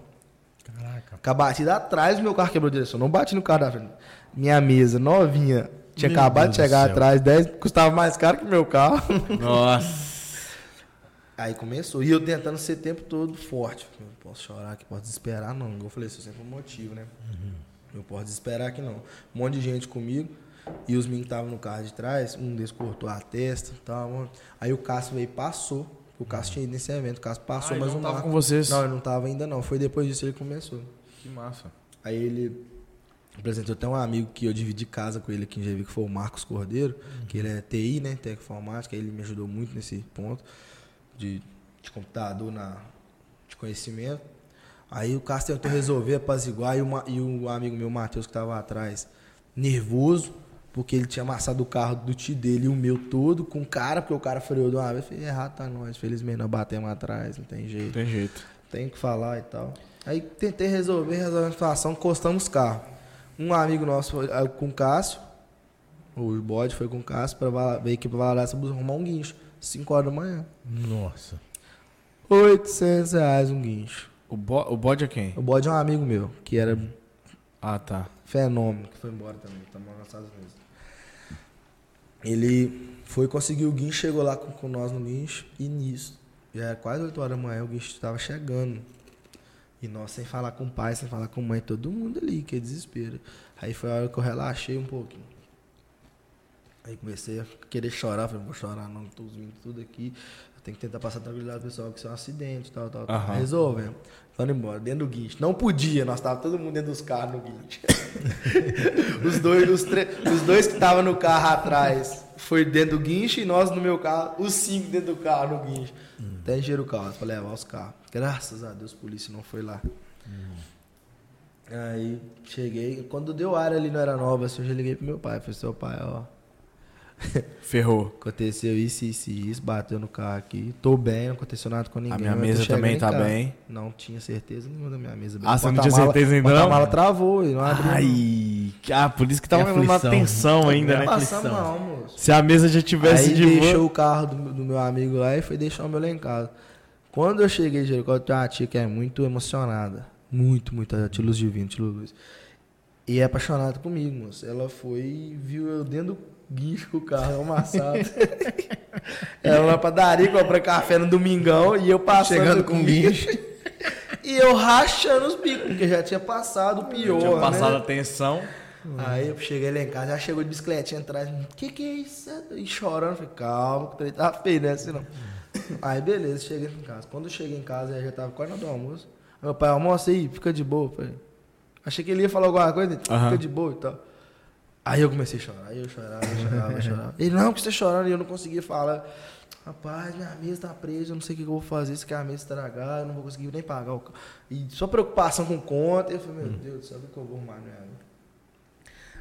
Speaker 1: Caraca.
Speaker 3: Com a batida atrás, meu carro quebrou direção. Não bati no carro da frente. Minha mesa, novinha. Tinha
Speaker 1: Meu
Speaker 3: acabado
Speaker 1: Deus
Speaker 3: de chegar
Speaker 1: do céu.
Speaker 3: atrás, 10, custava mais caro que meu carro.
Speaker 2: Nossa.
Speaker 3: Aí começou. E eu tentando ser o tempo todo forte. Eu não posso chorar aqui, posso desesperar, não. Eu falei, isso é sempre um motivo, né?
Speaker 2: Uhum.
Speaker 3: Eu posso desesperar aqui, não. Um monte de gente comigo. E os meninos que estavam no carro de trás, um deles cortou a testa e tal. mano. Aí o Cássio veio e passou. O Cássio tinha ido nesse evento, o Cássio passou,
Speaker 2: Uhum. Ah, ele
Speaker 3: mas
Speaker 2: não
Speaker 3: um
Speaker 2: tava
Speaker 3: marco.
Speaker 2: com vocês?
Speaker 3: Não, ele não tava ainda não. Foi depois disso ele começou.
Speaker 2: Que massa.
Speaker 3: Aí ele apresentou até um amigo que eu dividi casa com ele aqui em Javi, que foi o Marcos Cordeiro, que ele é TI, né? Técnico informática, ele me ajudou muito nesse ponto de, de computador na, conhecimento. Aí o Cássio tentou resolver, apaziguar, e, uma, e um amigo meu, Matheus, que tava atrás, nervoso, porque ele tinha amassado o carro do tio dele e o meu todo com o cara, porque o cara freou de uma vez. Falei, errado tá nós, felizmente nós batemos atrás, não tem jeito.
Speaker 2: Tem jeito.
Speaker 3: Tem que falar e tal. Aí tentei resolver, resolver a situação, encostamos o carro. Um amigo nosso foi ah, com o Cássio, o bode foi com o Cássio, pra, Vala- veio aqui pra Valadares arrumar um guincho. 5 horas da manhã.
Speaker 1: Nossa.
Speaker 3: 800 reais um guincho.
Speaker 2: O, bo- o bode é quem?
Speaker 3: O bode é um amigo meu, que era
Speaker 2: Ah, tá.
Speaker 3: fenômeno, que foi embora também, tá morando nos Estados Unidos. Ele foi conseguir o guincho, chegou lá com, com nós no guincho, e nisso, já era quase 8 horas da manhã, o guincho tava chegando. E nós, sem falar com o pai, sem falar com a mãe, todo mundo ali, que desespero. Aí foi a hora que eu relaxei um pouquinho. Aí comecei a querer chorar, falei, não vou chorar não, tô vindo tudo aqui. Eu tenho que tentar passar tranquilidade pro pessoal, que isso é um acidente, tal, tal, tal.
Speaker 2: Aham.
Speaker 3: Resolvemos. Vamos embora, dentro do guincho. Não podia, nós tava todo mundo dentro dos carros no guincho. os, dois, os, tre- os dois que estavam no carro atrás foi dentro do guincho e nós no meu carro, os cinco dentro do carro no guincho. Até encheram o carro, eu falei, levar os carros. Graças a Deus, a polícia não foi lá. Aí cheguei, quando deu área ali não era nova, assim, eu já liguei pro meu pai, falei, seu pai, ó,
Speaker 2: Ferrou.
Speaker 3: aconteceu isso, isso e isso, bateu no carro aqui, tô bem, não aconteceu nada com ninguém.
Speaker 2: minha
Speaker 3: mas eu tô
Speaker 2: mesa
Speaker 3: chegando
Speaker 2: também
Speaker 3: em
Speaker 2: tá
Speaker 3: casa.
Speaker 2: bem.
Speaker 3: Não tinha certeza nenhuma da minha mesa.
Speaker 2: Ah, você não tinha
Speaker 3: Porta-mala-
Speaker 2: certeza ainda não?
Speaker 3: porta-mala travou e não abriu.
Speaker 2: Ai, ah, por isso que
Speaker 1: É
Speaker 2: tava numa
Speaker 1: aflição.
Speaker 2: tensão ainda,
Speaker 3: não
Speaker 2: né?
Speaker 3: passamos
Speaker 1: aflição.
Speaker 3: mal, moço.
Speaker 2: Se a mesa já tivesse
Speaker 3: Aí
Speaker 2: de boa-
Speaker 3: deixou o carro do, do meu amigo lá e foi deixar o meu lá em casa. Quando eu cheguei, Jericó, tem uma tia que é muito emocionada. Muito, muito. A tia Luz Divina, tia Luz. E é apaixonada comigo, moço. Ela foi e viu eu dentro do guincho com o carro amassado. Ela na padaria, compra café no domingão e eu passando.
Speaker 1: Chegando com guincho.
Speaker 3: E eu rachando os bicos, porque já tinha passado o pior.
Speaker 2: Tinha passado
Speaker 3: né?
Speaker 2: a tensão.
Speaker 3: Aí eu cheguei lá em casa, já chegou de bicicletinha atrás, que que é isso? E chorando, falei, calma, que o trem tá feio, né? Assim não. Aí beleza, cheguei em casa. Quando eu cheguei em casa, já tava quase na hora do almoço. Aí meu pai, almoça aí, fica de boa. Eu Falei, achei que ele ia falar alguma coisa, ele,
Speaker 2: Aham.
Speaker 3: fica de boa e tal. Aí eu comecei a chorar, aí eu chorava, eu chorava, eu chorava. Ele, não, por que você tá chorando? E eu não conseguia falar. Rapaz, minha mesa tá presa, eu não sei o que que eu vou fazer se que a mesa estragar, eu não vou conseguir nem pagar o ca- E só preocupação com conta. Eu falei, meu Deus do céu, o que que eu vou arrumar, né, minha vida?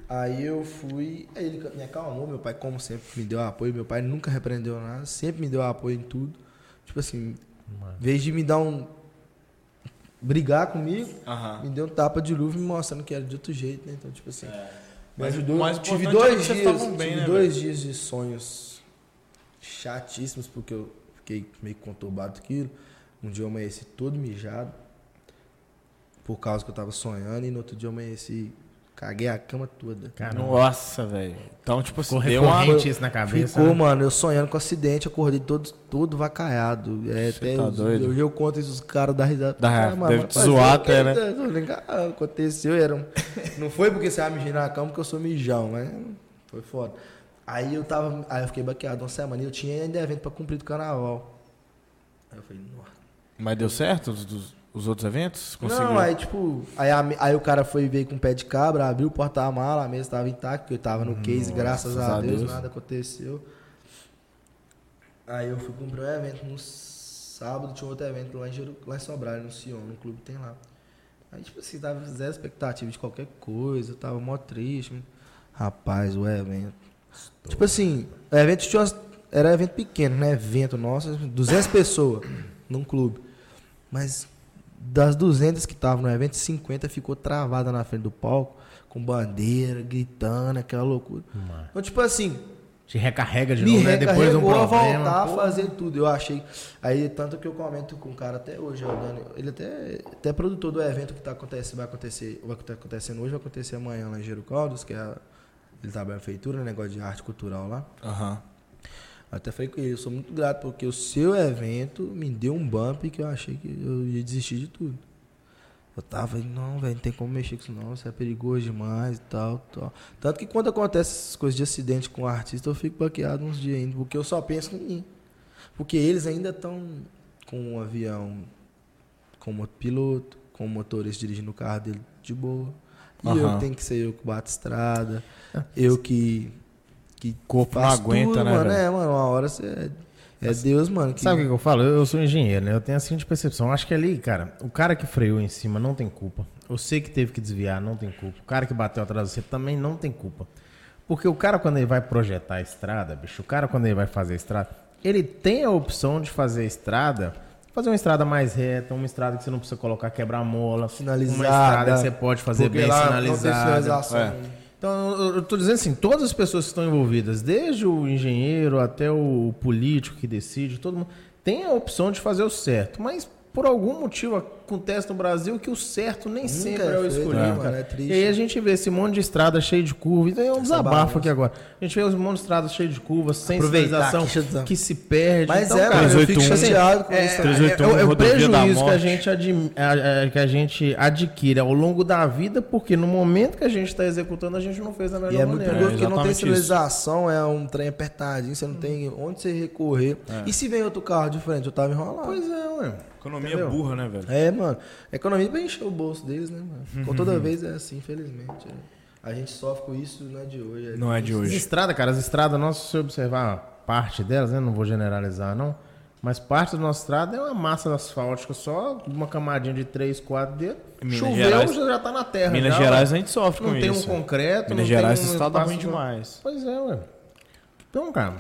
Speaker 3: Aí eu fui, aí ele me acalmou, meu pai, como sempre, me deu apoio, meu pai nunca repreendeu nada, sempre me deu apoio em tudo. Tipo assim,
Speaker 1: Mano.
Speaker 3: em vez de me dar um. brigar comigo,
Speaker 2: Aham.
Speaker 3: me deu um tapa de luva me mostrando que era de outro jeito, né? Então, tipo assim. Me
Speaker 2: É. Mas o
Speaker 3: ajudou.
Speaker 2: mais
Speaker 3: tive
Speaker 2: importante é que vocês
Speaker 3: dois dias,
Speaker 2: estavam bem,
Speaker 3: tive
Speaker 2: né,
Speaker 3: dois dias de sonhos chatíssimos, porque eu fiquei meio conturbado daquilo. Um dia eu amanheci todo mijado, por causa que eu tava sonhando, e no outro dia eu amanheci, caguei a cama toda.
Speaker 1: Caramba.
Speaker 2: Nossa, velho. Então, tipo assim,
Speaker 1: Ficou
Speaker 2: deu uma...
Speaker 1: recorrente isso na cabeça.
Speaker 3: Ficou,
Speaker 1: né?
Speaker 3: mano, eu sonhando com acidente, acordei todo, todo vacaiado. É,
Speaker 2: Cê
Speaker 3: até
Speaker 2: tá
Speaker 3: os-
Speaker 2: doido?
Speaker 3: Hoje eu conto isso, os caras da risada.
Speaker 2: Dá,
Speaker 3: Cara, mano,
Speaker 2: deve te
Speaker 3: rapaz,
Speaker 2: zoar
Speaker 3: eu
Speaker 2: até,
Speaker 3: que-
Speaker 2: né?
Speaker 3: eu falei, "Ah, aconteceu, era um... Não foi porque você ia mijar na cama, porque eu sou mijão, né? Foi foda. Aí eu tava, aí eu fiquei baqueado uma semana e eu tinha ainda evento pra cumprir do carnaval. Aí eu falei, nossa.
Speaker 2: Mas deu certo os, dos- os outros eventos?
Speaker 3: Não, aí tipo, aí, a me- aí o cara foi veio com o pé de cabra, abriu o porta-mala, a mesa estava intacta, porque eu tava
Speaker 2: Hum,
Speaker 3: no case, graças a,
Speaker 2: a
Speaker 3: Deus,
Speaker 2: Deus.
Speaker 3: nada aconteceu. Aí eu fui cumprir um evento no sábado, tinha outro evento lá em, Jeru- lá em Sobralho, no Sion, no clube que tem lá. Aí, tipo assim, tava zero expectativa de qualquer coisa, eu tava mó triste. né? Rapaz, o evento. Tipo assim, o evento tinha umas- era evento pequeno, né? Evento nosso, 200 pessoas num clube. Mas das 200 que estavam no evento, 50 ficou travada na frente do palco, com bandeira, gritando, aquela loucura.
Speaker 1: Mano.
Speaker 3: Então, tipo assim,
Speaker 1: Te recarrega de
Speaker 3: me
Speaker 1: novo, né? Depois de um
Speaker 3: recarregou a
Speaker 1: problema.
Speaker 3: voltar a
Speaker 1: pô.
Speaker 3: fazer tudo. Eu achei. Aí, tanto que eu comento com o cara até hoje, é o Dani. Ele até, até é produtor do evento que tá acontecendo, vai acontecer, vai tá acontecendo hoje, vai acontecer amanhã lá em Giro Caldas, que é. a- Ele trabalha na feitura, negócio de arte cultural lá.
Speaker 2: Aham.
Speaker 3: Eu Até falei com ele, eu sou muito grato, porque o seu evento me deu um bump que eu achei que eu ia desistir de tudo. Eu tava, não, velho, não tem como mexer com isso não, isso é perigoso demais e tal, tal. Tanto que quando acontece essas coisas de acidente com o artista, eu fico bloqueado uns dias ainda, porque eu só penso em mim. Porque eles ainda estão com um avião, com um piloto, com um motorista dirigindo o carro dele de boa. E eu
Speaker 2: Aham.
Speaker 3: que tenho que ser eu que bato estrada, eu que que
Speaker 2: corpo não
Speaker 3: faz
Speaker 2: aguenta, né,
Speaker 3: Mano,
Speaker 2: velho?
Speaker 3: é, mano, uma hora você. É Deus, mano. Que...
Speaker 1: Sabe o que que eu falo? Eu, eu sou engenheiro, né? Eu tenho a seguinte percepção. Eu acho que ali, cara, o cara que freou em cima não tem culpa. Eu sei que teve que desviar, não tem culpa. O cara que bateu atrás de você também não tem culpa. Porque o cara, quando ele vai projetar a estrada, bicho, o cara, quando ele vai fazer a estrada, ele tem a opção de fazer a estrada, fazer uma estrada mais reta, uma estrada que você não precisa colocar quebra-mola, uma
Speaker 3: Sinalizada.
Speaker 1: estrada que você pode fazer
Speaker 3: Porque
Speaker 1: bem
Speaker 3: lá Não tem
Speaker 1: sinalizada.
Speaker 3: sinalização.
Speaker 2: É.
Speaker 3: né?
Speaker 1: Então, eu- eu tô dizendo assim, todas as pessoas que estão envolvidas, desde o engenheiro até o político que decide, todo mundo tem a opção de fazer o certo, mas por algum motivo acontece no Brasil que o certo nem sempre é o
Speaker 3: feito,
Speaker 1: escolhido,
Speaker 3: né,
Speaker 1: cara.
Speaker 3: mano? É triste.
Speaker 1: E aí a gente vê esse monte de estrada cheio de curva, então é um desabafo
Speaker 3: bagunça.
Speaker 1: aqui agora. A gente vê um monte de estrada cheio de curvas, sem
Speaker 3: Aproveitar,
Speaker 1: sinalização,
Speaker 3: que chato.
Speaker 1: que se perde.
Speaker 3: Mas
Speaker 1: então,
Speaker 3: é,
Speaker 1: cara,
Speaker 3: mano, eu fico
Speaker 2: 381.
Speaker 3: chateado com
Speaker 1: é,
Speaker 3: isso. né?
Speaker 1: é,
Speaker 2: 381,
Speaker 1: é, é o
Speaker 2: rodovia da
Speaker 1: prejuízo que a,
Speaker 2: morte.
Speaker 1: gente admi- a- a- que a gente adquire ao longo da vida, porque no momento que a gente está executando, a gente não fez da melhor
Speaker 3: E é muito
Speaker 1: maneira.
Speaker 3: perigoso porque não tem
Speaker 2: exatamente
Speaker 3: sinalização, é um trem apertadinho, você não tem onde você recorrer. E se vem outro carro de frente, eu tava enrolado.
Speaker 1: É. Pois é, ué.
Speaker 2: Economia
Speaker 1: Entendeu?
Speaker 2: burra, né, velho?
Speaker 3: É, mano. Economia pra encher o bolso deles, né, mano? Com toda vez é assim, infelizmente. né? A gente sofre com isso, não é de hoje.
Speaker 2: Não é de
Speaker 1: As
Speaker 2: hoje.
Speaker 1: estradas, cara, as estradas nossas, se você observar parte delas, né? Não vou generalizar, não. Mas parte da nossa estrada é uma massa asfáltica só, uma camadinha de 3, 4 dedos.
Speaker 2: Minas
Speaker 1: Choveu,
Speaker 2: Gerais-
Speaker 1: já tá na terra.
Speaker 2: Minas
Speaker 1: já,
Speaker 2: Gerais
Speaker 1: ué.
Speaker 2: a gente sofre
Speaker 1: não
Speaker 2: com
Speaker 1: tem
Speaker 2: isso.
Speaker 1: um concreto.
Speaker 2: Minas
Speaker 1: não
Speaker 2: Gerais
Speaker 1: tem
Speaker 2: o
Speaker 1: um
Speaker 2: estado tá
Speaker 1: espaço-
Speaker 2: ruim demais.
Speaker 1: Pois é, ué. Então, cara,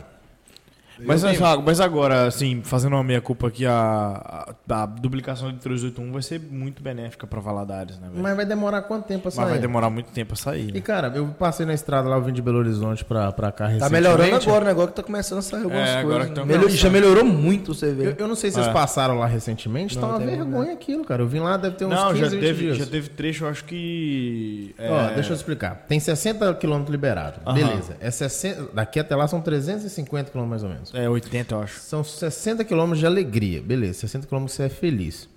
Speaker 2: Mas, Thiago, mas agora, assim, fazendo uma meia-culpa aqui, a, a, a duplicação de 381 vai ser muito benéfica pra Valadares, né, velho? Mas,
Speaker 1: mas é. vai demorar quanto tempo essa
Speaker 2: vai demorar muito tempo a sair.
Speaker 1: E
Speaker 2: Né?
Speaker 1: cara, eu passei na estrada lá, eu vim de Belo Horizonte pra, pra cá
Speaker 3: Tá
Speaker 1: recentemente.
Speaker 3: melhorando agora, né? Agora que tá começando a sair algumas
Speaker 2: É, agora
Speaker 3: coisas.
Speaker 2: que
Speaker 3: né?
Speaker 2: tá
Speaker 3: Melhor- já melhorou muito, você vê.
Speaker 1: Eu, eu não sei se vocês
Speaker 2: É.
Speaker 1: passaram lá recentemente, tá uma
Speaker 3: tem- um
Speaker 1: vergonha aquilo, cara. Eu vim lá, deve ter uns
Speaker 2: Não,
Speaker 1: 15,
Speaker 2: já
Speaker 1: 20
Speaker 2: teve,
Speaker 1: dias.
Speaker 2: já teve trecho, eu acho que. é,
Speaker 1: Ó, deixa eu explicar. Tem 60 km liberado.
Speaker 2: Aham.
Speaker 1: Beleza. É 60, daqui até lá são 350 km mais ou menos.
Speaker 2: É, 80, eu acho.
Speaker 1: São 60 km de alegria. Beleza, 60 km você é feliz.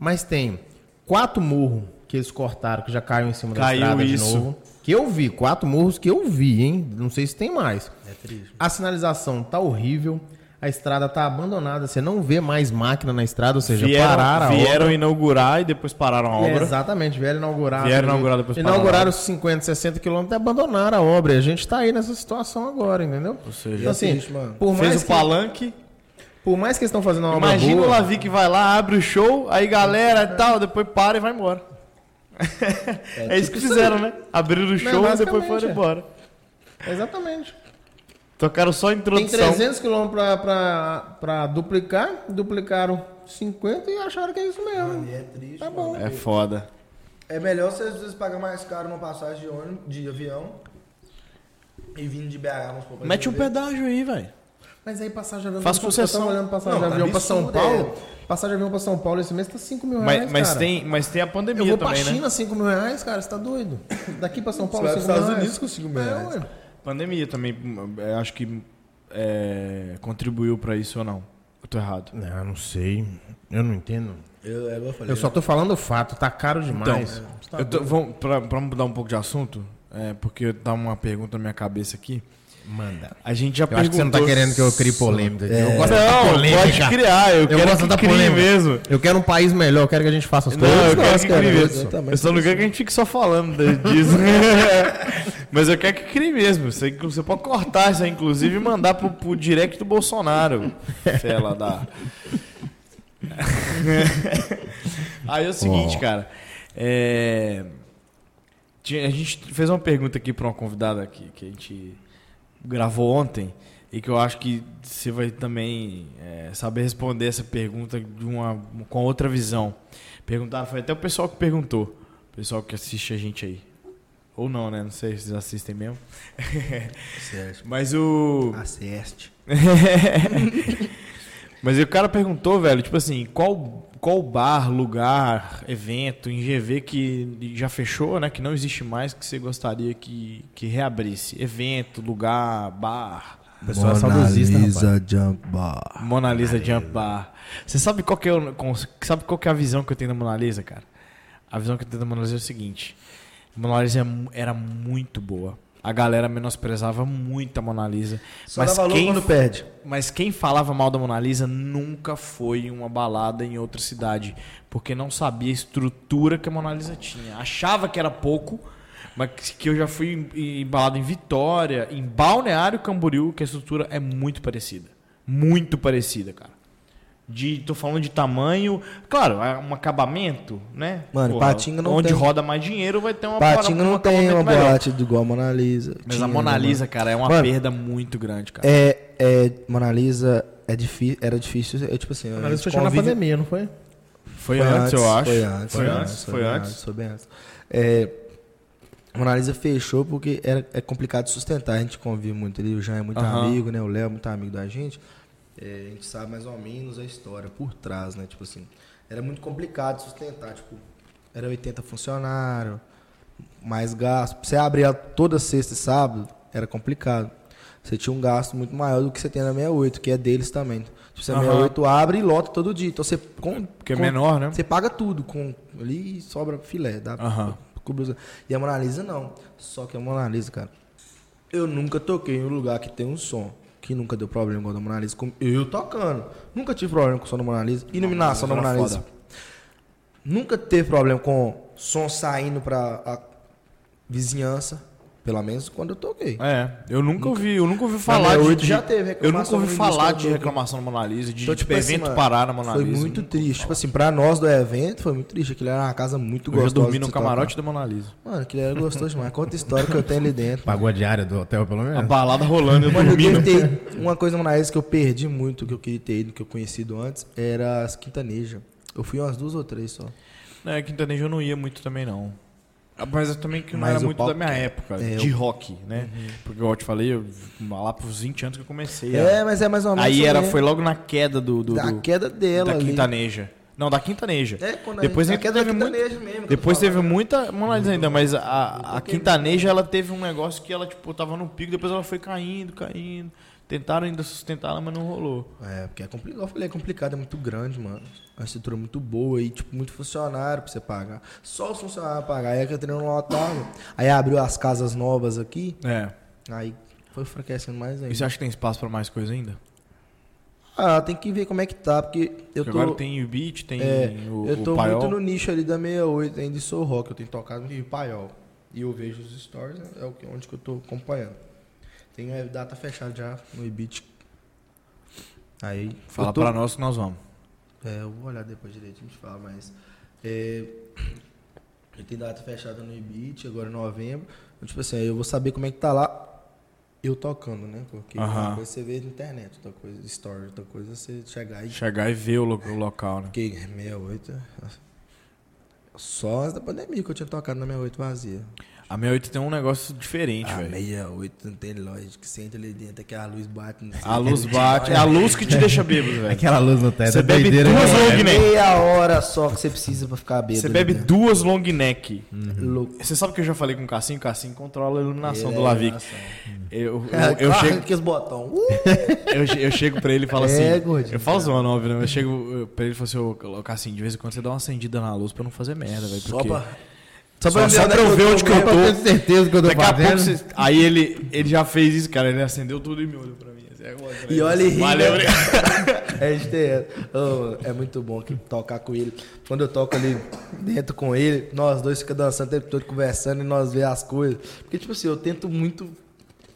Speaker 1: Mas tem quatro morros que eles cortaram, que já caiu em cima
Speaker 2: Caiu
Speaker 1: da estrada de
Speaker 2: isso.
Speaker 1: novo. Que eu vi, quatro morros que eu vi, hein? Não sei se tem mais.
Speaker 3: É triste.
Speaker 1: A sinalização tá horrível, a estrada tá abandonada, você não vê mais máquina na estrada, ou seja,
Speaker 2: vieram
Speaker 1: pararam a
Speaker 2: vieram inaugurar e depois pararam a
Speaker 1: obra. É,
Speaker 2: obra.
Speaker 1: exatamente, vieram inaugurar.
Speaker 2: Vieram inaugurar, depois pararam a
Speaker 1: Inauguraram os 50, 60 quilômetros e abandonaram a obra. E a gente tá aí nessa situação agora, entendeu? Ou
Speaker 2: seja,
Speaker 1: então, assim,
Speaker 3: é triste, mano.
Speaker 1: por mais,
Speaker 2: Fez o
Speaker 1: que,
Speaker 2: palanque.
Speaker 1: por mais que eles estão fazendo uma obra
Speaker 2: Imagina
Speaker 1: boa,
Speaker 2: o Lavi que vai lá, abre o show, aí galera e tal, depois para e vai embora. É, isso que fizeram, né? Abriram o
Speaker 1: tipo Não,
Speaker 2: show e depois
Speaker 1: basicamente,
Speaker 2: foram
Speaker 1: é.
Speaker 2: embora.
Speaker 1: Exatamente.
Speaker 2: Tocaram só a
Speaker 1: Tem
Speaker 2: introdução.
Speaker 1: 300 quilômetros pra, pra, pra duplicar, duplicaram 50 e acharam que é isso mesmo.
Speaker 3: E é triste.
Speaker 1: Tá
Speaker 3: mano.
Speaker 1: bom.
Speaker 2: É foda.
Speaker 3: É melhor você às vezes pagar mais caro numa passagem de ônibus, de avião. E vindo de BH, vamos supor. pra
Speaker 2: Mete um
Speaker 3: Rio Verde.
Speaker 2: pedágio aí, velho.
Speaker 1: Mas aí passagem de avião.
Speaker 2: Faz
Speaker 1: eu tô-
Speaker 2: concessão.
Speaker 1: Eu tava olhando passagem
Speaker 3: Não,
Speaker 1: de
Speaker 3: tá
Speaker 1: avião pra São
Speaker 3: absurdo, é.
Speaker 1: Paulo. Passagem de avião pra São Paulo esse mês tá 5 mil reais.
Speaker 2: Mas, mas
Speaker 1: cara.
Speaker 2: tem, mas tem a pandemia
Speaker 1: Eu vou
Speaker 2: também,
Speaker 1: pra
Speaker 2: né?
Speaker 1: China 5 mil reais, cara, você tá doido? Daqui pra São Paulo
Speaker 3: vai
Speaker 1: 5
Speaker 3: pros
Speaker 1: mil
Speaker 3: Estados
Speaker 1: reais.
Speaker 3: Unidos com 5 mil reais.
Speaker 1: É, ué.
Speaker 2: Pandemia também, é, acho que é, contribuiu pra isso ou não. Eu tô errado.
Speaker 1: Não, não sei. Eu não entendo.
Speaker 3: Eu, é, igual eu falei.
Speaker 1: Eu só tô falando o fato, tá caro
Speaker 2: Então,
Speaker 1: demais.
Speaker 2: eu tô, vamos, pra, pra mudar um pouco de assunto, é, porque tá uma pergunta na minha cabeça aqui.
Speaker 1: Manda. é.
Speaker 2: A gente já
Speaker 1: Eu acho que você não tá querendo que eu crie polêmica. aqui. Eu gosto da
Speaker 2: Não,
Speaker 1: polêmica.
Speaker 2: pode criar. Eu,
Speaker 1: Eu
Speaker 2: quero
Speaker 1: gosto
Speaker 2: que
Speaker 1: da
Speaker 2: crie
Speaker 1: polêmica.
Speaker 2: mesmo.
Speaker 1: Eu quero um país melhor, eu quero que a gente faça as
Speaker 2: Não,
Speaker 1: coisas.
Speaker 2: eu quero
Speaker 3: nós,
Speaker 2: que
Speaker 3: cara,
Speaker 2: crie
Speaker 3: eu
Speaker 2: mesmo.
Speaker 3: também
Speaker 2: Eu só não quero que a gente fique só falando de- disso. Mas eu quero que crie mesmo. Você, você pode cortar isso aí, inclusive, e mandar pro, pro direct do Bolsonaro. Fela da... aí é o seguinte,
Speaker 1: Ó.
Speaker 2: cara. É... Tinha- A gente fez uma pergunta aqui pra uma convidada aqui, que a gente gravou ontem e que eu acho que você vai também é, saber responder essa pergunta de uma, com outra visão. Perguntaram, foi até o pessoal que perguntou, o pessoal que assiste a gente aí. Ou não, né? Não sei se vocês assistem mesmo.
Speaker 3: Acerte.
Speaker 2: Mas o.
Speaker 3: Acerte.
Speaker 2: Mas aí o cara perguntou, velho, tipo assim, qual, qual bar, lugar, evento em GV que já fechou, né? Que não existe mais, que você gostaria que, que reabrisse? Evento, lugar, bar.
Speaker 1: Pessoal é saudosista, rapaz.
Speaker 3: Jump Bar.
Speaker 2: Mona Lisa Jump Bar. Você sabe qual, que é o- com- sabe qual que é a visão que eu tenho da Mona Lisa, cara? A visão que eu tenho da Mona Lisa é o seguinte: a Mona Lisa é mu- era muito boa. A galera menosprezava muito a Mona Lisa.
Speaker 3: Só
Speaker 2: mas
Speaker 3: dá valor
Speaker 2: quem
Speaker 3: quando perde.
Speaker 2: mas quem falava mal da Mona Lisa nunca foi em uma balada em outra cidade, porque não sabia a estrutura que a Mona Lisa tinha. Achava que era pouco, mas que- que eu já fui em, em balada em Vitória, em Balneário Camboriú, que a estrutura é muito parecida. muito parecida, cara. De, tô falando de tamanho, claro, é um acabamento, né?
Speaker 3: Mano, Patinga não
Speaker 2: onde
Speaker 3: tem.
Speaker 2: roda mais dinheiro vai ter uma
Speaker 3: Patinga
Speaker 2: para- um
Speaker 3: não tem uma
Speaker 2: acabamento melhor.
Speaker 3: boate do- igual a Mona Lisa.
Speaker 2: Mas
Speaker 3: Tinha,
Speaker 2: a Mona
Speaker 3: né,
Speaker 2: Lisa, cara, é uma
Speaker 3: Mano,
Speaker 2: perda muito grande, cara.
Speaker 3: É, é, Mona Lisa é difí era difícil. Eu, tipo assim,
Speaker 1: Mas
Speaker 3: eu
Speaker 1: isso
Speaker 3: te
Speaker 1: fechou na
Speaker 3: convido-
Speaker 1: pandemia, não foi?
Speaker 2: foi, antes, eu acho.
Speaker 3: Foi antes,
Speaker 2: Foi antes,
Speaker 3: foi,
Speaker 2: foi
Speaker 3: bem
Speaker 2: antes.
Speaker 3: Foi bem antes. É, a Mona Lisa fechou porque era, é complicado sustentar. A gente convive muito ali. O Jean é muito
Speaker 2: Aham.
Speaker 3: amigo, né? O Léo é muito amigo da gente. É, a gente sabe mais ou menos a história por trás, né? Tipo assim, era muito complicado sustentar. Tipo, era 80 funcionários, mais gasto. Pra você abrir ela toda sexta e sábado, era complicado. Você tinha um gasto muito maior do que você tem na 68, que é deles também. Tipo, você
Speaker 2: Aham.
Speaker 3: 68 abre e lota todo dia. Então você com-
Speaker 2: Porque é
Speaker 3: com-
Speaker 2: menor, né?
Speaker 3: você paga tudo com ali e sobra filé, dá
Speaker 2: Aham.
Speaker 3: com blusa. E a Mona Lisa não. Só que a Mona Lisa, cara, eu nunca toquei em um lugar que tem um som que nunca deu problema igual a da Mona Lisa. como Eu tocando. Nunca tive problema com o som da Mona Lisa. Iluminação da
Speaker 2: Mona
Speaker 3: Mona
Speaker 2: Lisa é
Speaker 3: Lisa.
Speaker 2: era
Speaker 3: Nunca teve problema com som saindo pra a vizinhança, pelo menos quando eu toquei.
Speaker 2: É, eu nunca ouvi, eu nunca ouvi falar
Speaker 3: minha
Speaker 2: de,
Speaker 3: oito
Speaker 2: de
Speaker 3: já teve
Speaker 2: Eu
Speaker 3: reclamação
Speaker 2: nunca ouvi
Speaker 3: no início
Speaker 2: falar
Speaker 3: do
Speaker 2: de
Speaker 3: jogo.
Speaker 2: reclamação na Mona Lisa, de
Speaker 3: Então,
Speaker 2: tipo,
Speaker 3: assim,
Speaker 2: evento
Speaker 3: mano,
Speaker 2: parar na Mona
Speaker 3: Foi
Speaker 2: Lisa.
Speaker 3: muito
Speaker 2: Eu
Speaker 3: triste. Tipo assim, pra nós do evento, foi muito triste. Aquilo era uma casa muito
Speaker 2: já
Speaker 3: gostosa.
Speaker 2: dormi
Speaker 3: de
Speaker 2: no
Speaker 3: se tocar.
Speaker 2: camarote da Mona Lisa.
Speaker 3: Mano, aquilo era gostoso demais. Quanta história que eu tenho ali dentro.
Speaker 1: Pagou a diária do hotel, pelo
Speaker 2: É A
Speaker 1: menos.
Speaker 2: balada rolando, eu
Speaker 3: Mano, eu
Speaker 2: dormindo.
Speaker 3: devo ter ido- Uma coisa na que eu perdi muito, que eu queria ter ido, que eu conhecido antes, era as Quintaneja. Eu fui umas duas ou três só.
Speaker 2: É, Quintanejo eu não ia muito também, não. Ah, Mas eu também que não
Speaker 3: Mas
Speaker 2: era
Speaker 3: o
Speaker 2: muito
Speaker 3: palco-
Speaker 2: da minha época,
Speaker 3: É, Uhum.
Speaker 2: de rock, né? Porque, igual eu te falei, eu, lá pros 20 anos que eu comecei.
Speaker 3: É,
Speaker 2: a-
Speaker 3: mas é mais ou menos.
Speaker 2: Aí
Speaker 3: sobre
Speaker 2: era, foi logo na queda do... do-
Speaker 3: Da
Speaker 2: do-
Speaker 3: queda dela.
Speaker 2: da
Speaker 3: ali.
Speaker 2: Quintaneja. Não, da Quintaneja.
Speaker 3: É, quando
Speaker 2: Depois a
Speaker 3: a, a
Speaker 2: gente
Speaker 3: queda da
Speaker 2: teve muito-
Speaker 3: Quintaneja mesmo. que eu tô
Speaker 2: Depois teve
Speaker 3: falando.
Speaker 2: muita Mona Lisa ainda, mas a, a Quintaneja ela teve um negócio que ela tipo tava no pico, depois ela foi caindo, caindo. Tentaram ainda sustentar ela, mas não rolou.
Speaker 3: É, porque é complicado. Eu falei, é complicado, é muito grande, mano. A estrutura é muito boa e, tipo, muito funcionário pra você pagar. Só os funcionários pagar. Aí a Quintaneja não lotava. Aí abriu as casas novas aqui.
Speaker 2: É.
Speaker 3: Aí foi enfraquecendo mais ainda.
Speaker 2: E você acha que tem espaço pra mais coisa ainda?
Speaker 3: Ah, tem que ver como é que tá, porque eu
Speaker 2: Porque
Speaker 3: tô.
Speaker 2: Agora tem o beat, tem
Speaker 3: É,
Speaker 2: o,
Speaker 3: eu
Speaker 2: o
Speaker 3: tô
Speaker 2: paiol.
Speaker 3: muito no nicho ali da 68 ainda e sou rock, eu tenho tocado no paiol. E eu vejo os stories, né, é o que- onde que eu tô acompanhando. Tem a data fechada já no Ibit. Aí.
Speaker 2: Fala
Speaker 3: eu tô-
Speaker 2: pra nós que nós vamos.
Speaker 3: É, eu vou olhar depois direito, a gente fala, mas. É, eu tenho data fechada no Ibit, agora em novembro. Então, tipo assim, aí eu vou saber como é que tá lá. Eu tocando, né? Porque
Speaker 2: Aham.
Speaker 3: uma coisa você vê na internet, outra coisa, story, outra coisa você chegar e
Speaker 2: Chegar e ver o, lo- o local, né?
Speaker 3: Fiquei 68. nossa. Só antes da pandemia que eu tinha tocado na 68 vazia.
Speaker 2: A 68 tem um negócio diferente,
Speaker 3: A
Speaker 2: velho.
Speaker 3: 68 não tem lógica. que Você entra ali dentro, é que a luz bate no
Speaker 2: A luz bate, é a luz que te deixa bêbado, velho.
Speaker 1: Aquela luz no teto.
Speaker 2: Você
Speaker 1: é
Speaker 2: bebe
Speaker 1: doideira,
Speaker 2: duas
Speaker 1: né?
Speaker 2: vezes.
Speaker 3: É
Speaker 2: long neck.
Speaker 3: meia hora só que você precisa pra ficar bêbado.
Speaker 2: Você bebe
Speaker 3: né?
Speaker 2: duas long neck.
Speaker 3: Louco.
Speaker 2: Você sabe que eu já falei com o Cassinho, o Cassinho controla a iluminação
Speaker 3: Ele
Speaker 2: um do
Speaker 3: é
Speaker 2: Lavic.
Speaker 3: iluminação.
Speaker 2: Eu, eu,
Speaker 3: É,
Speaker 2: eu
Speaker 3: claro
Speaker 2: chego,
Speaker 3: que os botão. Uh!
Speaker 2: Eu, che- eu chego pra ele e falo
Speaker 3: É,
Speaker 2: assim.
Speaker 3: gordinho,
Speaker 2: eu falo zoando, óbvio, né? Mas Eu chego eu- pra ele e falo assim, ô, ô, Cassinho, de vez em quando você dá uma acendida na luz pra não fazer merda, velho.
Speaker 3: Só
Speaker 2: porque-
Speaker 3: pra-
Speaker 2: Só pra,
Speaker 3: só
Speaker 1: né,
Speaker 2: só
Speaker 3: pra
Speaker 2: pra eu
Speaker 3: eu
Speaker 2: ver onde que eu
Speaker 1: Pra ter
Speaker 2: tô.
Speaker 1: certeza que eu tô
Speaker 2: Daqui a pouco
Speaker 1: fazendo.
Speaker 2: você... Aí ele, ele já fez isso, cara. Ele acendeu tudo e me olhou pra mim. assim, é, mano,
Speaker 3: E olha e ri,
Speaker 2: Valeu,
Speaker 3: né?
Speaker 2: obrigado.
Speaker 3: É de ter- Ô, é muito bom que tocar com ele. Quando eu toco ali dentro com ele, nós dois ficamos dançando o tempo todo, conversando e nós vê as coisas. Porque, tipo assim, eu tento muito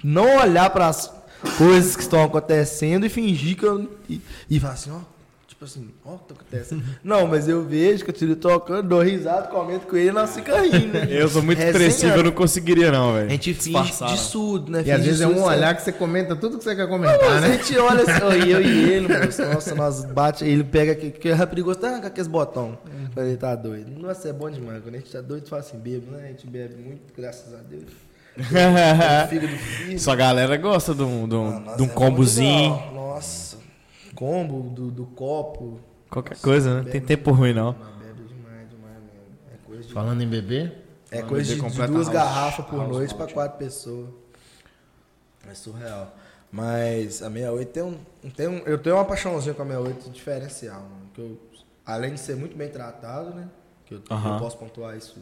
Speaker 3: não olhar para as coisas que estão acontecendo e fingir que eu. E, e falar assim, ó. Tipo assim, ó, o que tá acontecendo. Não, mas eu vejo que eu tiro tocando, dou risada, comento com ele e nós ficamos rindo. né?
Speaker 2: Eu sou muito
Speaker 3: Resenhando.
Speaker 2: expressivo, eu não conseguiria não, velho.
Speaker 3: A gente finge
Speaker 2: Disfarçar,
Speaker 3: de
Speaker 2: não.
Speaker 3: surdo, né?
Speaker 1: E às
Speaker 3: Finge
Speaker 1: vezes é
Speaker 3: de
Speaker 1: um
Speaker 3: surdo,
Speaker 1: olhar que você comenta tudo que você quer
Speaker 3: mas
Speaker 2: Ah,
Speaker 1: comentar,
Speaker 3: A
Speaker 1: né?
Speaker 3: gente olha assim, ó, eu e ele, moço, nossa, nós bate, ele pega aqui, que é perigoso, tá com aqueles botão.
Speaker 2: Uhum.
Speaker 3: Falei, tá doido. Nossa, é bom demais, quando a gente tá doido, fala assim, bebo, né? A gente bebe muito, graças a Deus. Fígado firme.
Speaker 2: Só a galera gosta de um, de um,
Speaker 3: Ah, nossa,
Speaker 2: de um
Speaker 3: é bom
Speaker 2: combozinho.
Speaker 3: demais. Nossa, combo do, do copo.
Speaker 2: Qualquer coisa, né? Não tem tempo ruim, não.
Speaker 3: Não, bebe demais, demais mesmo. É coisa de,
Speaker 1: Falando em bebê,
Speaker 3: é
Speaker 2: Uma
Speaker 3: coisa
Speaker 2: bebê
Speaker 3: de, de
Speaker 2: completa
Speaker 3: duas
Speaker 2: house-
Speaker 3: garrafas por
Speaker 2: house
Speaker 3: noite pra
Speaker 2: malt.
Speaker 3: quatro pessoas. É surreal. Mas a 68 tem um, tem um. Eu tenho uma paixãozinha com a 68 diferencial, mano. Que eu, além de ser muito bem tratado, né? Que eu,
Speaker 2: Aham.
Speaker 3: eu posso pontuar isso.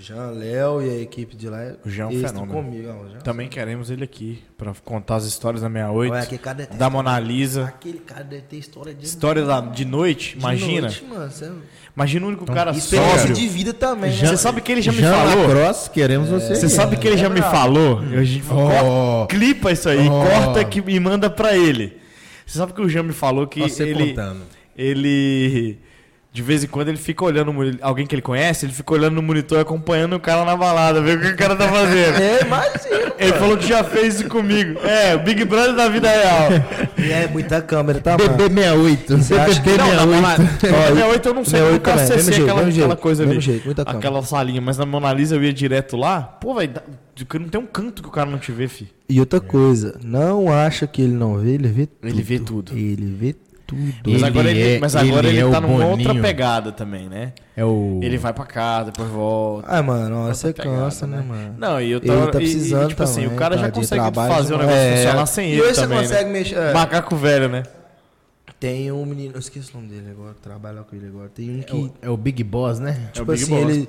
Speaker 3: Jean, Léo e a equipe de lá.
Speaker 2: O Jean é um
Speaker 3: eles
Speaker 2: fenômeno.
Speaker 3: estão comigo, não, o Jean.
Speaker 2: Também queremos ele aqui pra contar as histórias da 68,
Speaker 3: Olha, aquele cara deve ter
Speaker 2: da Mona Lisa.
Speaker 3: Aquele cara deve ter história de.
Speaker 2: História da- de noite,
Speaker 3: de
Speaker 2: imagina.
Speaker 3: noite, mano, você-
Speaker 2: Imagina o único cara
Speaker 3: Experiência
Speaker 2: sóbrio.
Speaker 3: de vida também,
Speaker 2: Você
Speaker 3: né?
Speaker 2: sabe que ele já me
Speaker 1: Jean
Speaker 2: falou? É.
Speaker 1: Lacrosse, queremos você.
Speaker 2: Você sabe que ele já me falou? Eu, a gente falou,
Speaker 1: Oh.
Speaker 2: "Corta- clipa isso aí,
Speaker 1: Oh.
Speaker 2: corta que me manda pra ele. Você sabe que o Jean me falou que
Speaker 1: Só você
Speaker 2: ele,
Speaker 1: contando.
Speaker 2: ele de vez em quando ele fica olhando o moni- alguém que ele conhece, ele fica olhando no monitor acompanhando o cara na balada, ver o que o cara tá fazendo.
Speaker 3: É, imagina.
Speaker 2: Ele falou que já fez isso comigo. É, o Big Brother da vida real.
Speaker 3: E é muita câmera, tá, mano?
Speaker 1: BB68.
Speaker 3: Você acha que- Não,
Speaker 2: Não, na
Speaker 3: Ó,
Speaker 2: Mona 8 eu não sei
Speaker 3: Mona
Speaker 2: como é que
Speaker 3: oito
Speaker 2: eu
Speaker 3: também,
Speaker 2: acessei
Speaker 3: mesmo jeito,
Speaker 2: aquela,
Speaker 3: mesmo jeito,
Speaker 2: aquela coisa ali.
Speaker 3: mesmo jeito, muita câmera.
Speaker 2: aquela salinha, mas na Mona Lisa eu ia direto lá. Pô, velho, dá- não tem um canto que o cara não te vê, fi.
Speaker 3: E outra coisa, não acha que ele não vê, ele vê
Speaker 2: É.
Speaker 3: tudo.
Speaker 2: Ele vê tudo.
Speaker 3: Ele vê tudo.
Speaker 2: Mas
Speaker 1: Ele
Speaker 2: agora ele,
Speaker 1: é-
Speaker 2: mas agora
Speaker 1: ele
Speaker 2: ele,
Speaker 1: é
Speaker 2: tá
Speaker 1: o
Speaker 2: numa outra
Speaker 1: Boninho.
Speaker 2: pegada também, né?
Speaker 1: É o.
Speaker 2: Ele vai pra casa, depois volta.
Speaker 3: Ah, mano, ó,
Speaker 2: Outra
Speaker 3: você
Speaker 2: pegada,
Speaker 3: cansa, né,
Speaker 2: Tá né?
Speaker 3: mano?
Speaker 2: Não, e eu
Speaker 3: Ele
Speaker 2: tava.
Speaker 3: tá
Speaker 2: e- e,
Speaker 3: precisando
Speaker 2: tipo assim,
Speaker 3: também,
Speaker 2: o cara já
Speaker 3: tadinho,
Speaker 2: consegue
Speaker 3: trabalho
Speaker 2: fazer o
Speaker 3: demais.
Speaker 2: negócio
Speaker 3: É,
Speaker 2: funcionar sem
Speaker 3: e
Speaker 2: ele
Speaker 3: hoje você
Speaker 2: também.
Speaker 3: consegue
Speaker 2: né?
Speaker 3: mexer- é.
Speaker 2: Macaco velho, né?
Speaker 3: Tem um menino, eu esqueci o nome dele agora, trabalha com ele agora. Tem um que,
Speaker 1: É o Big Boss, né?
Speaker 2: É o
Speaker 3: tipo
Speaker 2: Big
Speaker 3: assim,
Speaker 2: Boss,
Speaker 3: ele,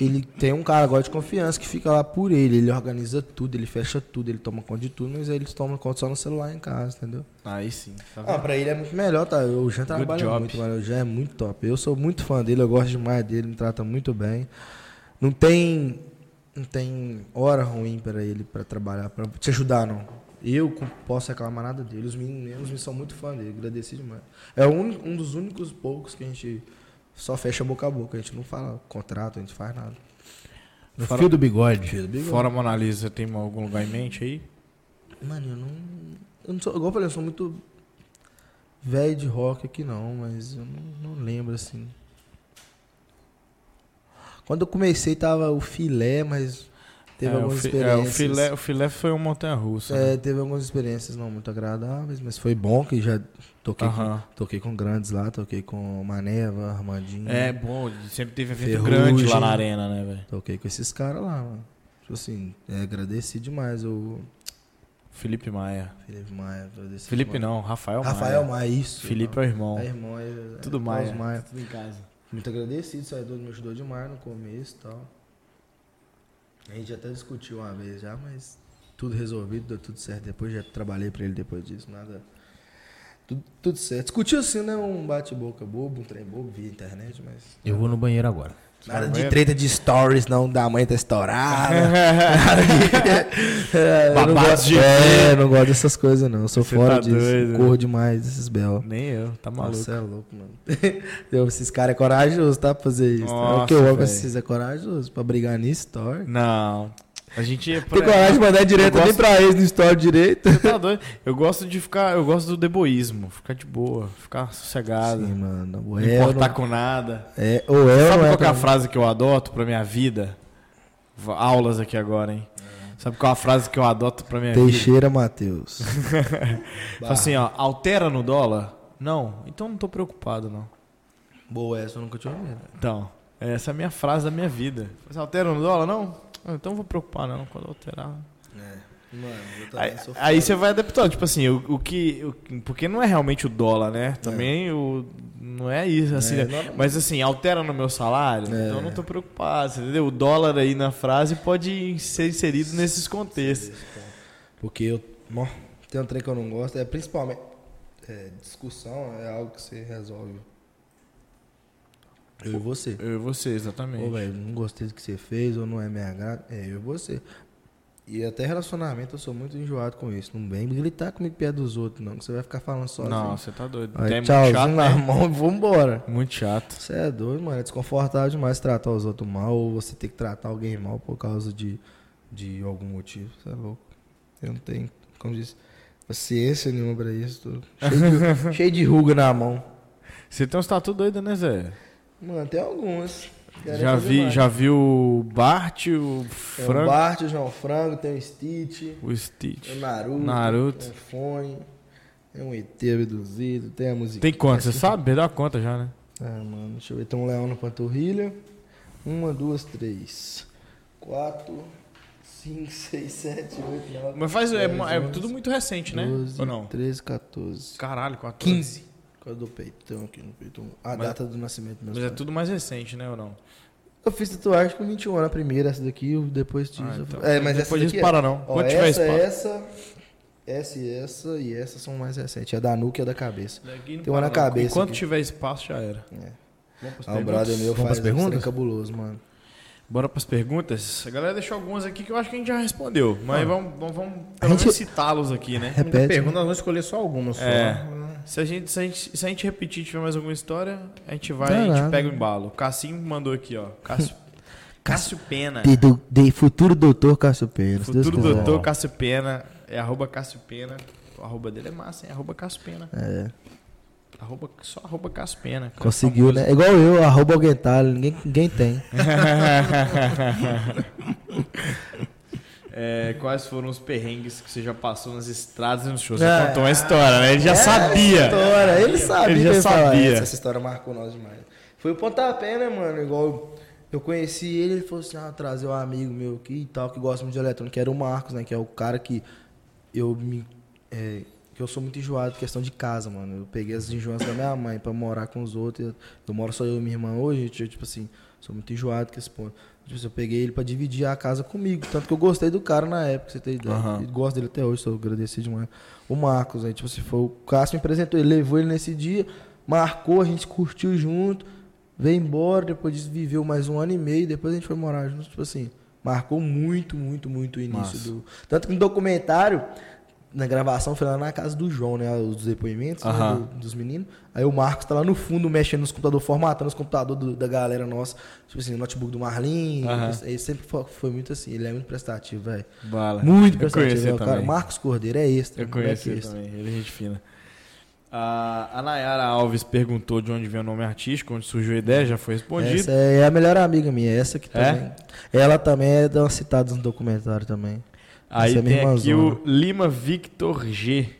Speaker 3: ele tem um cara agora de confiança que fica lá por ele. Ele organiza tudo, ele fecha tudo, ele toma conta de tudo, mas eles tomam conta só no celular em casa, entendeu?
Speaker 2: Aí sim. tá vendo?
Speaker 3: Ah, pra ele é muito melhor, tá? O Jean trabalha
Speaker 2: job.
Speaker 3: muito, mano. O Jean é muito top. Eu sou muito fã dele, eu gosto demais dele, me trata muito bem. Não tem. Não tem hora ruim pra ele pra trabalhar, pra te ajudar, não. Eu co- posso reclamar nada dele. Os meninos me são muito fã dele, agradeci demais. É um, um dos únicos poucos que a gente só fecha boca a boca. A gente não fala contrato, a gente faz nada.
Speaker 1: No fio do bigode.
Speaker 2: Fora a Mona Lisa, tem algum lugar em mente aí?
Speaker 3: Mano, eu não. Eu não sou, igual eu falei, eu sou muito velho de rock aqui não, mas eu não, não lembro assim. Quando eu comecei tava o filé, mas teve
Speaker 2: É, o
Speaker 3: algumas
Speaker 2: fi-
Speaker 3: experiências.
Speaker 2: É, o filé, o filé foi uma montanha russa. né?
Speaker 3: É, teve algumas experiências não muito agradáveis, mas foi bom que já toquei,
Speaker 2: Aham.
Speaker 3: com, toquei com grandes lá, toquei com Maneva, Armandinho.
Speaker 2: É, bom, sempre teve evento
Speaker 3: Ferrugem.
Speaker 2: grande lá na arena, né, velho?
Speaker 3: Toquei com esses caras lá, mano. Tipo assim, é, agradeci demais o
Speaker 2: Felipe Maia.
Speaker 3: Felipe Maia, agradeci
Speaker 2: Felipe
Speaker 3: demais.
Speaker 2: não, Rafael Maia.
Speaker 3: Rafael Maia, isso.
Speaker 2: Felipe é o irmão.
Speaker 3: É irmão, é,
Speaker 2: Tudo né?
Speaker 3: é,
Speaker 2: Maia.
Speaker 3: Klaus Maia.
Speaker 2: Tudo em casa.
Speaker 3: Muito agradecido, o Saidor me ajudou demais no começo e tal. A gente até discutiu uma vez já, mas tudo resolvido, deu tudo certo depois, já trabalhei pra ele depois disso, nada. Tudo, tudo certo. Discutiu assim, né? Um bate-boca bobo, um trem bobo via internet, mas.
Speaker 1: Eu vou no banheiro agora.
Speaker 3: Nada
Speaker 2: banheiro?
Speaker 3: de treta de stories, não, da mãe tá estourada. nada de. É, eu não
Speaker 2: Babado
Speaker 3: gosto-
Speaker 2: de-
Speaker 3: É, eu não gosto dessas coisas, não. Eu sou
Speaker 2: Você
Speaker 3: fora
Speaker 2: tá
Speaker 3: disso.
Speaker 2: doido.
Speaker 3: Corro demais desses belos.
Speaker 2: Nem eu, tá maluco.
Speaker 3: Nossa, é louco, mano. Eu, esses caras é corajoso, tá? Pra fazer isso. tá? o que eu
Speaker 2: Nossa,
Speaker 3: amo
Speaker 2: véi.
Speaker 3: é vocês é corajoso pra brigar no story.
Speaker 2: Não. A gente é
Speaker 3: Tem coragem de mandar direto
Speaker 2: eu
Speaker 3: nem
Speaker 2: gosto-
Speaker 3: pra eles no story direito.
Speaker 2: Você tá doido? Eu gosto de ficar. Eu gosto do deboísmo. Ficar de boa, ficar sossegado.
Speaker 3: Sim, É, mano. O
Speaker 2: não
Speaker 3: El.
Speaker 2: importar com nada.
Speaker 3: É, o El
Speaker 2: Sabe qual
Speaker 3: é.
Speaker 2: que é
Speaker 3: pra-
Speaker 2: a frase que eu adoto pra minha vida? Va- Aulas aqui agora, hein? Sabe qual é a frase que eu adoto pra minha vida?
Speaker 3: Teixeira Matheus.
Speaker 2: Fala assim, ó, altera no dólar? Não, então não tô preocupado, não.
Speaker 3: Boa, essa eu nunca tinha ouvido. né?
Speaker 2: Então, essa é a minha frase da minha vida. Você altera no dólar? Não? Ah, Então não vou preocupar, não, quando alterar.
Speaker 3: É. Mano, eu também
Speaker 2: Aí,
Speaker 3: sou fã.
Speaker 2: aí você vai adaptando, tipo assim, o, o que. o- porque não é realmente o dólar, né? Também o. Não é isso, assim,
Speaker 3: É,
Speaker 2: né?
Speaker 3: não-
Speaker 2: Mas assim, altera no meu salário,
Speaker 3: É.
Speaker 2: então eu não tô preocupado, você entendeu? O dólar aí na frase pode ser inserido nesses contextos.
Speaker 3: Porque eu. Mó, tem um trem que eu não gosto, é principalmente. é, discussão é algo que você resolve. Eu e você.
Speaker 2: Eu e você,
Speaker 3: Ô,
Speaker 2: exatamente.
Speaker 3: velho, não gostei do que você fez, ou não é minha agrado. É, eu e você. E até relacionamento eu sou muito enjoado com isso. Não vem gritar comigo perto dos outros, não, que você vai ficar falando sozinho.
Speaker 2: Não, você tá doido.
Speaker 3: Aí,
Speaker 2: É muito chato,
Speaker 3: tchauzinho
Speaker 2: né?
Speaker 3: na mão e vambora.
Speaker 2: Muito chato.
Speaker 3: Você é doido, mano. É desconfortável demais tratar os outros mal, ou você ter que tratar alguém mal por causa de, de algum motivo. Você é louco. Eu não tenho, como diz, paciência nenhuma pra isso. Tô cheio, de, cheio de ruga na mão.
Speaker 2: Você tem um tatu doido, né, Zé?
Speaker 3: Mano, tem algumas. Quero
Speaker 2: Já
Speaker 3: fazer
Speaker 2: vi,
Speaker 3: mais.
Speaker 2: já vi o Bart, o
Speaker 3: Tem
Speaker 2: Franco,
Speaker 3: o Bart, o João Frango, tem o Stitch.
Speaker 2: o Stitch.
Speaker 3: Tem o Naruto.
Speaker 2: Naruto.
Speaker 3: Tem o Fone. Tem um ET abduzido. Tem a música.
Speaker 2: Tem quanto? Você sabe? Perdeu a conta já, né?
Speaker 3: Ah, mano. Deixa eu ver. Tem um leão na panturrilha. Uma, duas, três. Quatro, cinco, seis, sete, oito, nove.
Speaker 2: Mas faz. É,
Speaker 3: dez,
Speaker 2: é
Speaker 3: onze,
Speaker 2: tudo muito recente, né?
Speaker 3: doze,
Speaker 2: Ou não?
Speaker 3: Três, 14.
Speaker 2: Caralho, 14.
Speaker 3: Qual é do peito? Tem um aqui no peito. um. A
Speaker 2: Mas-
Speaker 3: data do nascimento do meu
Speaker 2: Mas é tudo mais recente, né? Ou não?
Speaker 3: Eu fiz tatuagem com 21 anos, a primeira, essa daqui, eu- depois disso.
Speaker 2: Ah, então.
Speaker 3: eu- É, mas
Speaker 2: Depois
Speaker 3: essa
Speaker 2: disso,
Speaker 3: daqui é-
Speaker 2: para não.
Speaker 3: Ó,
Speaker 2: Quando tiver
Speaker 3: essa,
Speaker 2: espaço.
Speaker 3: essa, essa e essa e essa são mais recentes. A da nuca e a da cabeça.
Speaker 2: Daqui não
Speaker 3: Tem uma
Speaker 2: para,
Speaker 3: na
Speaker 2: não.
Speaker 3: cabeça
Speaker 2: Enquanto
Speaker 3: aqui.
Speaker 2: tiver espaço, já era.
Speaker 3: É.
Speaker 2: Vamos pras
Speaker 3: Ah, o
Speaker 2: perguntas?
Speaker 3: brother meu
Speaker 1: Vamos pras
Speaker 3: faz um
Speaker 1: perguntas?
Speaker 3: trem cabuloso, mano.
Speaker 2: Bora pras perguntas? Ah. A galera deixou algumas aqui que eu acho que a gente já respondeu. Mas vamos, vamos, vamos
Speaker 4: A
Speaker 2: pelo menos
Speaker 4: gente-
Speaker 2: citá-los aqui, né?
Speaker 1: Muita
Speaker 4: Repete.
Speaker 1: pergunta, nós vamos escolher só algumas. só.
Speaker 2: É. Se a, gente, se, a gente, se a gente repetir e tiver mais alguma história, a gente vai, a gente
Speaker 4: Caralho.
Speaker 2: pega o embalo. O Cassinho mandou aqui, ó. Cássio, Cássio Pena.
Speaker 4: De, do- de futuro doutor Cássio Pena. se Deus
Speaker 2: Futuro
Speaker 4: quiser.
Speaker 2: doutor Cássio Pena. É arroba Cássio Pena. O arroba dele é massa, hein? Arroba Cássio Pena.
Speaker 4: É,
Speaker 2: Arroba, só arroba Cássio Pena. cara,
Speaker 4: conseguiu,
Speaker 2: famoso.
Speaker 4: né? É Igual eu, arroba Alguentalho, ninguém, ninguém tem.
Speaker 2: É, quais foram os perrengues que você já passou nas estradas e nos shows?
Speaker 4: É.
Speaker 2: Você contou uma história, né? Ele
Speaker 3: É,
Speaker 2: já sabia.
Speaker 4: História, ele sabia.
Speaker 2: Ele já
Speaker 4: que ia falar
Speaker 2: sabia.
Speaker 4: essa.
Speaker 3: Essa história marcou nós demais. Foi o pontapé, né, mano? Igual eu, eu conheci ele, ele falou assim: ah, trazer um amigo meu aqui e tal, que gosta muito de eletrônica, que era o Marcos, né? Que é o cara que eu me. é, que eu sou muito enjoado em questão de casa, mano. Eu peguei as enjoanças da minha mãe pra morar com os outros. Eu, eu moro só eu e minha irmã hoje, gente, eu, tipo assim, sou muito enjoado com esse ponto. Tipo, assim, eu peguei ele pra dividir a casa comigo. Tanto que eu gostei do cara na época, você tem ideia.
Speaker 2: Aham.
Speaker 3: E gosto dele até hoje, sou agradecido demais. O Marcos, aí, tipo assim, foi o Cássio me apresentou, ele levou ele nesse dia, marcou, a gente curtiu junto, veio embora, depois disso viveu mais um ano e meio, depois a gente foi morar junto, tipo assim, marcou muito, muito, muito o início do. Tanto que no documentário, na gravação, foi lá na casa do João, né? Os depoimentos né,
Speaker 2: Aham.
Speaker 3: do- dos meninos. Aí o Marcos tá lá no fundo mexendo nos computadores, formatando os computadores do- da galera nossa. Tipo assim, o notebook do Marlin.
Speaker 2: Aham.
Speaker 3: Ele sempre fo- foi muito assim, ele é muito prestativo, velho.
Speaker 2: Bala.
Speaker 3: Muito
Speaker 2: Eu conheci
Speaker 3: prestativo, é, cara.
Speaker 2: também.
Speaker 3: Marcos Cordeiro é extra.
Speaker 2: Eu
Speaker 3: moleque
Speaker 2: conheci ele
Speaker 3: extra.
Speaker 2: também, ele é gente fina. A, a Nayara Alves perguntou de onde vem o nome artístico, onde surgiu a ideia, já foi respondido.
Speaker 4: Essa é a melhor amiga minha, essa que
Speaker 2: É?
Speaker 4: também. Ela também é da- citada no documentário também.
Speaker 2: Aí
Speaker 4: essa é minha
Speaker 2: tem aqui
Speaker 4: irmãzona.
Speaker 2: o Lima Victor G.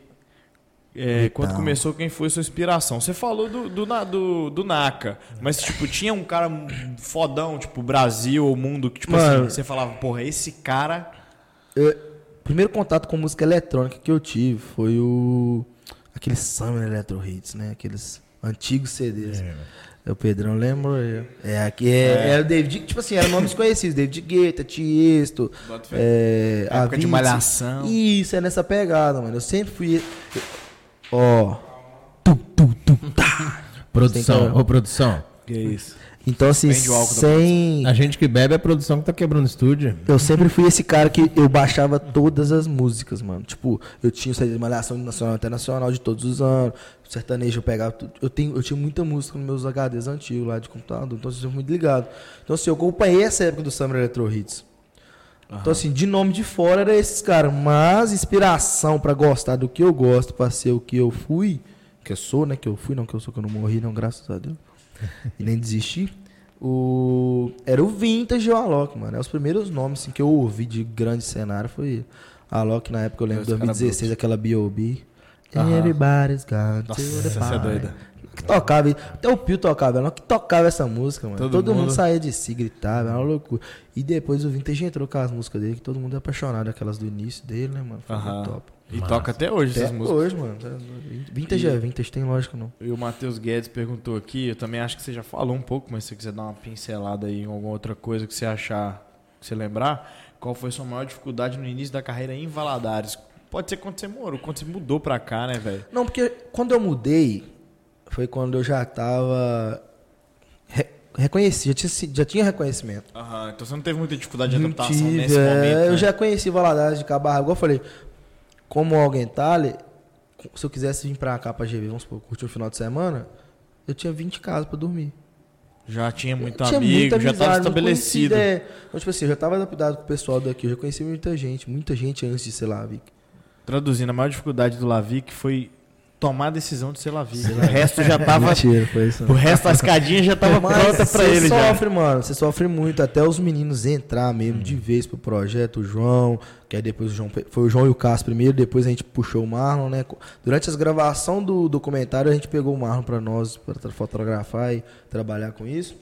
Speaker 2: É, quando
Speaker 4: Então.
Speaker 2: começou, quem foi sua inspiração? Você falou do, do, Na- do, do Naka, mas tipo, tinha um cara fodão, tipo, Brasil ou mundo, que tipo
Speaker 4: Mano.
Speaker 2: assim, você falava, porra, esse cara.
Speaker 4: Eu-
Speaker 3: É, Primeiro contato com música eletrônica que eu tive foi o. Aquele Summer Electro Hits, né? Aqueles antigos CDs. É, o Pedrão lembra? eu. É, aqui é, é o David, tipo assim, eram nomes conhecidos. David Guetta, Tiesto.
Speaker 2: Bota fé.
Speaker 3: É,
Speaker 2: Época de
Speaker 3: Avicii.
Speaker 2: Malhação.
Speaker 3: Isso, é nessa pegada, mano. Eu sempre fui. Ó.
Speaker 1: tá. Produção,
Speaker 4: Tem que-
Speaker 1: ô produção.
Speaker 2: Que isso?
Speaker 4: Então, assim,
Speaker 2: Vende o álcool da
Speaker 4: sem.
Speaker 1: A gente que bebe é a produção que tá quebrando o estúdio.
Speaker 4: Eu sempre fui esse cara que eu baixava todas as músicas, mano. Tipo, eu tinha saída de malhação nacional e internacional de todos os anos. Sertanejo eu pegava tudo. Eu, tenho, eu tinha muita música nos meus HDs antigos lá de computador, então eu sempre fui muito ligado. Então, assim, eu acompanhei essa época do Summer Electro Hits. Então, assim, de nome de fora era esses caras. Mas inspiração pra gostar do que eu gosto, pra ser o que eu fui, que eu sou, né? Que eu fui, não que eu sou, que eu não morri, não, graças a Deus. E nem desisti. O... Era o Vintage e o Alok, mano. É os primeiros nomes assim, que eu ouvi de grande cenário foi Alok na época, eu lembro,
Speaker 2: Esse cara
Speaker 4: 2016, aquela B.O.B.
Speaker 2: Aham.
Speaker 4: Everybody's got
Speaker 2: Nossa,
Speaker 4: to
Speaker 2: essa é
Speaker 4: define.
Speaker 2: doida.
Speaker 4: Que tocava, até o Pio tocava, ela que tocava essa música, mano.
Speaker 2: Todo
Speaker 4: Todo, mundo...
Speaker 2: mundo.
Speaker 4: saía de si, gritava, era uma loucura. E depois o Vintage entrou com as músicas dele, que todo mundo é apaixonado, aquelas do início dele, né, mano? Foi
Speaker 2: Aham.
Speaker 4: muito top.
Speaker 2: E toca até hoje
Speaker 4: Até
Speaker 2: essas músicas.
Speaker 4: hoje, mano. tá Vintage
Speaker 2: E-
Speaker 4: é vintage, tem lógica não.
Speaker 2: E o Matheus Guedes perguntou aqui, eu também acho que você já falou um pouco, mas se você quiser dar uma pincelada aí em alguma outra coisa que você achar, que você lembrar, qual foi sua maior dificuldade no início da carreira em Valadares? Pode ser quando você morou, quando você mudou pra cá, né, velho?
Speaker 3: Não, porque quando eu mudei, foi quando eu já tava. Re... Reconheci, já tinha, se- já tinha reconhecimento.
Speaker 2: Aham, então você não teve muita dificuldade de
Speaker 3: Não
Speaker 2: adaptação
Speaker 3: tive,
Speaker 2: nesse
Speaker 3: é,
Speaker 2: momento.
Speaker 3: Eu
Speaker 2: né?
Speaker 3: já conheci Valadares de Cabarra, igual eu falei, como alguém tá ali, se eu quisesse vir pra cá pra GV, vamos supor, curtir o final de semana, eu tinha 20 casas pra dormir.
Speaker 2: Já tinha muito
Speaker 3: Tinha
Speaker 2: Tá amigo,
Speaker 3: muita
Speaker 2: já estava
Speaker 3: amizade, não
Speaker 2: estabelecido.
Speaker 3: conhecia, é. Então, tipo assim, eu já tava adaptado com o pessoal daqui, eu já conheci muita gente, muita gente antes de, sei lá, Vic.
Speaker 2: Traduzindo, a maior dificuldade do Lavic foi tomar a decisão de ser Lavic. O resto já tava.
Speaker 3: É.
Speaker 4: Mentira, foi isso.
Speaker 2: o resto da escadinha já tava
Speaker 3: Mas
Speaker 2: pronta pra
Speaker 3: você
Speaker 2: ele. Já.
Speaker 3: sofre, mano. Você sofre muito. Até os meninos entrar mesmo de vez pro projeto. O João, que aí depois o João. pe- Foi o João e o Cássio primeiro, depois a gente puxou o Marlon, né? Co- Durante as gravação do documentário, a gente pegou o Marlon pra nós, pra tra- fotografar e trabalhar com isso.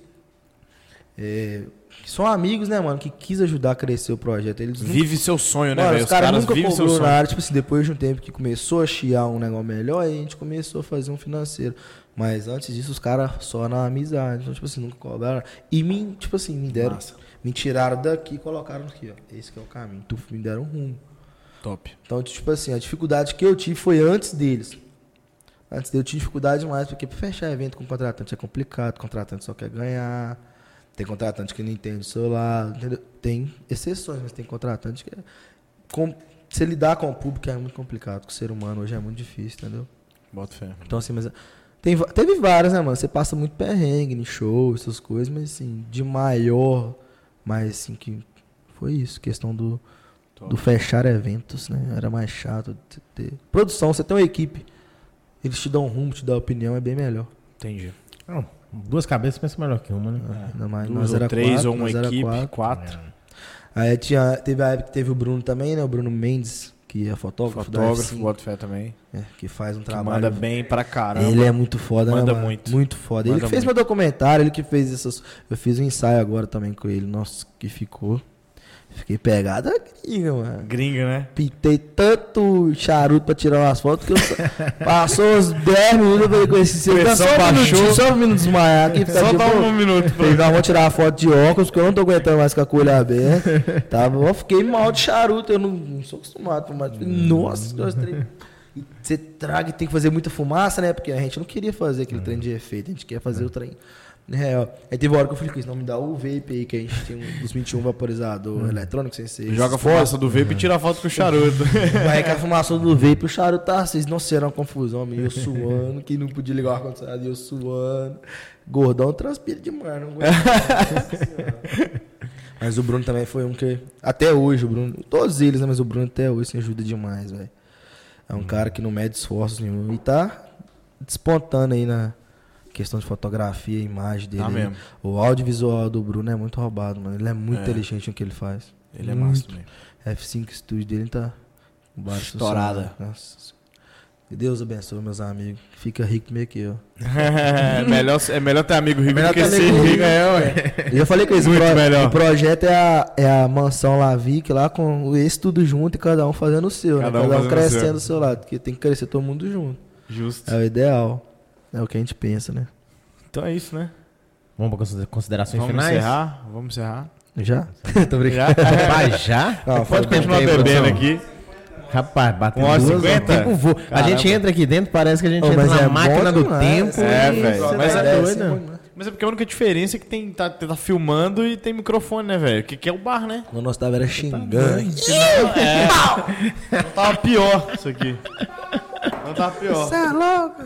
Speaker 3: É, que são amigos, né, mano? Que quis ajudar a crescer o projeto. Eles nunca
Speaker 2: Vive seu sonho, né,
Speaker 3: Mano,
Speaker 2: velho?
Speaker 3: os caras nunca
Speaker 2: vivem seu
Speaker 3: cobrou
Speaker 2: sonho.
Speaker 3: na área, tipo assim, depois de um tempo que começou a chiar um negócio melhor, aí a gente começou a fazer um financeiro. Mas antes disso, os caras só na amizade. Então, tipo assim, nunca cobraram. E me, tipo assim, me deram.
Speaker 2: Massa.
Speaker 3: Me tiraram daqui e colocaram aqui, ó. Esse que é o caminho. Tu me deram um rumo.
Speaker 2: Top.
Speaker 3: Então, tipo assim, a dificuldade que eu tive foi antes deles. Antes de eu tinha dificuldade mais, porque pra fechar evento com contratante é complicado, contratante só quer ganhar. Tem contratante que não entende o celular, entendeu? Tem exceções, mas tem contratante que é. Com, se lidar com o público é muito complicado, com o ser humano hoje é muito difícil, entendeu?
Speaker 2: Bota fé.
Speaker 3: Então, assim, mas. Tem, va- teve várias, né, mano? Você passa muito perrengue em show, essas coisas, mas, assim, de maior. Mas, assim, que. Foi isso, questão do.
Speaker 2: Top.
Speaker 3: Do fechar eventos, né? Era mais chato de ter. Produção, você tem uma equipe. Eles te dão um rumo, te dão opinião, é bem melhor.
Speaker 2: Entendi.
Speaker 1: Não, duas cabeças pensa melhor que uma, né?
Speaker 3: Ainda mais
Speaker 2: É. Duas
Speaker 3: nós
Speaker 2: ou
Speaker 3: era
Speaker 2: três
Speaker 3: quatro,
Speaker 2: ou uma
Speaker 3: nós era
Speaker 2: equipe, quatro.
Speaker 3: quatro. É. Aí tinha, teve a época que teve o Bruno também, né? O Bruno Mendes, que é fotógrafo, da
Speaker 2: Fotógrafo,
Speaker 3: F5,
Speaker 2: bota fé também.
Speaker 3: é, que faz um
Speaker 2: Que
Speaker 3: trabalho.
Speaker 2: manda bem pra caramba.
Speaker 3: Ele é muito foda,
Speaker 2: Manda
Speaker 3: né? mano?
Speaker 2: muito.
Speaker 3: Muito foda. ele
Speaker 2: Manda
Speaker 3: que fez meu documentário, ele que fez essas. Eu fiz um ensaio agora também com ele. Nossa, que ficou. Fiquei pegado aqui, mano.
Speaker 2: Gringa, né?
Speaker 3: Pintei tanto charuto pra tirar umas fotos que eu só- passou uns 10 minutos eu falei com esse seu. Tá só
Speaker 2: Pressão
Speaker 3: um minutinho,
Speaker 2: baixou.
Speaker 3: só um minuto desmaiar aqui. ficar
Speaker 2: Só
Speaker 3: de
Speaker 2: dá
Speaker 3: boa.
Speaker 2: um minuto pra
Speaker 3: Falei, não, vou tirar a foto de óculos, porque eu não tô aguentando mais com a colher aberta. Tá bom? Eu fiquei mal de charuto, eu não, não sou acostumado a fumar.
Speaker 2: Hum.
Speaker 3: Falei, Nossa, que gostei. E você traga e tem que fazer muita fumaça, né? Porque a gente não queria fazer aquele trem de efeito, a gente quer fazer o trem. É, ó. Aí teve uma hora que eu falei com isso, não me dá o vape aí, que a gente tem um dos 21 vaporizador eletrônico sem ser.
Speaker 2: Hum. Joga a fumaça do vape e tira a foto com o charuto.
Speaker 3: Vai que a fumaça do vape, o charuto tá vocês não serão confusão, menino. Eu suando, quem não podia ligar o ar-condicionado, eu suando. Gordão transpira demais, não aguento. Nossa Senhora. Mas o Bruno também foi um que. Até hoje, o Bruno. Todos eles, né? Mas o Bruno até hoje se ajuda demais, velho. É um cara que não mede esforços nenhum. E tá despontando aí na questão de fotografia, imagem dele. né?
Speaker 2: Tá mesmo.
Speaker 3: O audiovisual do Bruno é muito roubado, mano. Ele é muito inteligente no que ele faz.
Speaker 2: Ele é
Speaker 3: Muito.
Speaker 2: massa também.
Speaker 3: F5 Studio dele tá com vários
Speaker 2: Estourada.
Speaker 3: funcionários. Nossa. Que Deus abençoe meus amigos. Fica rico meio que eu.
Speaker 2: é, melhor, é melhor ter amigo rico
Speaker 3: melhor
Speaker 2: do que
Speaker 3: ter
Speaker 2: ser
Speaker 3: amigo rico.
Speaker 2: rico. É, ué.
Speaker 3: Eu já falei com eles. o
Speaker 2: Muito
Speaker 3: pro-
Speaker 2: melhor.
Speaker 3: O projeto é a, é a mansão Lavic lá com o ex tudo junto e cada um fazendo o seu,
Speaker 2: Cada
Speaker 3: né?
Speaker 2: um
Speaker 3: Cada um,
Speaker 2: fazendo o seu.
Speaker 3: crescendo do seu lado. Porque tem que crescer todo mundo junto.
Speaker 2: Justo.
Speaker 3: É o ideal. É o que a gente pensa, né?
Speaker 2: Então é isso, né?
Speaker 1: Vamos para considera- considerações
Speaker 2: Vamos
Speaker 1: finais?
Speaker 2: encerrar. Vamos encerrar.
Speaker 3: Já? Tô brincando.
Speaker 2: Já?
Speaker 1: Rapaz, já? um
Speaker 3: Não,
Speaker 2: Pode continuar
Speaker 1: tempo aí,
Speaker 2: bebendo
Speaker 1: produção.
Speaker 2: aqui.
Speaker 1: Rapaz, bateu
Speaker 2: Uma hora e
Speaker 1: duas,
Speaker 2: cinquenta?
Speaker 1: o tempo voa. A
Speaker 2: Caramba.
Speaker 1: gente entra aqui dentro, parece que a gente
Speaker 3: Ô,
Speaker 1: entra
Speaker 3: mas
Speaker 1: na
Speaker 3: é bom
Speaker 1: máquina do
Speaker 3: demais.
Speaker 1: tempo.
Speaker 2: É,
Speaker 1: e
Speaker 2: velho.
Speaker 1: você
Speaker 2: Mas
Speaker 1: tá
Speaker 2: é
Speaker 1: doido.
Speaker 2: Mas é porque a única diferença é que tem, tá, tá filmando e tem microfone, né, velho? Que, que é o bar, né?
Speaker 3: Quando nós
Speaker 1: Tá
Speaker 3: tava era xingando.
Speaker 2: Não tava pior isso aqui. Não tava pior.
Speaker 3: Você é louco?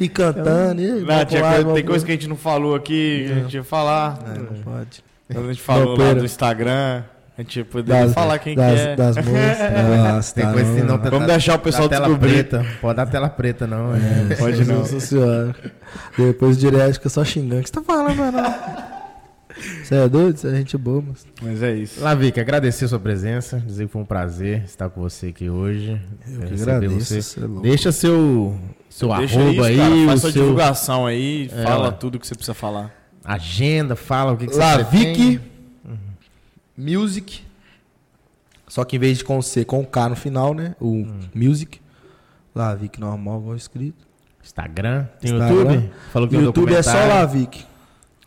Speaker 3: E cantando. e aí,
Speaker 2: Não,
Speaker 3: vamos
Speaker 2: tinha
Speaker 3: lá,
Speaker 2: coisa-
Speaker 3: vamos
Speaker 2: tem
Speaker 3: lá.
Speaker 2: coisa que a gente não falou aqui, que a gente ia falar.
Speaker 3: É, Não pode.
Speaker 2: Quando a gente falou lá
Speaker 3: pera.
Speaker 2: do Instagram, a gente poderia falar quem
Speaker 3: das,
Speaker 2: que é.
Speaker 3: Das moças. Nossa,
Speaker 1: Tem
Speaker 3: tá,
Speaker 1: coisa
Speaker 3: não,
Speaker 1: que não
Speaker 3: não.
Speaker 1: tá-
Speaker 2: Vamos
Speaker 1: tá-
Speaker 2: deixar o pessoal
Speaker 1: tá tela
Speaker 2: descobrir.
Speaker 1: preta. Pode dar tela preta, não. É.
Speaker 3: tá
Speaker 2: Pode não.
Speaker 3: Nossa senhora. Depois direto fica só xingando. O que você tá falando, mano? Você é doido? Você é gente boa, mas.
Speaker 2: Mas é isso.
Speaker 1: Lavica, agradecer a sua presença, dizer que foi um prazer estar com você aqui hoje. Eu
Speaker 3: que agradeço, você é louco.
Speaker 1: Deixa seu, seu
Speaker 2: Deixa
Speaker 1: arroba aí,
Speaker 2: isso, cara.
Speaker 1: o
Speaker 2: Faz sua
Speaker 1: seu
Speaker 2: divulgação aí,
Speaker 1: É,
Speaker 2: fala
Speaker 1: ué.
Speaker 2: tudo que você precisa falar.
Speaker 1: agenda, fala o que, que você
Speaker 3: Lavic
Speaker 1: pretende.
Speaker 3: Music. Só que em vez de com C, com K no final, né? O Music. Lavic normal, igual escrito.
Speaker 1: Instagram, tem
Speaker 3: Instagram.
Speaker 1: YouTube? Falou que tem um
Speaker 3: YouTube é só
Speaker 1: documentário.
Speaker 3: Lavic.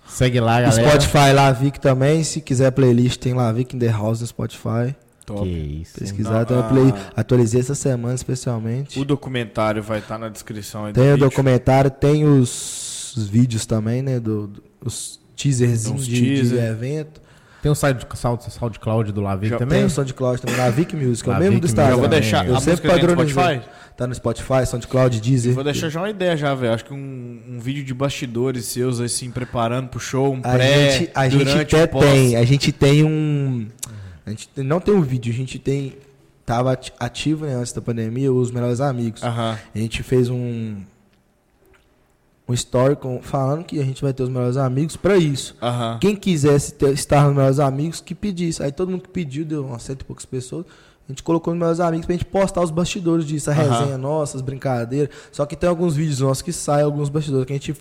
Speaker 1: Segue lá, galera.
Speaker 3: Spotify Lavic também. Se quiser playlist, tem Lavic in the House no Spotify.
Speaker 1: Que
Speaker 2: Top.
Speaker 1: isso.
Speaker 3: Pesquisar,
Speaker 2: Não,
Speaker 3: tem uma
Speaker 2: ah.
Speaker 3: play. Atualizei essa semana especialmente.
Speaker 2: O documentário vai estar na descrição aí
Speaker 3: Tem o
Speaker 2: vídeo.
Speaker 3: documentário, tem os, os vídeos também, né? Do, do- os teaserzinhos
Speaker 2: Uns
Speaker 3: de, de
Speaker 2: teaser.
Speaker 3: evento.
Speaker 1: Tem o site Sound- SoundCloud do Lavic
Speaker 2: Já
Speaker 1: também?
Speaker 3: Tem um o SoundCloud também, na Vic Music, é o
Speaker 1: Na
Speaker 3: mesmo
Speaker 1: Vic
Speaker 3: do
Speaker 1: Music.
Speaker 3: Instagram.
Speaker 2: Eu vou deixar
Speaker 3: Eu
Speaker 2: a
Speaker 3: sempre
Speaker 2: música tem no
Speaker 3: padronizei.
Speaker 2: Spotify?
Speaker 3: Tá no Spotify, SoundCloud, Deezer.
Speaker 2: Vou deixar já uma ideia já, velho. Acho que um, um vídeo de bastidores seus, assim, preparando pro show, um
Speaker 3: A
Speaker 2: pré,
Speaker 3: gente, a gente
Speaker 2: durante,
Speaker 3: até
Speaker 2: um pós.
Speaker 3: tem, a gente tem um... A gente tem- não tem um vídeo, a gente tem... Tava ati- ativo, né, antes da pandemia, os melhores amigos.
Speaker 2: Aham.
Speaker 3: A gente fez um... Um story com- falando que a gente vai ter os melhores amigos pra isso.
Speaker 2: Aham.
Speaker 3: Quem quisesse ter- estar nos meus amigos, que pedisse. Aí todo mundo que pediu, deu umas cento e poucas pessoas. A gente colocou nos meus amigos pra gente postar os bastidores disso, a
Speaker 2: Aham.
Speaker 3: resenha nossa, as brincadeiras. Só que tem alguns vídeos nossos que saem, alguns bastidores que a gente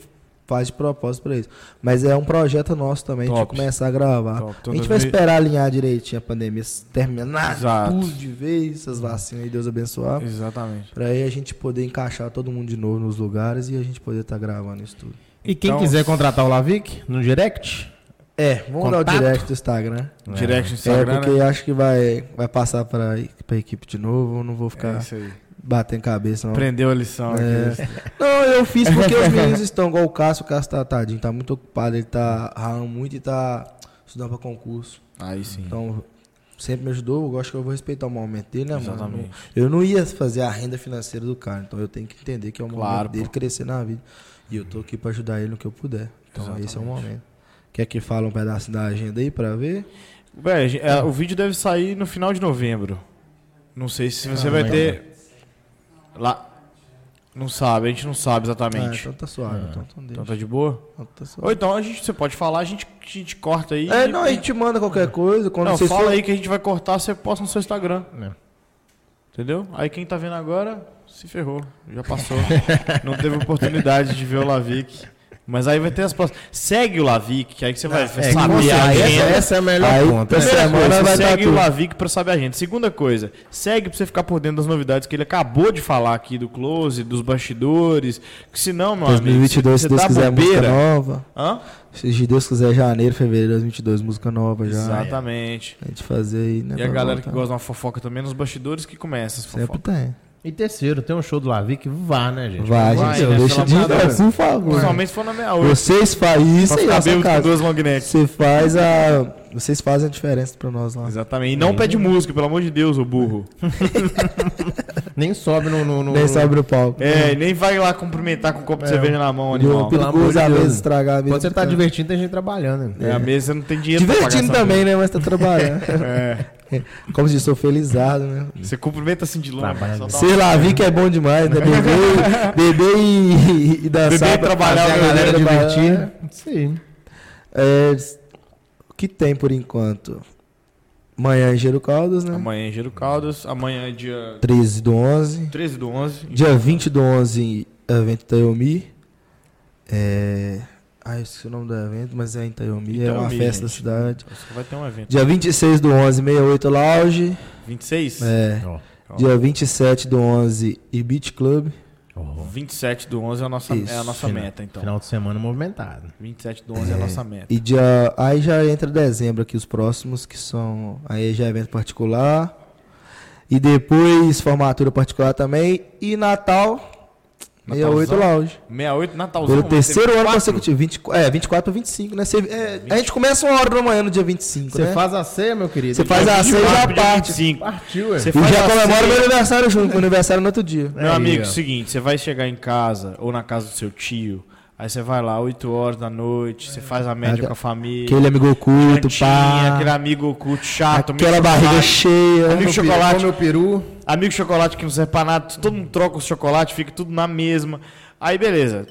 Speaker 3: faz de propósito pra isso. Mas é um projeto nosso também, a gente
Speaker 2: Top.
Speaker 3: vai começar a gravar.
Speaker 2: Top. Então,
Speaker 3: A
Speaker 2: Toda
Speaker 3: gente vai
Speaker 2: vez-
Speaker 3: esperar alinhar direitinho a pandemia, se terminar
Speaker 2: Exato.
Speaker 3: tudo de vez, essas vacinas aí, Deus abençoar.
Speaker 2: Exatamente.
Speaker 3: Pra aí a gente poder encaixar todo mundo de novo nos lugares e a gente poder estar gravando isso tudo.
Speaker 1: E quem
Speaker 2: Então-
Speaker 1: quiser contratar o Lavic no direct,
Speaker 3: É, vamos dar
Speaker 1: Contato?
Speaker 3: o direct do Instagram.
Speaker 2: Direct no
Speaker 3: É,
Speaker 2: Instagram,
Speaker 3: porque
Speaker 2: né?
Speaker 3: acho que vai, vai passar pra, pra equipe de novo, eu não vou
Speaker 2: É
Speaker 3: ficar
Speaker 2: isso aí.
Speaker 3: bater em cabeça, não.
Speaker 2: Aprendeu a lição.
Speaker 3: É.
Speaker 2: aqui.
Speaker 3: Não, eu fiz porque os meninos estão igual o Cássio. O Cássio tá, tadinho, tá muito ocupado, ele tá ralando muito e tá estudando pra concurso.
Speaker 2: Aí sim.
Speaker 3: Então, sempre me ajudou, eu acho que eu vou respeitar o momento dele, né, mano?
Speaker 2: Exatamente.
Speaker 3: Eu não ia fazer a renda financeira do cara, então eu tenho que entender que é o momento
Speaker 2: Claro,
Speaker 3: dele
Speaker 2: pô.
Speaker 3: crescer na vida. E eu tô aqui pra ajudar ele no que eu puder. Então, esse é o momento. Quer que fale um pedaço da agenda aí pra ver?
Speaker 2: Véi, a gen- é, o vídeo deve sair no final de novembro. Não sei se você vai
Speaker 1: mas-
Speaker 2: ter. Lá. Não sabe, a gente não sabe
Speaker 3: Ah,
Speaker 2: exatamente.
Speaker 3: então tá suave, então, então
Speaker 2: Então
Speaker 3: deixa.
Speaker 2: tá de boa?
Speaker 3: Então tá suave.
Speaker 2: Ou então a gente, você pode falar, a gente, a gente corta aí.
Speaker 3: É,
Speaker 2: e-
Speaker 3: não, a gente manda qualquer coisa. Quando
Speaker 2: Não,
Speaker 3: vocês
Speaker 2: fala
Speaker 3: for-
Speaker 2: aí que a gente vai cortar, você posta no seu Instagram.
Speaker 1: É.
Speaker 2: Entendeu? Aí quem tá vendo agora se ferrou, já passou. não teve oportunidade de ver o Lavic. Mas aí vai ter as próximas. Segue o Lavic, que aí que você vai
Speaker 1: É,
Speaker 2: saber a
Speaker 1: essa,
Speaker 2: agenda.
Speaker 1: essa é a melhor
Speaker 3: Aí,
Speaker 1: conta.
Speaker 3: essa
Speaker 2: Primeira
Speaker 3: semana
Speaker 2: coisa,
Speaker 3: vai tá
Speaker 2: segue o
Speaker 3: tudo.
Speaker 2: Lavic pra saber a gente. Segunda coisa, segue pra você ficar por dentro das novidades que ele acabou de falar aqui do Close, dos bastidores. Que se não, meu amigo. tá
Speaker 3: 2022, se Deus quiser, música
Speaker 2: bobeira.
Speaker 3: nova.
Speaker 2: Hã?
Speaker 3: Se Deus quiser, janeiro, fevereiro de 2022, música nova já.
Speaker 2: Exatamente.
Speaker 3: A gente fazer aí, né?
Speaker 2: E a
Speaker 3: pra
Speaker 2: galera que
Speaker 3: voltar. é
Speaker 2: gosta de uma fofoca também nos bastidores que começa as
Speaker 3: Sempre
Speaker 2: fofocas.
Speaker 3: tem.
Speaker 1: E terceiro, tem um show do Lavi que vá, né, gente?
Speaker 3: Vai,
Speaker 2: Vai,
Speaker 3: gente.
Speaker 2: né?
Speaker 3: Deixa de
Speaker 2: Pelo amor de
Speaker 3: ir,
Speaker 2: Deus.
Speaker 3: por favor.
Speaker 2: Principalmente se for na meia hoje.
Speaker 3: Vocês fazem isso
Speaker 2: Pra
Speaker 3: aí,
Speaker 2: ficar
Speaker 3: nossa
Speaker 2: bêbado com
Speaker 3: casa.
Speaker 2: duas long necks.
Speaker 3: Você faz a. Vocês fazem a diferença pra nós lá.
Speaker 2: Exatamente. E
Speaker 3: É.
Speaker 2: não pede música, pelo amor de Deus, ô burro.
Speaker 1: Nem sobe no. no, no
Speaker 3: Nem sobe no palco.
Speaker 2: É, e nem vai lá cumprimentar com um
Speaker 3: É.
Speaker 2: copo de cerveja na mão, animal.
Speaker 3: Não,
Speaker 1: pelo amor de
Speaker 3: perigoso às
Speaker 1: Deus.
Speaker 3: vezes estragar a mesa.
Speaker 1: Quando você tá divertindo, tem gente trabalhando.
Speaker 2: É,
Speaker 1: Né?
Speaker 2: a mesa não tem dinheiro pra pagar
Speaker 3: Divertindo
Speaker 2: essa
Speaker 3: também, né? Mas tá trabalhando.
Speaker 2: mesa.
Speaker 3: Como se diz, sou felizardo, né?
Speaker 2: É. Você cumprimenta assim de
Speaker 3: Tá,
Speaker 2: longe.
Speaker 1: Trabalha.
Speaker 2: só dá
Speaker 3: Sei lá, vi que é bom demais, né? Beber, beber e, e dançar.
Speaker 2: Beber e
Speaker 3: pra
Speaker 2: trabalhar,
Speaker 3: fazer
Speaker 2: né?
Speaker 3: a galera divertida.
Speaker 1: divertida. Sim.
Speaker 3: É, o que tem por enquanto? Amanhã é Giro Caldas, né?
Speaker 2: Amanhã é Giro Caldas, amanhã é dia
Speaker 3: 13 do 11.
Speaker 2: 13 do 11.
Speaker 3: Dia 20 do 11, evento Tayomi. É... Ah, eu esqueci o nome do evento, mas é em Tayomi, é uma
Speaker 2: Itaiomi,
Speaker 3: festa da
Speaker 2: gente.
Speaker 3: cidade.
Speaker 2: Só vai ter um evento.
Speaker 3: Dia 26 do 11, 68 Lounge.
Speaker 2: 26?
Speaker 3: É.
Speaker 1: Ó,
Speaker 2: Então.
Speaker 3: Dia 27 do 11, Beach Club.
Speaker 1: ó,
Speaker 2: 27 do 11 é a nossa,
Speaker 3: Isso.
Speaker 2: é a nossa
Speaker 1: Final-
Speaker 2: meta, então.
Speaker 1: Final de semana movimentado.
Speaker 2: 27 do 11 é, a nossa meta.
Speaker 3: E dia. Aí já entra dezembro aqui os próximos, que são. Aí já é evento particular. E depois formatura particular também. E Natal, 68
Speaker 2: Natalzão.
Speaker 3: Lounge.
Speaker 2: 68, Natalzão.
Speaker 3: Pelo
Speaker 2: vai ter
Speaker 3: terceiro ano
Speaker 2: 24.
Speaker 3: consecutivo. 20, é, 24 ou 25, né? Você- é, A gente começa uma hora da manhã no dia 25,
Speaker 1: Você
Speaker 3: né?
Speaker 1: faz é? a ceia, meu querido?
Speaker 3: Você faz a ceia e já
Speaker 2: 24 dia
Speaker 3: parte.
Speaker 2: 25.
Speaker 1: Partiu, ué.
Speaker 2: Você
Speaker 3: E
Speaker 2: faz
Speaker 3: já
Speaker 2: a
Speaker 3: comemora
Speaker 2: ceia. É.
Speaker 3: meu aniversário junto, meu aniversário no outro dia.
Speaker 2: Meu
Speaker 1: Aí,
Speaker 2: amigo,
Speaker 1: ó.
Speaker 2: seguinte, você vai chegar em casa ou na casa do seu tio, aí você vai lá 8 horas da noite, você faz a média
Speaker 3: Aquela-
Speaker 2: com a família.
Speaker 3: Aquele amigo oculto,
Speaker 2: cantinha, aquele
Speaker 3: pá.
Speaker 2: amigo oculto chato, amigo
Speaker 3: Aquela barriga
Speaker 2: chocolate,
Speaker 3: cheia.
Speaker 2: Amigo
Speaker 1: Come o
Speaker 2: chocolate,
Speaker 1: meu peru.
Speaker 2: amigo chocolate que não serve pra nada, todo mundo troca o chocolate, fica tudo na mesma. Aí beleza,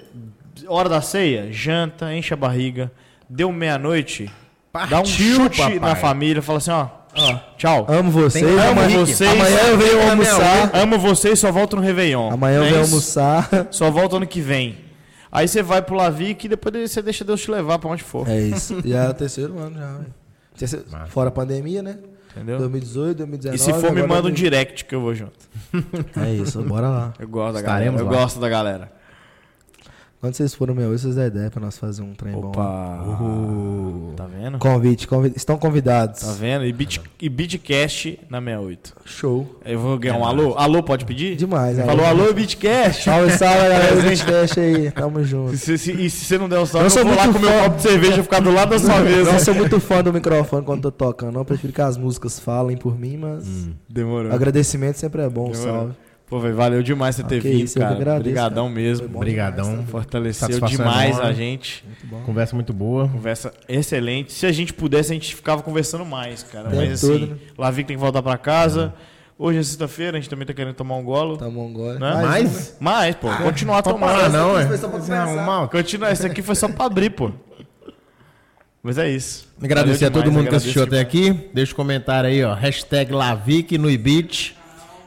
Speaker 2: hora da ceia, janta, enche a barriga, deu meia-noite, dá um
Speaker 1: Partiu,
Speaker 2: chute na
Speaker 1: papai.
Speaker 2: família, fala assim, ó, tchau.
Speaker 3: Amo vocês.
Speaker 1: Tem-
Speaker 2: Amo é
Speaker 3: amanhã-
Speaker 2: vocês.
Speaker 3: Amanhã eu venho
Speaker 1: Fica na minha
Speaker 3: almoçar.
Speaker 2: Amo vocês, só volto no Réveillon.
Speaker 3: Amanhã eu
Speaker 2: É
Speaker 3: venho
Speaker 2: isso.
Speaker 3: almoçar.
Speaker 2: Só volta ano que vem. Aí você vai pro Lavic e depois você deixa Deus te levar pra onde for.
Speaker 3: É isso. Já é o terceiro ano, já. velho. Terceiro- fora a pandemia, né?
Speaker 2: Entendeu?
Speaker 3: 2018, 2019.
Speaker 2: E se for, me
Speaker 3: é agora
Speaker 2: manda um
Speaker 3: 2020.
Speaker 2: direct que eu vou junto.
Speaker 3: É isso, bora lá.
Speaker 2: Eu gosto da
Speaker 1: Estaremos
Speaker 2: galera. Eu
Speaker 1: lá.
Speaker 2: gosto da galera.
Speaker 3: Quando vocês forem meu, vocês dão ideia pra nós fazer um trem bom.
Speaker 2: Opa! Tá vendo?
Speaker 3: Convite, convi- estão convidados.
Speaker 2: Tá vendo? E, beat, e Beatcast na 68.
Speaker 3: Show.
Speaker 2: Eu vou ganhar um alô. Alô, pode pedir?
Speaker 3: É Demais,
Speaker 2: Falou
Speaker 3: alô.
Speaker 2: alô, Beatcast!
Speaker 3: Salve, salve, galera do
Speaker 2: Presente.
Speaker 3: Bitcash aí. Tamo junto.
Speaker 2: E se, se- e se você não der o salve,
Speaker 3: Eu
Speaker 2: eu,
Speaker 3: sou
Speaker 2: vou lá
Speaker 3: muito
Speaker 2: comer um
Speaker 3: fã.
Speaker 2: copo de cerveja e ficar do lado da sua mesa.
Speaker 3: Eu sou muito fã do microfone quando tô tocando. Não eu prefiro que as músicas falem por mim, mas
Speaker 2: Demorou.
Speaker 3: agradecimento sempre é bom.
Speaker 2: Hum. Demorou.
Speaker 3: Salve.
Speaker 2: Pô, velho, valeu demais você ter
Speaker 3: Ok,
Speaker 2: vindo,
Speaker 3: isso, eu que
Speaker 2: cara.
Speaker 3: agradeço,
Speaker 2: Obrigadão mesmo.
Speaker 3: Foi bom
Speaker 1: Obrigadão.
Speaker 2: Fortaleceu
Speaker 1: Satisfação
Speaker 2: demais
Speaker 1: enorme.
Speaker 2: a gente.
Speaker 1: Conversa muito boa.
Speaker 2: Conversa excelente. Se a gente pudesse, a gente ficava conversando mais, cara.
Speaker 3: O tempo
Speaker 2: Mas assim,
Speaker 3: todo, né?
Speaker 2: Lavi que tem que voltar pra casa. Hoje é sexta-feira, a gente também tá querendo tomar um golo.
Speaker 3: Tá bom agora.
Speaker 2: Né?
Speaker 1: Mais?
Speaker 2: Mais, pô. Continuar
Speaker 1: Ah,
Speaker 2: tomando.
Speaker 1: não, ué.
Speaker 5: foi só pra conversar.
Speaker 1: Não, mal.
Speaker 2: Continuar. Isso aqui foi só pra abrir, pô. Mas é isso.
Speaker 1: Agradecer
Speaker 2: Valeu
Speaker 1: a todo
Speaker 2: demais,
Speaker 1: mundo que
Speaker 2: agradeço
Speaker 1: assistiu até
Speaker 2: demais.
Speaker 1: aqui. Deixa o comentário aí, ó. Hashtag Lavic no Ibit.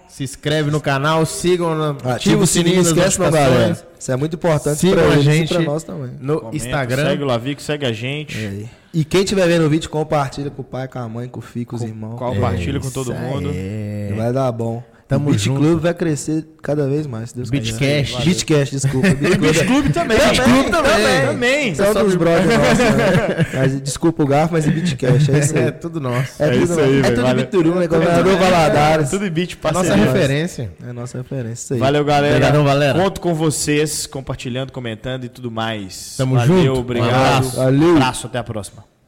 Speaker 1: Se inscreve no canal, sigam, no,
Speaker 3: Ativa, o sininho, não
Speaker 1: das
Speaker 3: esquece não,
Speaker 1: notificações.
Speaker 3: galera. Isso é muito importante
Speaker 1: Sigam
Speaker 3: pra
Speaker 1: a
Speaker 3: eles
Speaker 1: gente
Speaker 3: e pra nós também.
Speaker 1: No
Speaker 2: Comenta,
Speaker 1: Instagram.
Speaker 2: Segue o Lavi, que segue a gente.
Speaker 3: É. E quem estiver vendo o vídeo, compartilha com o pai, com a mãe, com o filho, com os irmãos.
Speaker 2: Compartilha com todo mundo.
Speaker 1: É.
Speaker 3: Vai dar bom.
Speaker 1: Tamo
Speaker 3: o Beat
Speaker 1: junto.
Speaker 3: Club vai crescer cada vez mais, se Deus
Speaker 1: Beat
Speaker 3: quiser.
Speaker 1: Cash.
Speaker 3: Beat Cash, desculpa. Beat Club é-
Speaker 2: Clube também.
Speaker 1: né?
Speaker 2: Beach Club também. Também.
Speaker 3: Só dos brothers nossos, né? Mas desculpa o garfo, mas e Bitcash, é isso aí.
Speaker 1: É tudo nosso.
Speaker 3: É,
Speaker 2: É
Speaker 3: tudo,
Speaker 2: isso aí, velho,
Speaker 3: é tudo
Speaker 2: valeu. É
Speaker 3: Bituru, né? Governador Valadares.
Speaker 2: Tudo em beat,
Speaker 1: Nossa
Speaker 2: parceria.
Speaker 1: referência.
Speaker 3: É nossa referência, isso aí.
Speaker 2: Valeu, galera.
Speaker 1: Obrigadão, galera.
Speaker 2: Conto com vocês, compartilhando, comentando e tudo mais.
Speaker 1: Tamo
Speaker 2: Valeu,
Speaker 1: junto. Um
Speaker 2: obrigado.
Speaker 1: abraço.
Speaker 3: Valeu.
Speaker 2: abraço, até a próxima.